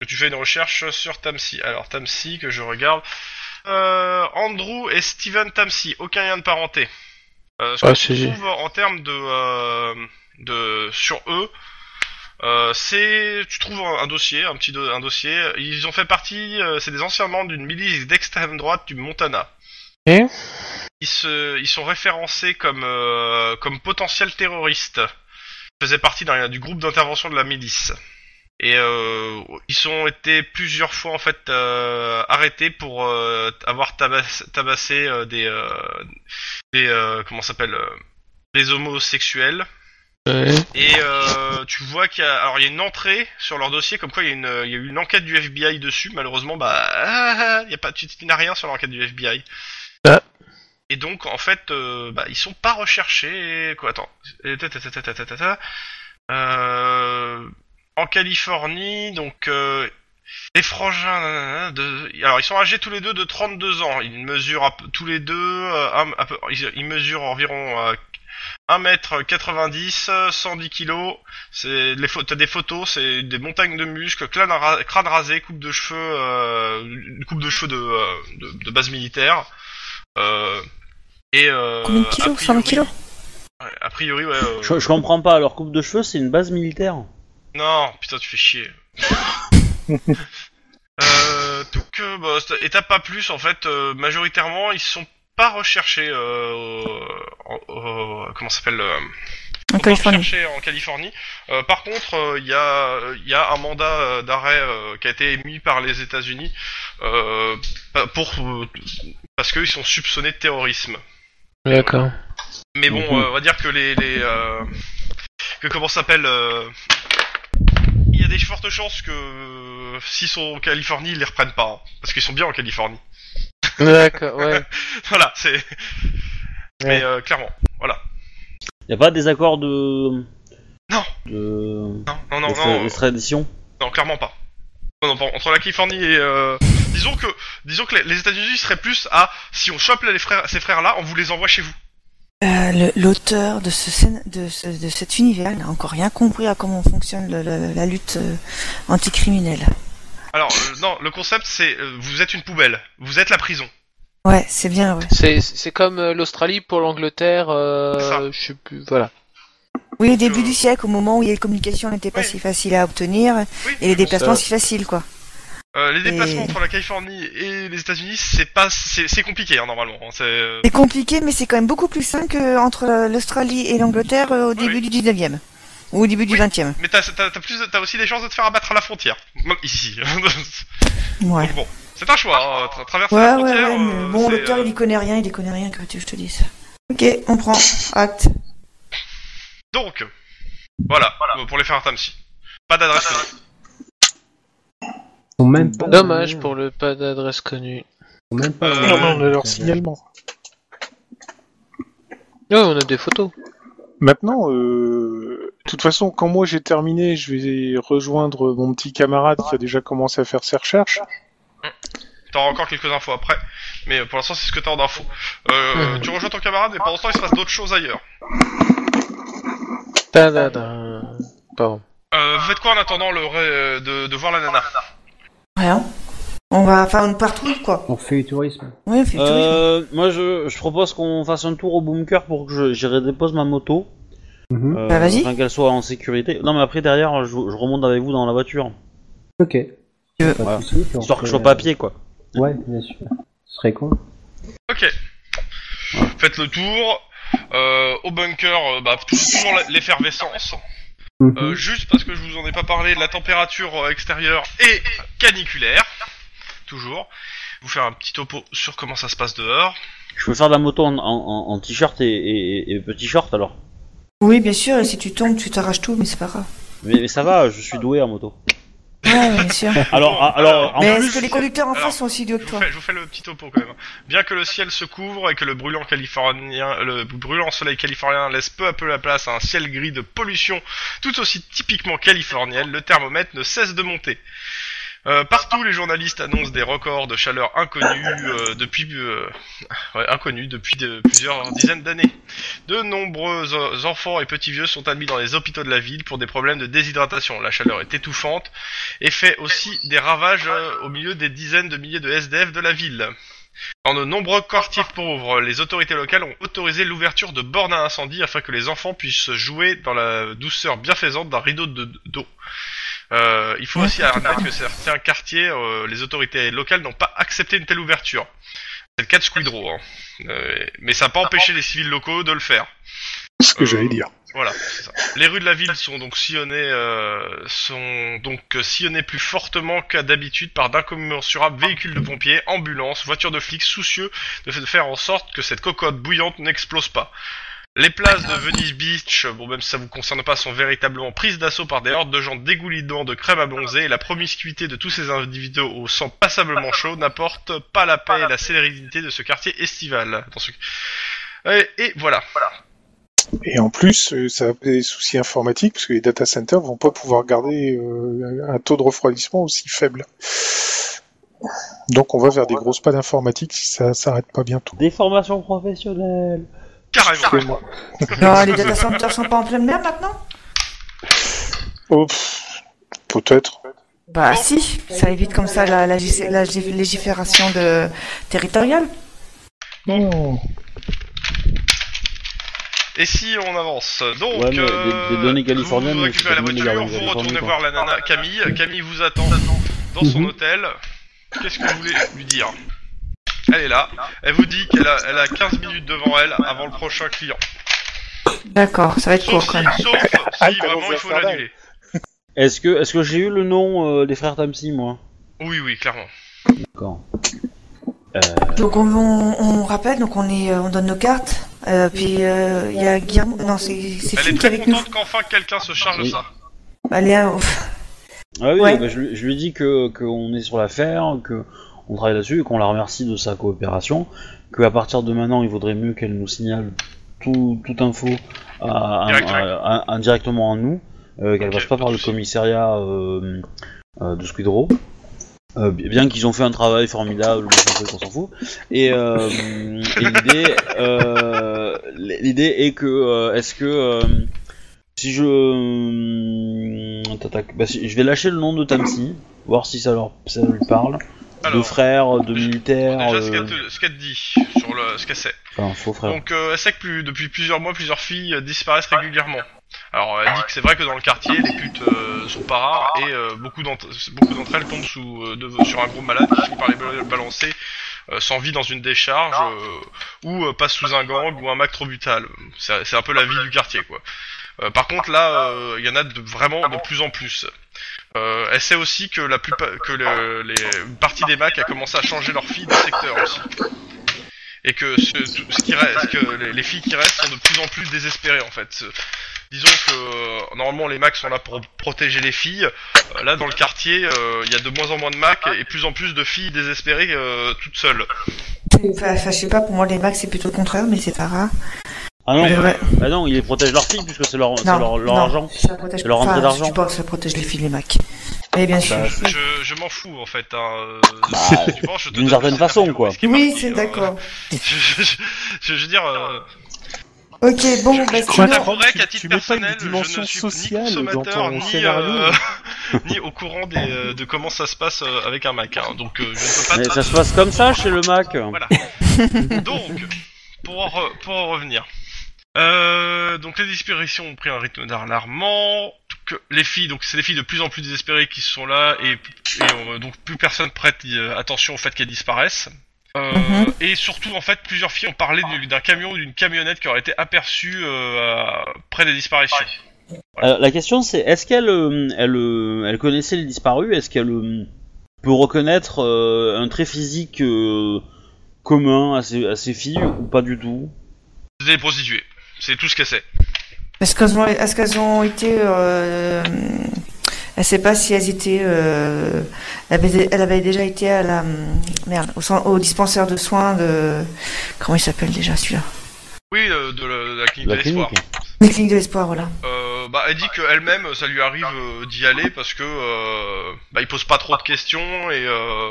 S2: Que Tu fais une recherche sur Tamsi. Alors, Tamsi que je regarde. Euh, Andrew et Steven Tamsi. Aucun lien de parenté. Euh, ce
S7: Ah,
S2: que tu
S7: si.
S2: trouves en termes de, euh, de sur eux. Euh, c'est tu trouves un, un dossier, un petit do- un dossier. Ils ont fait partie, euh, c'est des anciens membres d'une milice d'extrême droite du Montana.
S7: Et
S2: Ils se, ils sont référencés comme euh, comme potentiels terroristes. Ils faisaient partie d'un- du groupe d'intervention de la milice. Et euh, ils ont été plusieurs fois en fait euh, arrêtés pour euh, avoir tabass- tabassé euh, des euh, des euh, comment ça s'appelle euh, des homosexuels.
S7: Ouais.
S2: Et euh, tu vois qu'il y a, alors il y a une entrée sur leur dossier, comme quoi il y a, une, euh, il y a eu une enquête du FBI dessus. Malheureusement, bah, ah, ah, il y a pas, tu, tu n'as rien sur l'enquête du FBI.
S7: Ah.
S2: Et donc, en fait, euh, bah, ils sont pas recherchés. Quoi, attends. Et ta, ta, ta, ta, ta, ta, ta, ta. Euh, en Californie, donc euh, les frangins. nanana, de, alors, ils sont âgés tous les deux de 32 ans. Ils mesurent à peu- tous les deux, euh, un- à peu- ils, ils mesurent environ euh, 1m90, euh, 110 kg. C'est les pho- t'as des photos, c'est des montagnes de muscles, crâne, ra- crâne rasé, coupe de cheveux, euh, une coupe de cheveux de, euh, de, de base militaire. Euh, et euh,
S5: Combien de kilos
S2: a
S5: 120
S2: priori-
S5: kilos
S2: ouais, A priori, ouais. euh,
S1: Je, je comprends pas, leur coupe de cheveux, c'est une base militaire.
S2: non, putain, tu fais chier. euh, donc, euh, bah, c'est- et t'as pas plus, en fait, euh, majoritairement, ils sont pas recherchés euh, au- au- au- comment ça s'appelle euh,
S5: En
S2: sont pas
S5: Californie.
S2: recherchés en Californie. Euh, par contre, euh, il y, a- il y a un mandat euh, d'arrêt euh, qui a été émis par les États-Unis euh, pa- pour euh, parce qu'ils sont soupçonnés de terrorisme.
S7: D'accord.
S2: Mais bon,
S1: Mhm.
S2: euh, on va dire que les. les euh, que comment ça s'appelle euh, Il y a des fortes chances que euh, s'ils sont en Californie, ils les reprennent pas. hein, parce qu'ils sont bien en Californie.
S7: D'accord, ouais.
S2: voilà, c'est. Mais euh, clairement, voilà.
S1: Y a pas des accords de.
S2: Non.
S1: De.
S2: Non, non, non,
S1: d'extra-
S2: non,
S1: d'extradition
S2: non, clairement pas. Non, non, pas- Entre la Californie et. euh, disons que, disons que les- les États-Unis seraient plus à si on chope les frères, ces frères-là, on vous les envoie chez vous.
S5: Euh, le- L'auteur de, ce scén- de, ce- de cet univers n'a encore rien compris à comment fonctionne le- le- la lutte euh, anticriminelle.
S2: Alors, euh, non, le concept c'est euh, vous êtes une poubelle, vous êtes la prison.
S5: Ouais, c'est bien, ouais.
S7: C'est, c'est comme euh, l'Australie pour l'angleterre, euh,
S2: C'est ça.
S7: je sais plus, voilà.
S5: Oui, au début du siècle, au moment où les communications n'étaient pas
S2: Oui.
S5: si faciles à obtenir
S2: Oui,
S5: et les
S7: bon,
S5: déplacements
S7: ça-
S5: si faciles, quoi.
S2: Euh, les déplacements entre la Californie et les États-Unis, c'est pas, c'est c'est compliqué hein, normalement. hein, C'est euh,
S5: C'est compliqué, mais c'est quand même beaucoup plus simple qu'entre l'Australie et l'Angleterre euh, au début du 19e. Ou au début du 20e.
S2: Mais t'as t'as- t'as plus, t'as aussi des chances de te faire abattre à la frontière. Même Ici.
S5: Ouais.
S2: Donc bon, c'est un choix. Hein. tra- Traverser
S5: Ouais,
S2: la
S5: ouais,
S2: frontière.
S5: ouais, mais
S2: euh,
S5: bon,
S2: c'est,
S5: l'auteur,
S2: euh,
S5: il y connaît rien, il y connaît rien, que tu veux que je te dise. Ok, on prend acte.
S2: Donc, voilà, euh, pour les frères Tamsi. Pas d'adresse. connue.
S4: Ils sont même
S2: Oh.
S4: pas.
S7: Dommage pour le pas d'adresse connue.
S4: ils sont même pas-
S2: Euh,
S9: Non, non, on a leur signalement.
S7: Ouais, on a des photos.
S9: Maintenant, euh, de toute façon, quand moi j'ai terminé, je vais rejoindre mon petit camarade qui a déjà commencé à faire ses recherches.
S2: T'auras encore quelques infos après, mais euh, pour l'instant c'est ce que t'as en info. Euh,
S7: Mhm.
S2: Tu rejoins ton camarade et pendant ce temps il se passe d'autres choses ailleurs.
S7: Tadadin. Pardon.
S2: Euh, vous faites quoi en attendant le ré- euh, de, de voir la nana
S5: Rien. On va faire une patrouille, quoi.
S4: On fait du tourisme.
S5: Oui, on fait du tourisme.
S1: Euh, moi, je, je propose qu'on fasse un tour au bunker pour que je, j'y redépose ma moto.
S4: Mhm.
S1: euh,
S5: Bah, vas-y.
S1: Afin qu'elle soit en sécurité. Non, mais après, derrière, je, je remonte avec vous dans la voiture.
S4: Ok. Euh, Pas de
S1: voilà.
S4: soucis, puis on
S1: Euh, Histoire que je
S4: fait- euh,
S5: euh,
S1: sois pas à pied, quoi.
S4: Ouais, bien sûr. Ce serait con.
S2: Ok. Faites le tour. Euh, au bunker, euh, bah, tou- toujours la- l'effervescence.
S4: Mhm.
S2: Euh, juste parce que je vous en ai pas parlé, la température euh, extérieure est caniculaire. Toujours. Je vous faire un petit topo sur comment ça se passe dehors.
S1: Je peux faire de la moto en, en- en- en t-shirt et, et- et petit short alors.
S5: Oui, bien sûr, et si tu tombes, tu t'arraches tout, mais c'est pas grave.
S1: Mais, mais ça va, je suis doué en moto.
S5: Ouais, bien sûr.
S1: Alors, a- alors en
S5: mais
S1: plus,
S5: est-ce que les conducteurs en
S2: alors,
S5: face sont aussi doués
S2: Je vous,
S5: que toi
S2: fais, je vous fais le petit topo quand même. Bien que le ciel se couvre et que le brûlant californien, le brûlant soleil californien laisse peu à peu la place à un ciel gris de pollution tout aussi typiquement californienne, le thermomètre ne cesse de monter. Euh, partout, les journalistes annoncent des records de chaleur inconnus euh, depuis euh, ouais, inconnus depuis de- plusieurs dizaines d'années. De nombreux euh, enfants et petits vieux sont admis dans les hôpitaux de la ville pour des problèmes de déshydratation. La chaleur est étouffante et fait aussi des ravages euh, au milieu des dizaines de milliers de SDF de la ville. Dans de nombreux quartiers pauvres, les autorités locales ont autorisé l'ouverture de bornes à incendie afin que les enfants puissent jouer dans la douceur bienfaisante d'un rideau de d'eau. Euh, il faut aussi admettre que certains quartiers, euh, les autorités locales n'ont pas accepté une telle ouverture. C'est le cas de Squidrow, hein. Euh, mais ça n'a pas empêché les civils locaux de le faire.
S9: C'est ce que
S2: Euh,
S9: j'allais dire.
S2: Voilà, c'est ça. Les rues de la ville sont donc sillonnées, euh, sont donc euh, sillonnées plus fortement qu'à d'habitude par d'incommensurables véhicules de pompiers, ambulances, voitures de flics soucieux de f- de faire en sorte que cette cocotte bouillante n'explose pas. Les places de Venice Beach, euh, bon même si ça vous concerne pas, sont véritablement prises d'assaut par des hordes de gens dégoulinant de crème à bronzer et la promiscuité de tous ces individus au sang passablement chaud n'apporte pas la paix et la sérénité de ce quartier estival. Dans ce... et, et voilà.
S9: Et en plus, euh, ça a des soucis informatiques parce que les data centers vont pas pouvoir garder euh, un taux de refroidissement aussi faible. Donc on va vers des grosses pannes informatiques si ça s'arrête pas bientôt.
S1: des formations professionnelles.
S2: Carrément.
S9: Excusez-moi.
S5: Non, les data centers sont pas en pleine mer maintenant
S9: Oh, pff, Peut-être.
S5: Bah si, ça évite comme ça la, la, gis- la gif- légifération de... territoriale.
S9: Non.
S2: Et si on avance Donc,
S1: Ouais, mais
S2: euh,
S1: des- des données californiennes,
S2: vous
S1: mais
S2: récupérez la
S1: c'est pas donné
S2: voiture,
S1: des
S2: vous
S1: données
S2: retournez
S1: californiennes,
S2: voir la nana Camille.
S9: Ah,
S2: Camille vous attend dans
S1: Mhm.
S2: son hôtel. Qu'est-ce que vous voulez lui dire Elle est là. Elle vous dit qu'elle a, elle a 15 minutes devant elle avant le prochain client.
S5: D'accord, ça va être
S2: Sauf
S5: court
S2: si,
S5: quand même.
S2: sauf
S9: Ah,
S2: si
S9: t'as
S2: vraiment il faut
S9: l'Amsterdam.
S2: l'annuler.
S1: Est-ce que, est-ce que j'ai eu le nom euh, des frères Tamsi, moi
S2: Oui, oui, clairement.
S1: D'accord.
S5: Donc on, on, on rappelle, donc on, est, euh, on donne nos cartes, euh, puis euh, il y a Guillermo... Non, c'est c'est
S2: Elle est
S5: Finn qui est
S2: très
S5: avec nous.
S2: contente qu'enfin quelqu'un se charge de
S1: Oui.
S2: ça.
S5: Allez, hein, on-
S1: Ah oui,
S5: Ouais.
S1: bah, je, lui- je lui ai dit que qu'on est sur l'affaire, que on travaille là-dessus, et qu'on la remercie de sa coopération, que à partir de maintenant, il vaudrait mieux qu'elle nous signale tout, toute info à- à-
S2: Direct, direct.
S1: à- à- indirectement à nous, euh, qu'elle
S2: Ok,
S1: passe pas
S2: pas
S1: par
S2: de
S1: le
S2: souci.
S1: commissariat euh, euh, de Squidrow. Euh, bi- bien qu'ils ont fait un travail formidable, machin truc, on s'en fout. Et, euh, et l'idée, euh, l'idée est que euh, est-ce que euh, si je Tac, bah, si- je vais lâcher le nom de Tamsi, voir si ça leur ça lui parle. de
S2: Alors,
S1: frère, de militaire,
S2: Déjà, ce
S1: euh,
S2: qu'elle te- ce qu'elle te dit sur le, ce qu'elle sait.
S1: enfin faux frère.
S2: Donc, euh, elle sait que plus- depuis plusieurs mois, plusieurs filles euh, disparaissent régulièrement. Alors, elle dit que c'est vrai que dans le quartier, les putes euh, sont pas rares et euh, beaucoup d'entre beaucoup d'entre elles tombent sous, euh, de- sur un gros malade qui finit par les bal- balancer euh, sans vie dans une décharge euh, ou euh, passe sous un gang ou un mac trop brutal. C'est c'est un peu la vie du quartier, quoi. Euh, par contre, là, euh, il y en a de, vraiment de plus en plus. Euh, elle sait aussi que la plupart, que le- les, une partie des macs a commencé à changer leurs filles de secteur aussi. Et que, ce, tout- ce qui reste, que les, les filles qui restent sont de plus en plus désespérées en fait. Euh, Disons que euh, normalement les macs sont là pour protéger les filles. Euh, là dans le quartier, euh, il y a de moins en moins de macs et plus en plus de filles désespérées euh, toutes seules.
S3: Enfin, enfin, je sais pas, pour moi, les max, c'est plutôt le contraire, mais c'est pas grave.
S1: Ah non,
S3: Mais ouais.
S1: bah non, ils protègent leurs filles puisque c'est leur, c'est
S3: Non,
S1: leur, leur
S3: non,
S1: argent.
S3: ça protège
S1: C'est leur
S3: enfin,
S1: rentrée
S3: Je
S1: d'argent.
S3: sais pas, ça protège les filles, les macs. Mais
S2: Bah,
S3: bien sûr.
S2: Je, je m'en fous en fait. Hein. euh,
S1: Bah,
S2: tu penses, je te
S1: D'une certaine façon, quoi.
S3: Oui, c'est d'accord.
S2: je, je, je- je veux dire, euh,
S3: Ok, bon, bah,
S2: je
S3: sinon...
S2: t'avouerai qu'à titre
S9: tu mets pas une
S2: personnel, je ne
S9: dimension
S2: suis ni
S9: sociale dans
S2: consommateur
S9: ton
S2: ni,
S9: scénario.
S2: euh, ni au courant des, euh, de comment ça se passe euh, avec un Mac. hein. Donc euh, je ne peux pas.
S1: Mais
S2: te-
S1: ça se passe comme ça chez le Mac.
S2: Voilà. donc, pour en, re- pour en revenir. Euh, donc les disparitions ont pris un rythme d'alarmant. Donc, Les filles, donc c'est des filles de plus en plus désespérées qui sont là et, et, euh, donc plus personne prête euh, attention au fait qu'elles disparaissent. Euh,
S5: Mhm.
S2: Et surtout, en fait, plusieurs filles ont parlé du- d'un camion ou d'une camionnette qui aurait été aperçue euh, à- près des disparitions.
S1: Euh, la question c'est est-ce qu'elle euh, elle, euh, elle connaissait les disparus Est-ce qu'elle euh, peut reconnaître euh, un trait physique euh, commun à ses, à ses filles ou pas du tout
S2: C'était des prostituées. C'est tout ce qu'elle sait.
S3: Est-ce qu'elles ont, est-ce qu'elles ont été. Euh, elle sait pas si elles étaient. Euh, elle, avait, elle avait déjà été à la. Merde, au, cen- au dispensaire de soins de. Comment il s'appelle déjà celui-là
S2: Oui, euh, de, la, de la clinique
S1: La
S2: de l'espoir.
S1: clinique.
S3: Les cliniques de l'espoir, voilà.
S2: Euh, bah, elle dit qu'elle-même, ça lui arrive euh, d'y aller parce que euh, bah, il pose pas trop de questions et, euh,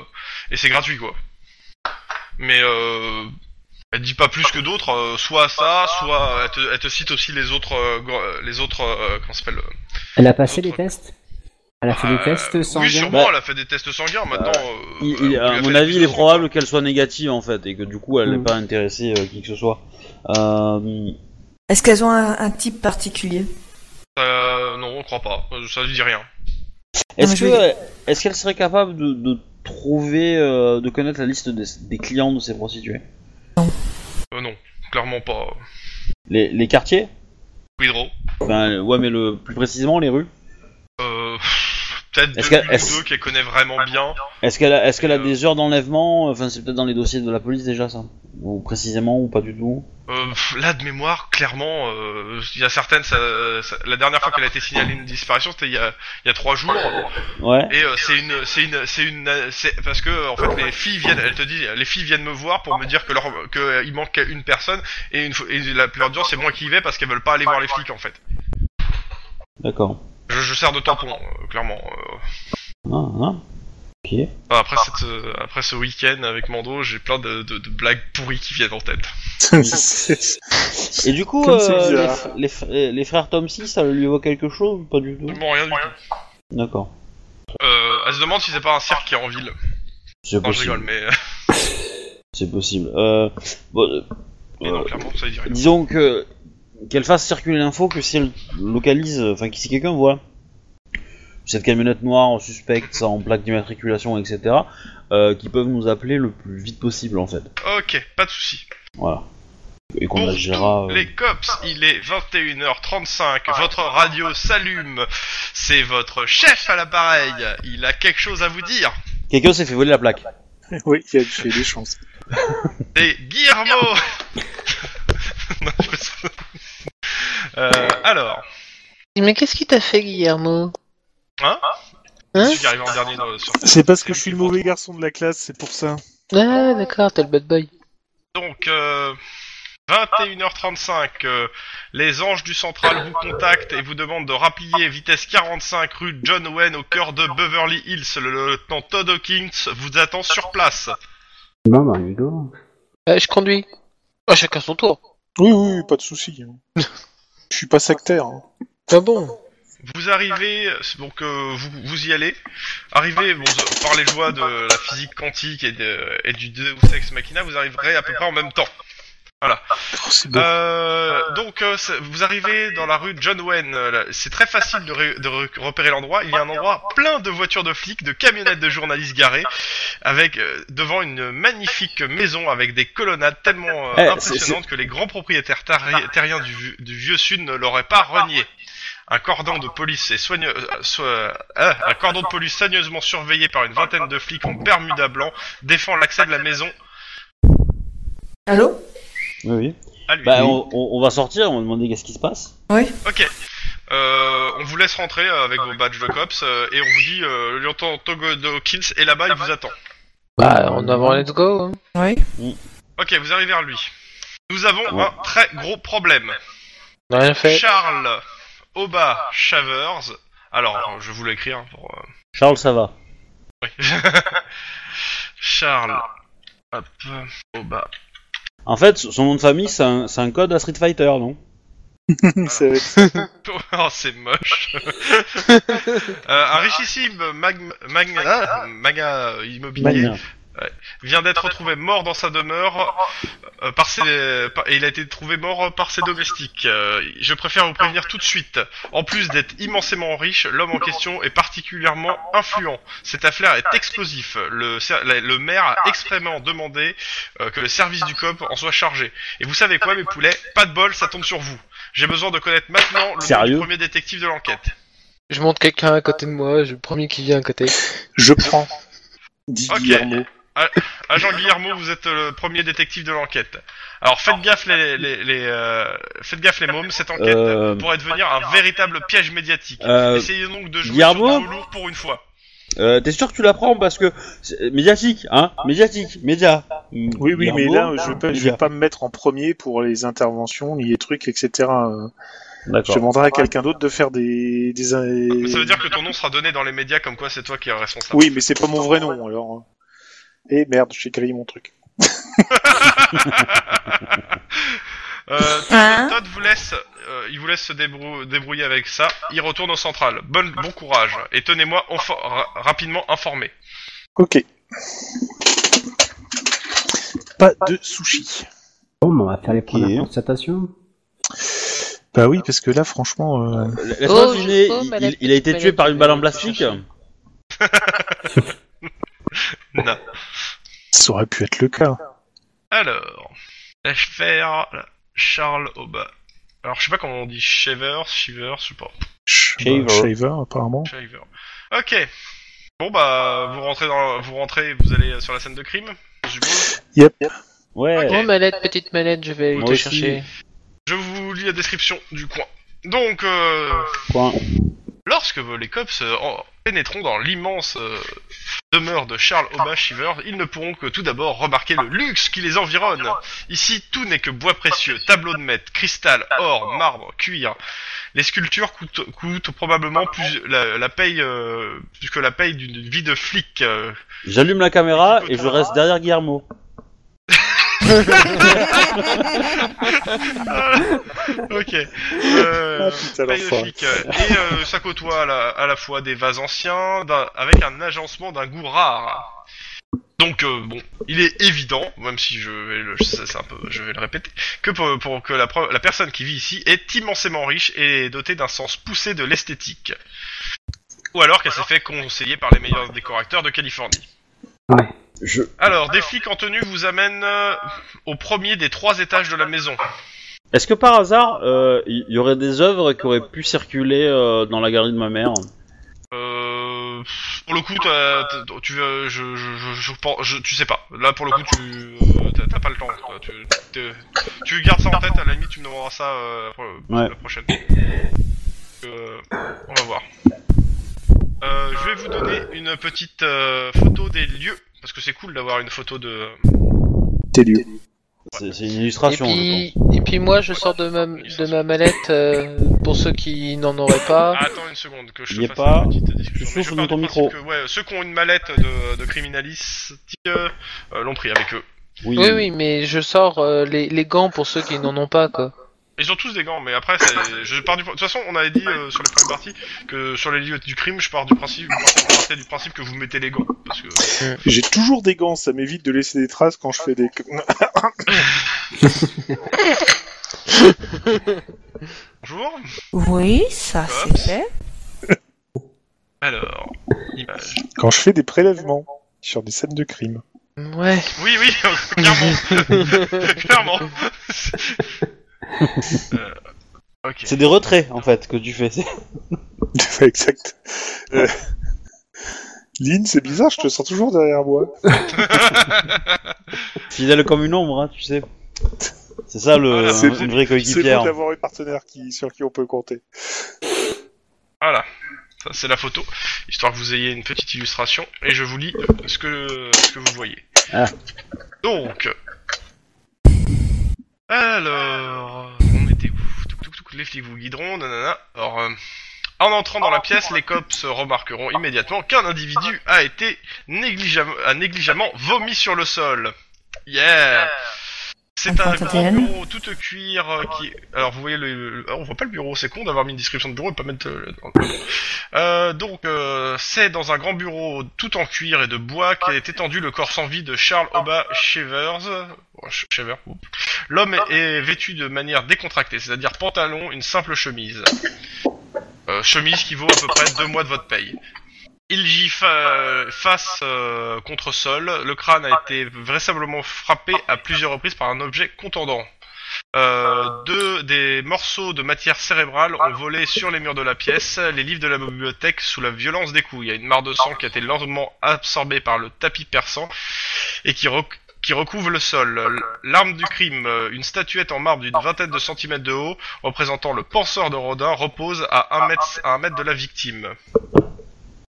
S2: et c'est gratuit quoi. Mais euh, elle dit pas plus que d'autres, euh, soit ça, soit elle te, elle te cite aussi les autres, euh, gr- les autres, euh, comment ça s'appelle euh,
S4: Elle a passé les
S2: Autre-
S4: tests Elle a fait des
S2: euh,
S4: tests sans
S2: Oui,
S4: lien
S2: sûrement,
S1: Bah,
S2: elle a fait des tests sanguins maintenant. euh,
S1: Il-
S2: elle-
S1: il-
S2: elle a
S1: À
S2: fait
S1: mon
S2: des
S1: avis, il est
S2: tests
S1: probable qu'elle soit négative en fait et que du coup elle n'est
S4: Mm.
S1: pas intéressée euh, qui que ce soit. Euh,
S5: Est-ce qu'elles ont un, un type particulier
S2: Euh, non, on croit pas, Euh, ça lui dit rien.
S1: Est-ce
S5: mais je
S1: que euh,
S5: veux dire-
S1: est-ce qu'elle serait capable de, de trouver, euh, de connaître la liste des, des clients de ces prostituées
S2: Euh, non, clairement pas.
S1: les, les quartiers
S2: Widrow.
S1: Enfin, ouais, mais le plus précisément les rues.
S2: Euh, peut-être
S1: Est-ce qu'elle-
S2: deux
S1: est-ce-
S2: deux qu'elle connaît vraiment bien.
S1: Est-ce qu'elle a, est-ce qu'elle a
S2: Euh,
S1: des heures d'enlèvement euh, Enfin, c'est peut-être dans les dossiers de la police déjà ça. Ou précisément ou pas du tout.
S2: Euh, pff, là, de mémoire, clairement, euh, il y a certaines. ça- ça- la dernière fois qu'elle a été signalée une disparition, c'était il y a, il y a trois jours.
S1: Ouais.
S2: Et euh, c'est une, c'est une, c'est une, euh, c'est- parce que en fait, les filles viennent. Elle te dit, les filles viennent me voir pour me dire que leur, que euh, il manque une personne. Et, une, fois- et la plupart du temps, c'est moi qui y vais parce qu'elles veulent pas aller voir les flics en fait.
S1: D'accord.
S2: Je, je sers de tampon, euh, clairement. euh.
S1: Ah, ah. Ok.
S2: Enfin, après cette, euh, après ce week-end avec Mando, j'ai plein de, de, de blagues pourries qui viennent en tête.
S9: C'est-
S1: Et du coup,
S9: Comme c'est
S1: euh, les,
S9: bizarre.
S1: fr- les, fr- les- les frères Tom 6, ça lui évoque quelque chose ou pas du tout
S2: Bon, rien du tout.
S1: D'accord.
S2: Euh, elle se demande si c'est pas un cirque qui est en ville.
S1: C'est
S2: Non, je rigole,
S1: possible.
S2: mais, euh,
S1: C'est possible. Euh, bon, euh,
S2: mais non, clairement, ça dit rien.
S1: Disons que qu'elle fasse circuler l'info que si elle localise, enfin que si quelqu'un voit cette camionnette noire suspecte, sans plaque d'immatriculation, etc., euh, qui peuvent nous appeler le plus vite possible en fait.
S2: Ok, pas de soucis.
S1: Voilà. Et qu'on
S2: Pour
S1: agira.
S2: tous
S1: euh,
S2: les cops, il est 21h35, votre radio s'allume, c'est votre chef à l'appareil, il a quelque chose à vous dire.
S1: Quelqu'un s'est fait voler la plaque.
S9: oui, il y a il y a des chances.
S2: C'est Guillermo Non, je me- Euh, Alors,
S7: Mais qu'est-ce qui t'a fait, Guillermo
S2: Hein
S7: Hein
S2: celui qui arrive en dernier dans le- sur-
S9: C'est parce que je suis le mauvais garçon de la classe, c'est pour ça.
S7: Ah, d'accord, t'es le bad boy.
S2: Donc, euh, 21h35, euh, les anges du central vous contactent et vous demandent de rapplier vitesse 45 rue John Wayne au cœur de Beverly Hills. Le lieutenant Todd Hawkins vous attend sur place.
S4: Bon, bah, you go.
S7: Euh, je conduis. Ah, chacun son tour.
S9: Oui, oui, oui, pas de souci. Je suis pas sectaire. hein.
S7: Ah bon
S2: Vous arrivez, donc euh, vous, vous y allez. Arrivez bon, z- par les joies de la physique quantique et, de, et du Deus Ex Machina, vous arriverez à peu près en même temps. Voilà.
S9: Oh, c'est beau.
S2: Euh, donc, euh, c'est- vous arrivez dans la rue John Wayne. euh, là. C'est très facile de, ré- de re- repérer l'endroit. Il y a un endroit plein de voitures de flics, de camionnettes de journalistes garées, avec euh, devant une magnifique maison avec des colonnades tellement euh,
S1: Eh,
S2: impressionnantes que les grands propriétaires tari- terriens du, vieux- du vieux sud ne l'auraient pas renié. Un cordon de police est soigne- euh, so- euh, un cordon de police soigneusement surveillé par une vingtaine de flics en bermuda blanc défend l'accès de la maison
S3: Allô
S1: Oui, oui.
S2: à lui.
S1: Bah, on, on- on va sortir, on va demander qu'est-ce qui se passe.
S2: Ok. Euh, on vous laisse rentrer euh, avec vos badges de cops euh, et on vous dit euh, le lieutenant Togo Dawkins est là-bas, il vous attend.
S7: Bah, en avant, let's go. hein.
S2: Ok, vous arrivez vers lui. Nous avons
S1: Ouais.
S2: un très gros problème.
S7: On a rien fait.
S2: Charles Oba Shavers. Alors, je vous l'écris hein, pour. euh,
S1: Charles, ça va.
S2: Charles. Hop. Oba.
S1: En fait, son nom de famille, c'est un, c'est un code à Street Fighter, non
S9: Ça va être-
S2: Oh, c'est moche. Euh, un richissime mag- mag- ah, maga immobilier
S1: Magna.
S2: vient d'être retrouvé mort dans sa demeure euh, par ses, par- et il a été trouvé mort par ses domestiques. Euh, je préfère vous prévenir tout de suite. En plus d'être immensément riche, l'homme en question est particulièrement influent. Cette affaire est explosif. Le, cer- la- le maire a extrêmement demandé euh, que le service du COP en soit chargé. Et vous savez quoi, mes poulets Pas de bol, ça tombe sur vous. J'ai besoin de connaître maintenant le nom
S1: Sérieux
S2: du premier détective de l'enquête.
S7: Je monte quelqu'un à côté de moi, je le premier qui vient à côté.
S9: Je prends. Dit
S2: Ok.
S9: Guillermo.
S2: Agent Guillermo, vous êtes le premier détective de l'enquête. Alors faites gaffe les, les, les, euh, faites gaffe les mômes, cette enquête
S1: Euh.
S2: pourrait devenir un véritable piège médiatique.
S1: Euh,
S2: Essayez donc de jouer
S1: Guillermo
S2: sur du lourd pour une fois.
S1: euh, T'es sûr que tu la prends parce que c'est- médiatique, hein Médiatique, média.
S9: Oui, oui, mais là, je vais, pas, je vais
S1: Média.
S9: pas me mettre en premier pour les interventions, ni les trucs, etc. Euh, Je
S1: D'accord.
S9: demanderai à quelqu'un d'autre de faire des. des... Ça
S2: Ça veut dire que ton nom sera donné dans les médias comme quoi c'est toi qui es responsable.
S9: Oui, mais c'est pas mon vrai nom, alors. Eh merde, j'ai grillé mon truc.
S2: Euh,
S5: Hein
S2: Todd vous laisse, euh, il vous laisse se débrou- débrouiller avec ça. Il retourne au central. Bon, bon courage et tenez-moi enfo- ra- rapidement informé.
S9: Ok. Pas de sushi.
S4: Bon, bah, on va faire les premières
S1: Ok.
S4: constatations.
S9: Bah oui, parce que là, franchement. euh,
S1: Laisse-moi
S7: Oh, je-
S1: deviner,
S7: oh,
S1: il-
S7: madame
S1: il, il a été
S7: Petite
S1: tué par une balle en
S7: Palette, je
S1: plastique
S7: cherche.
S2: Non.
S9: Ça aurait pu être le cas.
S2: Alors, lâche faire Charles Oba. Alors, je sais pas comment on dit Shaver, Shiver, je sais pas.
S9: Sh-
S1: Shaver.
S9: bah, Shaver, apparemment.
S2: Shaver. Ok. Bon bah, vous rentrez dans, vous rentrez, vous allez sur la scène de crime, je suppose.
S9: Yep.
S1: Ouais.
S7: Bon, Oh, mallette, petite mallette, je vais
S1: Moi
S7: te
S1: aussi.
S7: chercher.
S2: Je vous lis la description du coin. Donc, euh,
S1: Point.
S2: lorsque les cops euh, en- pénétreront dans l'immense euh, demeure de Charles Oba Shiver, ils ne pourront que tout d'abord remarquer le luxe qui les environne. Ici, tout n'est que bois précieux, tableaux de maître, cristal, or, marbre, cuir. Les sculptures coûtent, coûtent probablement plus la, la paye euh, plus que la paye d'une vie de flic. euh.
S1: J'allume la caméra et je reste derrière Guillermo.
S2: ok. Euh,
S9: Ah, putain,
S2: paye de
S9: l'enfoiré.
S2: flic. euh, Et euh, ça côtoie à la, à la fois des vases anciens, d'un- avec un agencement d'un goût rare. Donc euh, bon, il est évident, même si je vais le, ça, c'est un peu, je vais le répéter, que pour, pour que la, pro- la personne qui vit ici est immensément riche et dotée d'un sens poussé de l'esthétique. Ou alors qu'elle s'est fait conseiller par les meilleurs décorateurs de Californie.
S4: Ouais.
S1: Je,
S2: Alors, des flics en tenue vous amènent euh, au premier des trois étages de la maison.
S1: Est-ce que par hasard, euh, il y, aurait des œuvres qui auraient pu circuler euh, dans la galerie de ma mère
S2: Euh, pour le coup, t'as- t'as- tu, euh, je, je, je, je pense- je- tu sais pas. Là, pour le coup, tu, euh, t'as- t'as pas le temps. quoi. Tu, t'es- tu gardes ça en tête. À la limite, tu me demanderas ça euh, pour- pour
S1: Ouais.
S2: la prochaine. Euh, on va voir. Euh, je vais vous donner une petite euh, photo des lieux parce que c'est cool d'avoir une photo de.
S9: T'es lieu.
S1: C'est c'est une
S7: Et
S1: illustration,
S7: puis, et puis moi, je sors de ma, de ma mallette euh, pour ceux qui n'en auraient pas.
S2: Ah, attends une seconde que je te
S1: Y a
S2: fasse
S1: pas-
S2: une petite
S1: je
S2: discussion.
S1: suis
S2: Mais
S1: sûr
S2: pars
S1: sous
S2: du
S1: ton
S2: principe
S1: micro.
S2: que, ouais, ceux qui ont une mallette de, de criminalistique euh, euh, l'ont pris avec eux.
S1: je pense. Oui, euh,
S7: Oui, oui, mais je sors euh, les, les gants pour ceux qui n'en ont pas, quoi.
S2: Ils ont tous des gants, mais après, c'est- je pars du. De toute façon, on avait dit euh, sur les premières parties que sur les lieux du crime, je pars du principe, je partais du principe que vous mettez les gants, parce que.
S9: J'ai toujours des gants, ça m'évite de laisser des traces quand je fais des.
S2: Bonjour.
S5: Oui, ça c'est fait.
S2: Alors, image.
S9: Quand je fais des prélèvements sur des scènes de crime.
S7: Ouais.
S2: Oui, oui, clairement. clairement. Euh, ok.
S1: C'est des retraits en fait que tu fais. c'est-
S9: exact. Euh, Lynn, c'est bizarre, je te sens toujours derrière moi.
S1: Fidèle comme une ombre, hein, tu sais. C'est ça le
S2: Voilà.
S9: C'est
S1: une vraie
S9: C'est bon
S1: coéquipière.
S9: d'avoir un partenaire qui, sur qui on peut compter.
S2: Voilà. Ça, c'est la photo, histoire que vous ayez une petite illustration, et je vous lis euh, ce que, ce que vous voyez.
S1: Ah.
S2: Donc. Alors. On était où Touc, touc, touc, Les flics vous guideront, nanana. Or, euh, en entrant dans la pièce, les cops remarqueront immédiatement qu'un individu a été négligemment, a négligemment vomi sur le sol. Yeah c'est un
S5: Attends,
S2: grand
S5: Tatiane.
S2: bureau tout cuir euh, qui. Alors vous voyez le. le- ah, on voit pas le bureau, c'est con d'avoir mis une description de bureau et pas mettre. euh, le- euh, donc, euh, c'est dans un grand bureau tout en cuir et de bois qu'est étendu le corps sans vie de Charles Oba Shavers. Oh, Sh- Shaver, oups. L'homme est, est vêtu de manière décontractée, c'est-à-dire pantalon, une simple chemise. Euh, chemise qui vaut à peu près deux mois de votre paye. Il gifle face euh, contre sol. Le crâne a été vraisemblablement frappé à plusieurs reprises par un objet contendant. Euh, deux des morceaux de matière cérébrale ont volé sur les murs de la pièce, les livres de la bibliothèque sous la violence des coups. Il y a une mare de sang qui a été lentement absorbée par le tapis persan et qui, rec- qui recouvre le sol. L- L'arme du crime, euh, une statuette en marbre d'une vingtaine de centimètres de haut, représentant le penseur de Rodin, repose à 1 mètre, à un mètre de la victime.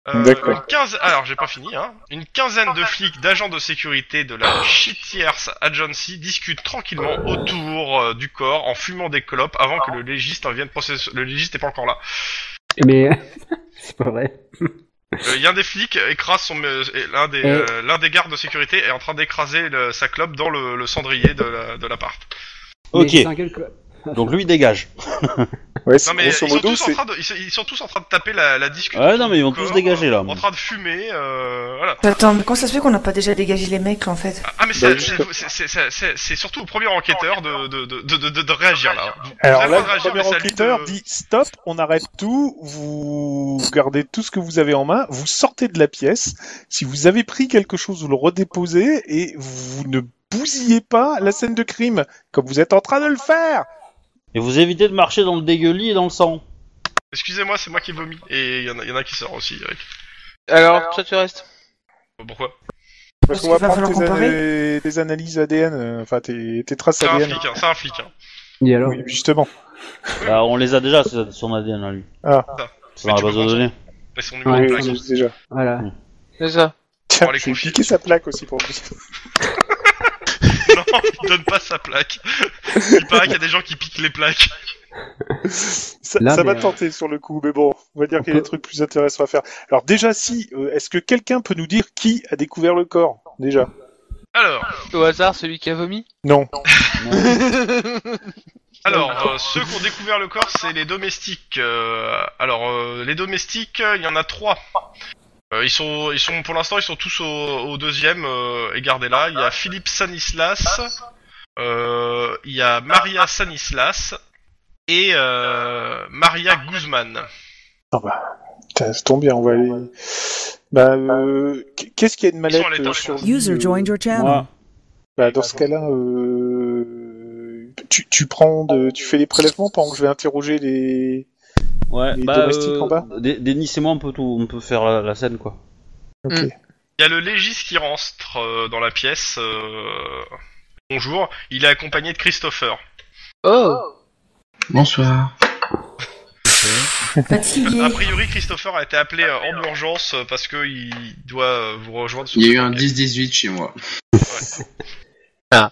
S2: Euh,
S9: D'accord.
S2: une quinze- Alors, j'ai pas fini, hein. Une quinzaine de flics, d'agents de sécurité de la Shittiers Agency discutent tranquillement autour euh, du corps en fumant des clopes avant que le légiste en vienne processer. Le légiste n'est pas encore là.
S4: Mais c'est pas vrai.
S2: Euh, Il y a un des flics écrase son. euh, et L'un des, euh, l'un des gardes de sécurité est en train d'écraser le- sa clope dans le, le cendrier de la- de l'appart.
S1: Ok.
S4: Mais c'est un gueule quoi.
S1: Donc lui il dégage.
S9: Ouais, c'est-
S2: Non, mais
S9: grosso
S2: ils, sont
S9: modo,
S2: tous en
S9: c'est.
S2: train de, ils, sont- ils sont tous en train de taper la, la discussion.
S1: Ouais, non, mais ils vont
S2: du
S1: tous
S2: corps,
S1: dégager, là.
S2: En train de fumer, euh, voilà.
S5: Attends, mais comment ça se fait qu'on n'a pas déjà dégagé les mecs en fait
S2: Ah, mais c'est
S9: Bah,
S2: c'est- c'est- c'est- c'est- c'est surtout au premier enquêteur de, de, de, de, de- de réagir là. Vous- vous
S9: Alors
S2: avez
S9: là,
S2: le droit de
S9: le
S2: réagir,
S9: premier
S2: mais c'est à lui de-
S9: enquêteur dit stop, on arrête tout, vous gardez tout ce que vous avez en main, vous sortez de la pièce. Si vous avez pris quelque chose, vous le redéposez et vous ne bousillez pas la scène de crime, comme vous êtes en train de le faire.
S1: Et vous évitez de marcher dans le dégueulis et dans le sang.
S2: Excusez-moi, c'est moi qui vomis. Et il y, en a- y en a qui sort aussi. Eric.
S7: Alors, toi tu restes.
S2: Pourquoi
S5: Parce
S9: Parce qu'on va
S5: qu'il va
S9: prendre tes,
S5: falloir
S9: ana- tes analyses ADN, euh, enfin tes, tes traces
S2: C'est un
S9: ADN.
S2: flic, hein, c'est un flic. Hein.
S4: Et alors
S9: Oui, justement.
S1: Bah, on les a déjà, c'est son ADN à lui.
S9: Ah.
S1: C'est dans
S2: Mais
S1: la
S2: tu
S1: base de
S2: peux
S1: données.
S2: Mais son numéro
S9: Oui,
S2: de
S9: on
S2: plaque.
S9: les a déjà.
S4: Voilà.
S7: C'est ça.
S9: Tiens,
S2: Oh, les
S9: je vais
S2: confies.
S9: piquer sa plaque aussi pour lui.
S2: Non, il donne pas sa plaque. Il paraît qu'il y a des gens qui piquent les plaques.
S9: Ça,
S4: Là,
S9: ça
S4: mais,
S9: m'a
S4: euh,
S9: tenté sur le coup, mais bon, on va dire
S4: on
S9: qu'il y a des
S4: peut-
S9: trucs plus intéressants à faire. Alors déjà, si, euh, est-ce que quelqu'un peut nous dire qui a découvert le corps déjà
S2: Alors,
S7: Au hasard, celui qui a vomi.
S9: Non.
S2: alors euh, ceux qui ont découvert le corps, c'est les domestiques. Euh, alors, euh, les domestiques, euh, il y en a trois. Euh, ils sont, ils sont, pour l'instant, ils sont tous au, au deuxième euh, et gardez là. Il y a Philippe Sanislas, euh, il y a Maria Sanislas et euh, Maria Guzman.
S9: Ah bah, putain, ça tombe bien, on va aller. Bah, euh, qu'est-ce qu'il y a de
S2: Ils
S9: mallette
S2: sont à l'étage,
S9: euh, sur lui,
S8: User
S9: euh,
S8: joined your channel.
S1: Moi,
S9: Bah, dans ce cas-là, euh, tu, tu prends, de, tu fais les prélèvements pendant que je vais interroger les.
S1: ouais,
S9: Les
S1: bah,
S9: domestiques en bas
S1: Dé- Denis et moi on peut tout, on peut faire la, la scène quoi.
S9: Ok.
S7: Mm.
S2: Il y a le légiste qui rentre euh, dans la pièce. euh, Bonjour, il est accompagné de Christopher.
S7: Oh
S11: Bonsoir.
S3: Fatigué.
S2: A priori, Christopher a été appelé euh, en urgence euh, parce que il doit euh, vous rejoindre. sur
S11: Il y a
S2: ce
S11: eu un
S2: parquet.
S11: 10-18 chez moi.
S9: Ah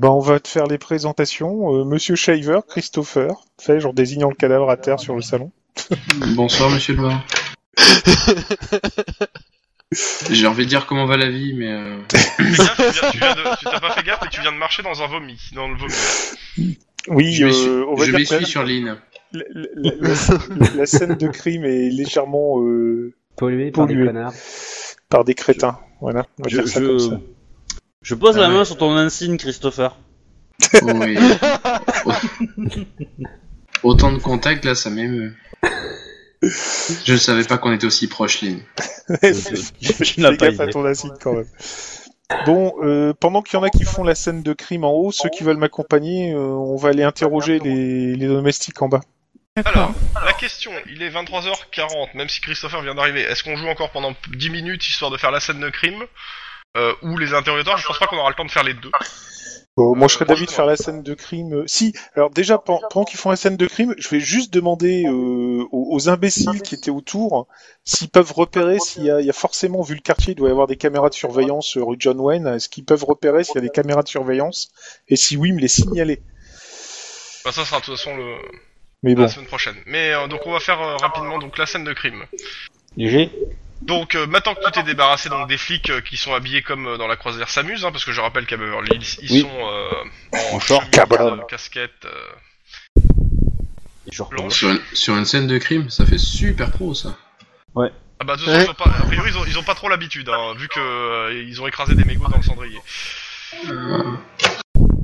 S9: bah, on va te faire les présentations. Euh, Monsieur Shaver, Christopher, fait genre désignant le cadavre à terre sur le salon.
S11: Bonsoir, monsieur le maire. J'ai envie de dire comment va la vie, mais. euh,
S2: Fais gaffe, tu viens- tu viens de- tu t'as pas fait gaffe et tu viens de marcher dans un vomi, dans le vomi.
S9: Oui,
S11: Je
S9: euh,
S11: m'essuie-
S9: on va
S11: je
S9: dire que
S11: m'essuie sur l'îne.
S9: la, la- la- la scène de crime est légèrement euh,
S4: Pollué par des
S9: Pollué.
S4: connards.
S9: par des crétins. Voilà, on va
S1: Je,
S9: dire ça comme
S1: je...
S9: ça.
S1: je pose
S11: Ah
S1: la
S11: ouais.
S1: main sur ton insigne Christopher.
S11: Oui. Autant de contacts, là, ça m'émeut. Je ne savais pas qu'on était aussi proches, Lynn.
S1: Tu n'as
S9: Fais
S1: pas
S9: gaffe à
S1: idée.
S9: ton acide quand même. Bon, euh, pendant qu'il y en a qui font la scène de crime en haut, ceux qui veulent m'accompagner, euh, on va aller interroger les, les domestiques en bas.
S2: Alors, la question, il est 23h40, même si Christopher vient d'arriver, est-ce qu'on joue encore pendant 10 minutes histoire de faire la scène de crime euh, ou les interrogateurs, je pense pas qu'on aura le temps de faire les deux.
S9: Bon, moi, je serais d'avis de faire la scène de crime. euh, Si, alors déjà, pen- pendant qu'ils font la scène de crime, je vais juste demander euh, aux, aux imbéciles qui étaient autour s'ils peuvent repérer s'il y, a- il y a forcément, vu le quartier, il doit y avoir des caméras de surveillance euh, rue John Wayne, est-ce qu'ils peuvent repérer s'il y a des caméras de surveillance et si oui, me les signaler.
S2: Bah, ça sera de toute façon le...
S9: Mais bon.
S2: la semaine prochaine. Mais euh, donc on va faire euh, rapidement donc la scène de crime.
S1: Léger
S2: Donc euh, maintenant que tu t'es débarrassé donc des flics euh, qui sont habillés comme euh, dans la croisière s'amuse, hein, parce que je rappelle qu'à Beverly Hills ils
S1: Oui.
S2: sont euh, en,
S1: En short.
S2: chemise,
S1: Cabron.
S2: euh, casquette. euh,
S11: Sur une, sur une scène de crime, ça fait super pro, ça.
S1: Ouais.
S2: Ah bah de toute façon, ils ont pas- a priori ils ont, ils ont pas trop l'habitude, hein, vu que euh, ils ont écrasé des mégots dans le cendrier.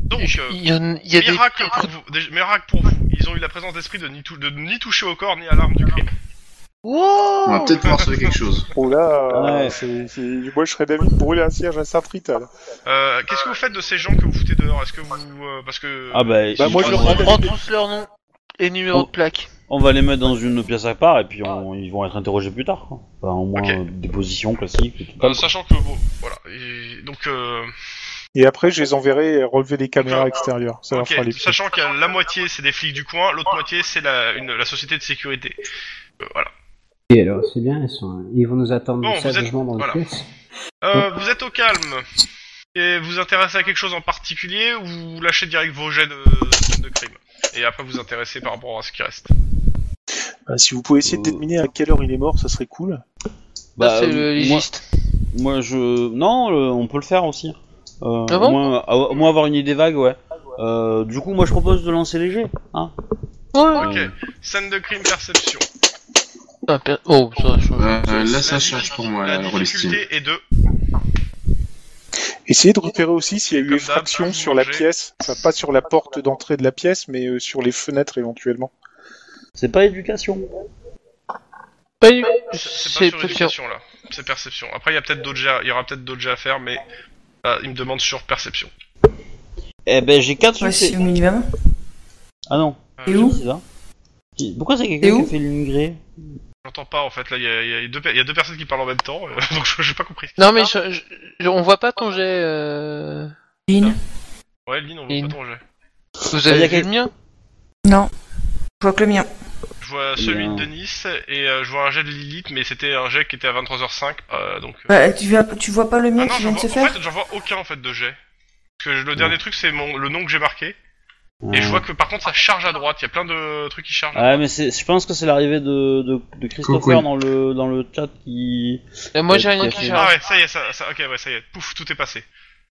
S2: Donc, euh,
S7: y en- il y a des-
S2: miracle, pour vous, des- miracle pour vous, ils ont eu la présence d'esprit de ni, tou- de ni toucher au corps ni à l'arme du crime.
S11: On va peut-être morceler quelque chose.
S9: Oh là,
S11: Ouais.
S9: c'est- c'est- moi je serais d'avis de brûler un siège à Saint-Rita. là.
S2: Euh, Qu'est-ce que vous faites de ces gens que vous foutez dehors Est-ce que vous... euh, parce que...
S1: Ah bah,
S9: Bah,
S1: ils-
S9: moi, je
S1: ils-
S9: leur
S7: On prend tous leurs noms et numéro
S1: On-
S11: Oh.
S7: de plaque.
S1: On va les mettre dans une pièce à part et puis
S7: Ah.
S1: on- ils vont être interrogés plus tard. quoi. Enfin, au moins euh, des positions classiques. et tout.
S2: Euh, sachant que bon, voilà. Et donc, euh,
S9: Et après, je les enverrai relever les caméras extérieures. Ça leur
S2: ok,
S9: fera les pieds.
S2: sachant que la moitié c'est des flics du coin, l'autre moitié c'est la, une- la société de sécurité. Euh, voilà.
S4: Et alors, c'est bien, ils, sont... ils vont nous attendre
S2: Bon, vous êtes-
S4: sagement dans
S2: voilà.
S4: le pièce.
S2: Euh, vous êtes au calme et vous intéressez à quelque chose en particulier ou vous lâchez direct vos jets de, de crime et après vous intéressez par rapport à ce qui reste.
S9: Bah, si vous pouvez essayer de déterminer à quelle heure il est mort, ça serait cool.
S7: c'est le
S1: euh,
S7: légiste.
S1: Moi, moi, je. Non, euh, on peut le faire aussi. Euh,
S7: Ah bon
S1: au, moins, à- au moins avoir une idée vague, ouais. Euh, du coup, moi je propose de lancer léger. Hein.
S7: Oh.
S2: Ok. Scène de crime perception.
S7: Ah, per- Oh, ça change.
S11: Euh, euh, là, ça charge pour moi,
S2: La
S11: là, le Rollistim.
S2: difficulté est de.
S9: Essayez de repérer aussi s'il y a eu
S2: Comme
S9: effraction
S2: d'hab,
S9: sur la
S2: manger.
S9: pièce. Enfin, pas sur la porte d'entrée de la pièce, mais euh, sur les fenêtres éventuellement.
S1: C'est pas éducation.
S7: Pas eu-
S2: C'est
S7: Bah, C'est
S2: pas sur
S7: possible.
S2: éducation là. C'est perception. Après il y a peut-être d'autres jets, à- il y aura peut-être d'autres jets à faire, mais ah, il me demande sur perception.
S1: Eh ben, j'ai 4
S3: Ouais,
S1: succès.
S3: c'est au minimum.
S1: ah non.
S3: Et
S2: Euh,
S3: où
S1: C'est ça. Qui- Pourquoi c'est
S3: Et
S1: quelqu'un
S3: où
S1: qui a fait l'immigré
S2: J'entends pas en fait là. Il y a- il y, a deux per- il y a deux personnes qui parlent en même temps, euh, donc je- j'ai pas compris.
S7: Non, mais je- je- je- on voit pas ton jet. euh,
S5: Lynn
S2: Ouais, Lynn, on
S7: Lynn.
S2: voit pas ton jet.
S7: Vous
S1: Ah, y
S7: avez
S1: a
S7: vu
S1: quel-
S7: le mien
S5: Non. Je vois que le mien.
S2: Je vois celui
S1: Bien.
S2: de Denis et euh, je vois un jet de Lilith, mais c'était un jet qui était à 23h05, euh, donc. euh,
S3: Bah, tu, viens- tu vois pas le
S2: Ah
S3: mien
S2: non,
S3: qui
S2: j'en
S3: vient de se
S2: vois, en
S3: faire
S2: fait, j'en vois aucun en fait de jet. Parce que le dernier truc, c'est mon le nom que j'ai marqué. Et je
S1: Ah.
S2: vois que par contre, ça charge à droite. Il y a plein de trucs qui chargent.
S1: Ah, mais c'est- je pense que c'est l'arrivée de, de, de Christopher
S11: Coucou.
S1: dans le, dans le chat qui.
S7: Euh, Moi,
S1: Euh,
S7: j'ai rien
S1: ok.
S7: qui
S2: Ah
S7: charge.
S2: ouais, ça y est, ça, ça- ok, ouais, ça y est. Pouf, tout est passé.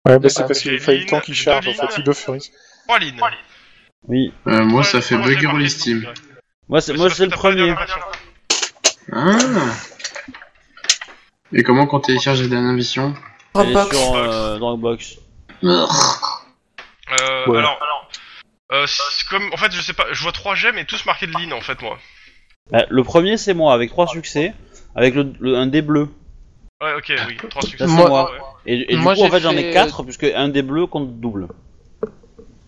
S9: Ouais, bah, c'est parce
S2: Ah, j'ai
S9: qu'il fallait le
S2: Lynn,
S9: temps qu'il
S2: j'ai
S9: charge.
S2: deux
S9: En fait,
S2: lignes.
S9: il bufferise.
S2: Trois lignes.
S1: Oui.
S11: Euh, moi,
S2: Ouais,
S11: ça fait
S2: moi, j'ai
S11: bugger
S2: marqué
S11: Rollistim.
S2: Lilith, ouais.
S1: Moi, c'est
S2: Mais
S1: moi,
S2: parce
S1: c'est
S2: que
S1: le
S2: t'as pas
S1: premier.
S2: dernière version.
S11: Ah Et comment qu'on télécharge les dernières missions
S1: Elle est
S3: Dropbox.
S1: sur euh, Dropbox.
S2: Euh,
S9: Ouais.
S2: Alors. euh, c'est comme, en fait, je sais pas, je vois trois jets, mais tous marqués de lignes en fait, moi.
S1: Bah, le premier, c'est moi, avec trois succès, avec le, le- un dé bleu.
S2: Ouais, ok, oui, trois succès.
S1: c'est
S7: Moi-
S1: moi.
S2: Ouais.
S1: Et, et du
S7: Moi,
S1: coup, en
S7: j'ai
S1: fait, j'en ai
S7: fait,
S1: quatre, puisque un dé bleu compte double.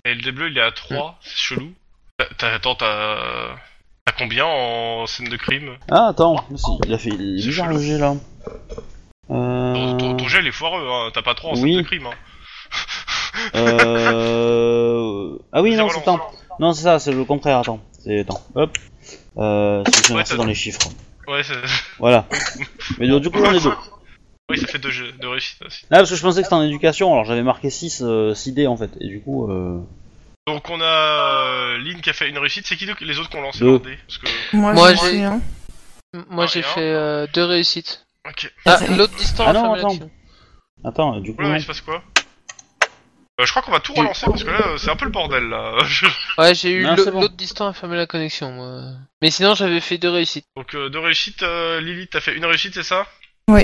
S2: Et le dé bleu, il est à 3, c'est chelou. T'as- t'as- Attends, t'as. T'as combien en scène de crime
S1: Ah, attends, si, il a fait il est
S2: C'est
S1: bizarre
S2: chelou.
S1: le jet là.
S2: ton, ton-
S1: Euh...
S2: ton gel est foireux, hein. t'as pas 3 en
S1: oui.
S2: scène de crime. Hein.
S1: euh... Ah oui, non,
S2: Zéro
S1: c'est attends. Non, c'est ça, c'est le contraire, attends. C'est attends. Hop. Euh, c'est que j'ai
S2: Ouais,
S1: inversé
S2: t'as-
S1: dans les chiffres.
S2: Ouais, c'est-
S1: Voilà. Mais donc, du coup, on est deux.
S2: oui, ça fait 2 jeux de réussite aussi.
S1: Là, parce que je pensais que c'était en éducation, alors j'avais marqué 6 dés en fait. Et du coup, euh...
S2: Donc on a euh, Lynn qui a fait une réussite, c'est qui donc- les autres qui ont lancé
S1: Deux.
S2: leur dé Parce que.
S5: Moi,
S7: Moi,
S5: j'en
S7: j'ai-
S5: suis
S3: hein.
S5: un.
S7: Moi, j'ai
S2: Rien.
S7: fait euh, deux réussites.
S2: Ok.
S7: Ah, l'autre distance.
S1: Ah non,
S7: ferme
S1: attends.
S7: l'action.
S1: attends, du coup,
S2: Oula,
S1: non.
S2: il se passe quoi Euh, Je crois qu'on va tout relancer parce que là, euh, c'est un peu le bordel là. Je-
S7: Ouais, j'ai eu
S1: Non,
S7: l'au-
S1: c'est bon.
S7: l'autre distance à fermer la connexion, moi. Mais sinon, j'avais fait deux réussites.
S2: donc 2 réussites, euh, Lily, t'as fait une réussite, c'est ça
S5: Oui.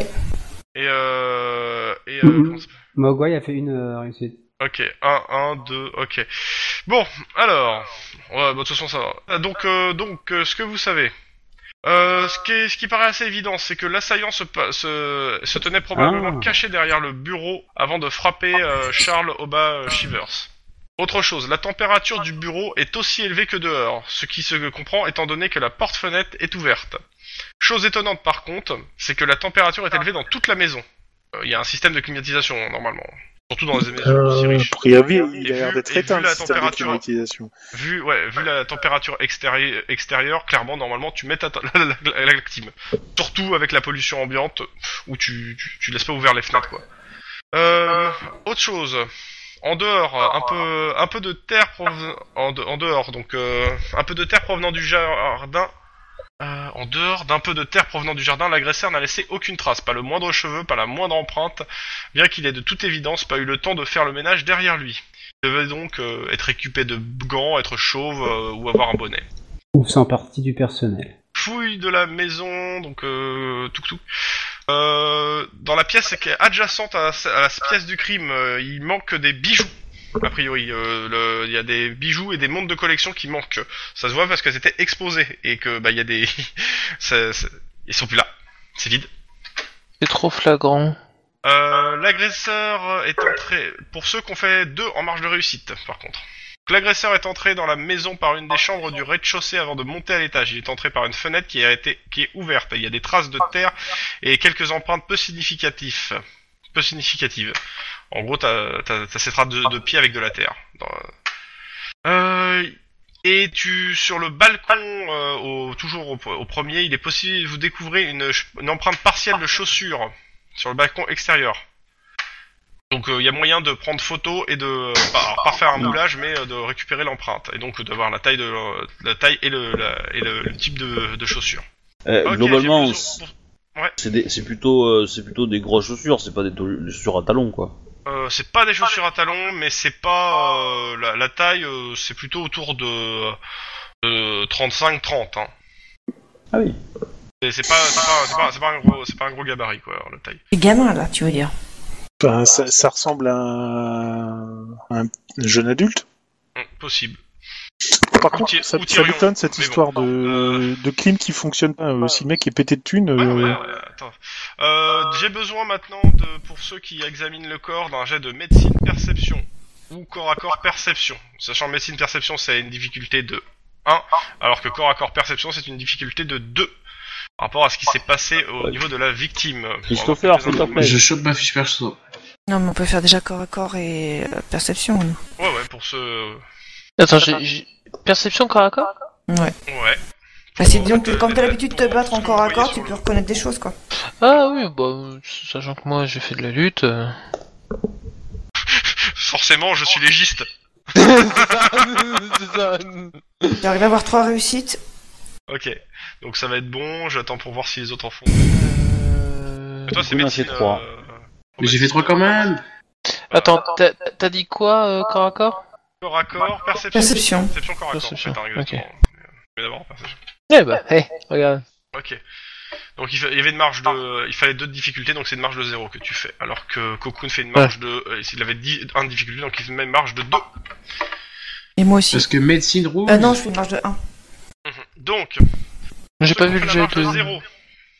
S2: Et euh. Et euh. comment ça s'appelle
S4: Mogwai a fait une euh, réussite.
S2: Ok, 1, 1, 2, ok. Bon, alors, ouais, bah, de toute façon ça va. Ah, Donc, euh, donc euh, ce que vous savez, Euh, ce, qui est- ce qui paraît assez évident, c'est que l'assaillant se, pa- se, se tenait probablement
S1: Ah.
S2: caché derrière le bureau avant de frapper euh, Charles Oba Shivers. Autre chose, la température du bureau est aussi élevée que dehors, ce qui se comprend étant donné que la porte-fenêtre est ouverte. Chose étonnante par contre, c'est que la température est élevée dans toute la maison. Euh, Il y a un système de climatisation normalement, surtout dans les maisons aussi
S9: Euh,
S2: riches.
S9: a priori, il
S2: Et
S9: a l'air
S2: vu-
S9: d'être
S2: et
S9: éteint
S2: vu
S9: le
S2: la
S9: système de
S2: température-
S9: climatisation.
S2: Vu, ouais, vu la température extérieure, extérieure clairement, normalement, tu mets ta, ta- la, la, la- la clim. Surtout avec la pollution ambiante, où tu, tu, tu laisses pas ouvert les fenêtres, quoi. Euh, autre chose. En dehors, un peu, un peu de terre provenant, en, de- en dehors, donc, euh, un peu de terre provenant du jardin. Euh, en dehors d'un peu de terre provenant du jardin, l'agresseur n'a laissé aucune trace, pas le moindre cheveu, pas la moindre empreinte, bien qu'il ait de toute évidence pas eu le temps de faire le ménage derrière lui devait donc euh, être équipé de gants, être chauve euh, ou avoir un bonnet.
S4: Ou c'est en partie du personnel.
S2: Fouille de la maison, donc euh, tout dans la pièce qui est adjacente à, la- à la pièce du crime, euh, il manque des bijoux. A priori, euh, le- il y a des bijoux et des montres de collection qui manquent. Ça se voit parce qu'elles étaient exposées et que bah il y a des, ça- ça- ils sont plus là. C'est vide.
S7: C'est trop flagrant.
S2: Euh, l'agresseur est entré. Pour ceux qui ont fait deux en marge de réussite, par contre. Donc, L'agresseur est entré dans la maison par une des chambres du rez-de-chaussée avant de monter à l'étage. Il est entré par une fenêtre qui, a été, qui est ouverte. Il y a des traces de terre et quelques empreintes peu significatives. Peu significatives. En gros, t'as t'as- t'as ces traces de, de pieds avec de la terre. Dans- Euh, et tu sur le balcon, euh, au- toujours au, au premier, il est possible vous découvrez une, ch- une empreinte partielle de chaussures sur le balcon extérieur. Donc il y a moyen de prendre photo et de euh, pas, alors, pas faire un moulage, mais euh, de récupérer l'empreinte et donc d'avoir la taille de leur- la taille et le, la- et le, le type de, de chaussures.
S1: Euh,
S2: Ok,
S1: globalement,
S2: j'ai
S1: c'est
S2: besoin- Ouais.
S1: des- c'est plutôt, euh, c'est plutôt des grosses chaussures, c'est pas des, to- des chaussures à talons quoi.
S2: Euh, c'est pas des chaussures à talons, mais c'est pas euh, la, la taille, euh, c'est plutôt autour de, de 35-30. Hein.
S1: Ah oui.
S2: Et C'est pas, c'est pas, c'est pas, c'est pas un gros, c'est pas un gros gabarit quoi, la taille.
S5: Les gamins, là, tu veux dire.
S9: Ben,
S2: Ah,
S9: ça, ça ressemble à un, un jeune adulte.
S2: Hum, Possible.
S9: Par contre,
S2: Outil-
S9: ça,
S2: outil
S9: ça
S2: rayon.
S9: m'étonne cette
S2: Mais bon.
S9: histoire de, de clim qui fonctionne pas. Euh, Si le mec est pété de thunes, euh,
S2: Ouais, ouais, attends. Euh, J'ai besoin maintenant de, pour ceux qui examinent le corps, d'un jet de médecine perception ou corps à corps perception. Sachant que médecine perception c'est une difficulté de 1, alors que corps à corps perception c'est une difficulté de 2 par rapport à ce qui s'est passé au niveau de la victime.
S11: Christopher,
S2: Pour avoir quelques
S11: Je
S2: informations.
S11: chope ma fiche perso.
S5: Non, mais on peut faire déjà corps à corps et euh, perception, nous.
S2: Ouais, ouais, pour ce.
S7: Attends, j'ai- j'ai- Perception corps à corps
S5: Ouais.
S2: Ouais.
S3: Bah, c'est disons que comme t'as l'habitude de te battre en corps à corps, tu peux reconnaître des choses, quoi.
S7: Ah oui, bah, sachant que moi j'ai fait de la lutte. euh.
S2: Forcément, je suis légiste.
S7: Euh,
S3: J'arrive à avoir trois réussites.
S2: Ok, donc ça va être bon, j'attends pour voir si les autres en font.
S7: Euh,
S2: Toi, c'est
S1: Oui, moi,
S2: médecine.
S1: c'est trois.
S2: euh,
S11: Mais j'ai fait trois quand même
S7: Attends, t'as- t'as dit quoi euh, corps à corps
S2: Corps à corps, perception.
S3: Perception.
S2: corps à corps,
S7: Perception,
S2: putain, exactement. Mais d'abord, perception.
S7: Eh bah, hé, regarde.
S2: Ok. Donc il, fa- il y avait une marge
S7: Ah.
S2: de... Il fallait deux difficultés, donc c'est une marge de zéro que tu fais. Alors que Cocoon fait une marge de... euh, Il avait 10, un difficulté, donc il fait une marge de 2.
S5: Et moi aussi.
S11: Parce que médecine rouge.
S3: Ah non, je fais une marge de 1.
S2: Donc,
S7: J'ai
S2: ceux
S7: pas
S2: qui
S7: vu
S2: ont
S7: le
S2: fait
S7: jet
S2: la marge
S7: de.
S2: de zéro.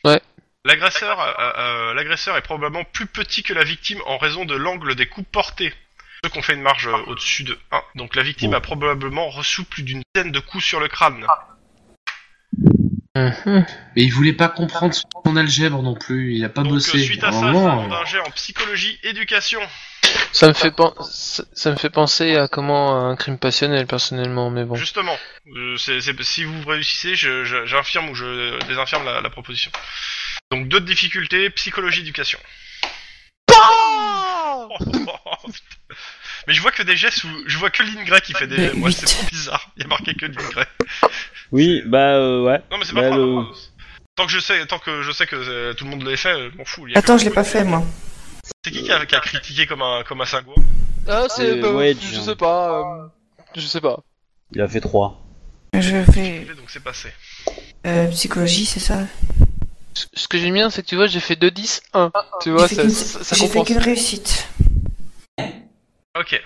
S7: Ouais.
S2: L'agresseur, euh, euh, l'agresseur est probablement plus petit que la victime en raison de l'angle des coups portés. Ceux qui ont fait une marge euh, au-dessus de 1. Donc la victime
S7: Oh.
S2: a probablement reçu plus d'une dizaine de coups sur le crâne.
S7: Ah, Mhm.
S11: Mais il voulait pas comprendre son algèbre non plus, il
S7: bah,
S11: a pas
S2: Donc euh,
S11: bossé.
S2: suite à
S11: Un
S2: ça, ça
S11: moment,
S2: demande un jet en psychologie, éducation.
S7: Ça me fait pen- ça, ça me fait penser à comment un crime passionnel personnellement, mais bon.
S2: Justement, euh, c'est- c'est- si vous réussissez, je- je- j'infirme ou je désinfirme la, la proposition. Donc deux difficultés, psychologie, éducation. Mais je vois que des gestes où je vois que Lynn Gray qui fait des
S5: Mais
S2: gestes. Moi,
S5: huit.
S2: c'est trop bizarre. Il y a marqué que Lynn Gray.
S1: Oui, bah euh, ouais.
S2: Non, mais c'est
S1: Bah,
S2: pas grave.
S1: le-
S2: Tant que je sais, tant que je sais que euh, tout le monde l'a fait, euh, je m'en fous. Il y a
S3: Attends,
S2: que-
S3: je l'ai pas fait, moi.
S2: C'est qui qui a, qui a critiqué comme un comme un sagouin
S7: Ah,
S1: c'est- Euh, bah, ouais, je
S7: je
S1: tiens.
S7: sais
S1: sais
S7: pas.
S2: euh,
S7: je sais pas.
S1: Il a fait 3.
S5: Je fais
S2: Donc c'est passé.
S5: euh, psychologie, c'est ça
S7: Ce que j'aime bien, c'est que tu vois, j'ai fait 2, 10, 1. Tu vois,
S3: J'ai fait
S7: ça,
S3: qu'une-
S7: ça, ça
S3: J'ai fait
S7: compense.
S3: qu'une réussite.
S2: Ok, Ok.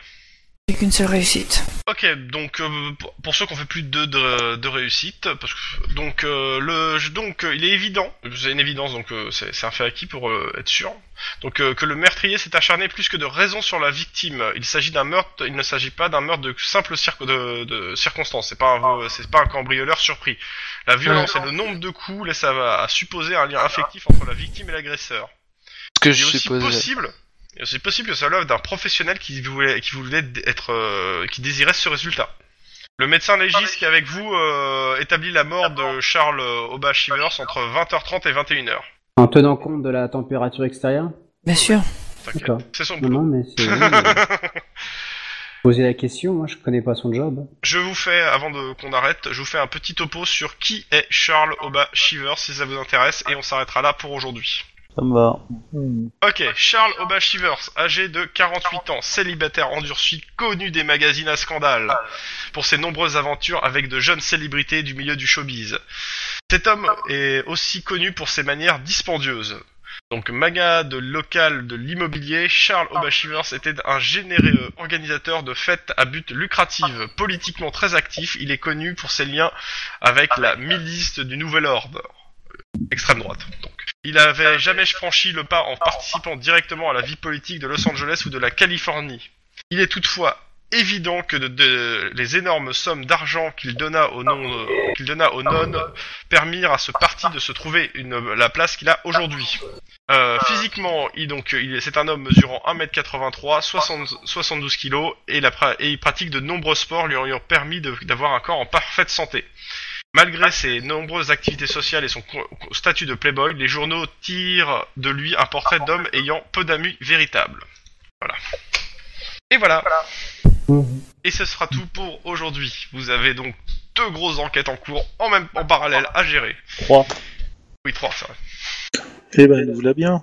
S5: J'ai qu'une seule réussite.
S2: Ok, donc euh, pour- pour ceux qui ont fait plus de deux de, de réussite, parce que, donc euh, le je- donc euh, il est évident, c'est une évidence donc euh, c'est c'est un fait acquis pour euh, être sûr. Donc euh, que le meurtrier s'est acharné plus que de raison sur la victime. Il s'agit d'un meurtre, il ne s'agit pas d'un meurtre de simple cir- de, de circonstance. C'est pas un euh, c'est pas un cambrioleur surpris. La violence et le nombre de coups laissent à, à supposer un lien affectif entre la victime et l'agresseur.
S7: Ce que je
S2: Il est aussi
S7: suppose.
S2: possible. C'est possible que ça soit l'œuvre d'un professionnel qui voulait, qui voulait d- être, euh, qui désirait ce résultat. Le médecin légiste qui est avec vous euh, établit la mort de Charles euh, Oba Shivers entre 20h30 et 21h.
S4: En tenant compte de la température extérieure
S5: Bien sûr.
S2: T'inquiète,
S4: D'accord.
S2: c'est son
S4: Non, non,
S2: boulot.
S4: mais c'est. oui, mais- Poser la question, moi je connais pas son job.
S2: Je vous fais, avant de qu'on arrête, je vous fais un petit topo sur qui est Charles Oba Shivers si ça vous intéresse et on s'arrêtera là pour aujourd'hui.
S1: Ça me va.
S2: Ok, Charles Oba Shivers, âgé de 48 ans, célibataire endurci, connu des magazines à scandale pour ses nombreuses aventures avec de jeunes célébrités du milieu du showbiz. Cet homme est aussi connu pour ses manières dispendieuses. Donc maga de local de l'immobilier, Charles Oba Shivers était un généreux organisateur de fêtes à but lucratif. Politiquement très actif, il est connu pour ses liens avec la milice du Nouvel Ordre. Extrême droite. Il avait jamais franchi le pas en participant directement à la vie politique de Los Angeles ou de la Californie. Il est toutefois évident que de, de- les énormes sommes d'argent qu'il donna au nom de- qu'il donna aux nonnes permirent à ce parti de se trouver une, la place qu'il a aujourd'hui. Euh, physiquement, il donc il est- c'est un homme mesurant 1m83, 60 72 kg et, la pra- et il pratique de nombreux sports lui ayant permis de- d'avoir un corps en parfaite santé. Malgré ses nombreuses activités sociales et son co- co- statut de playboy, les journaux tirent de lui un portrait d'homme ayant peu d'amis véritables. Voilà. Et voilà. Et ce sera tout pour aujourd'hui. Vous avez donc deux grosses enquêtes en cours en même en parallèle à gérer.
S1: Trois.
S2: Oui, trois, c'est vrai.
S9: Eh ben, il nous l'a bien.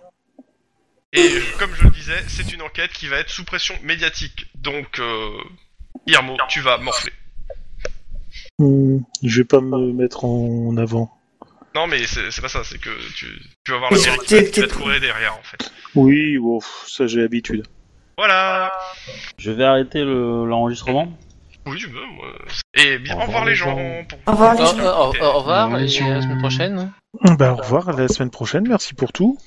S2: Et je- comme je le disais, c'est une enquête qui va être sous pression médiatique. Donc, euh, Guillermo, tu vas morfler.
S9: Hmm, je vais pas me mettre en avant.
S2: Non, mais c'est c'est pas ça, c'est que tu, tu vas voir la
S9: Mais
S2: série qui
S9: c'était-
S2: va- qui va te courir derrière en fait.
S9: Oui, wow, ça j'ai l'habitude.
S2: Voilà
S1: Je vais arrêter le- l'enregistrement.
S2: Oui, tu veux, moi. Et bien, au revoir les gens. Pour...
S5: Au
S7: Ah,
S5: revoir,
S7: Au- au- au- au revoir, et à la semaine prochaine.
S9: Ben, au revoir, à la semaine prochaine, merci pour tout.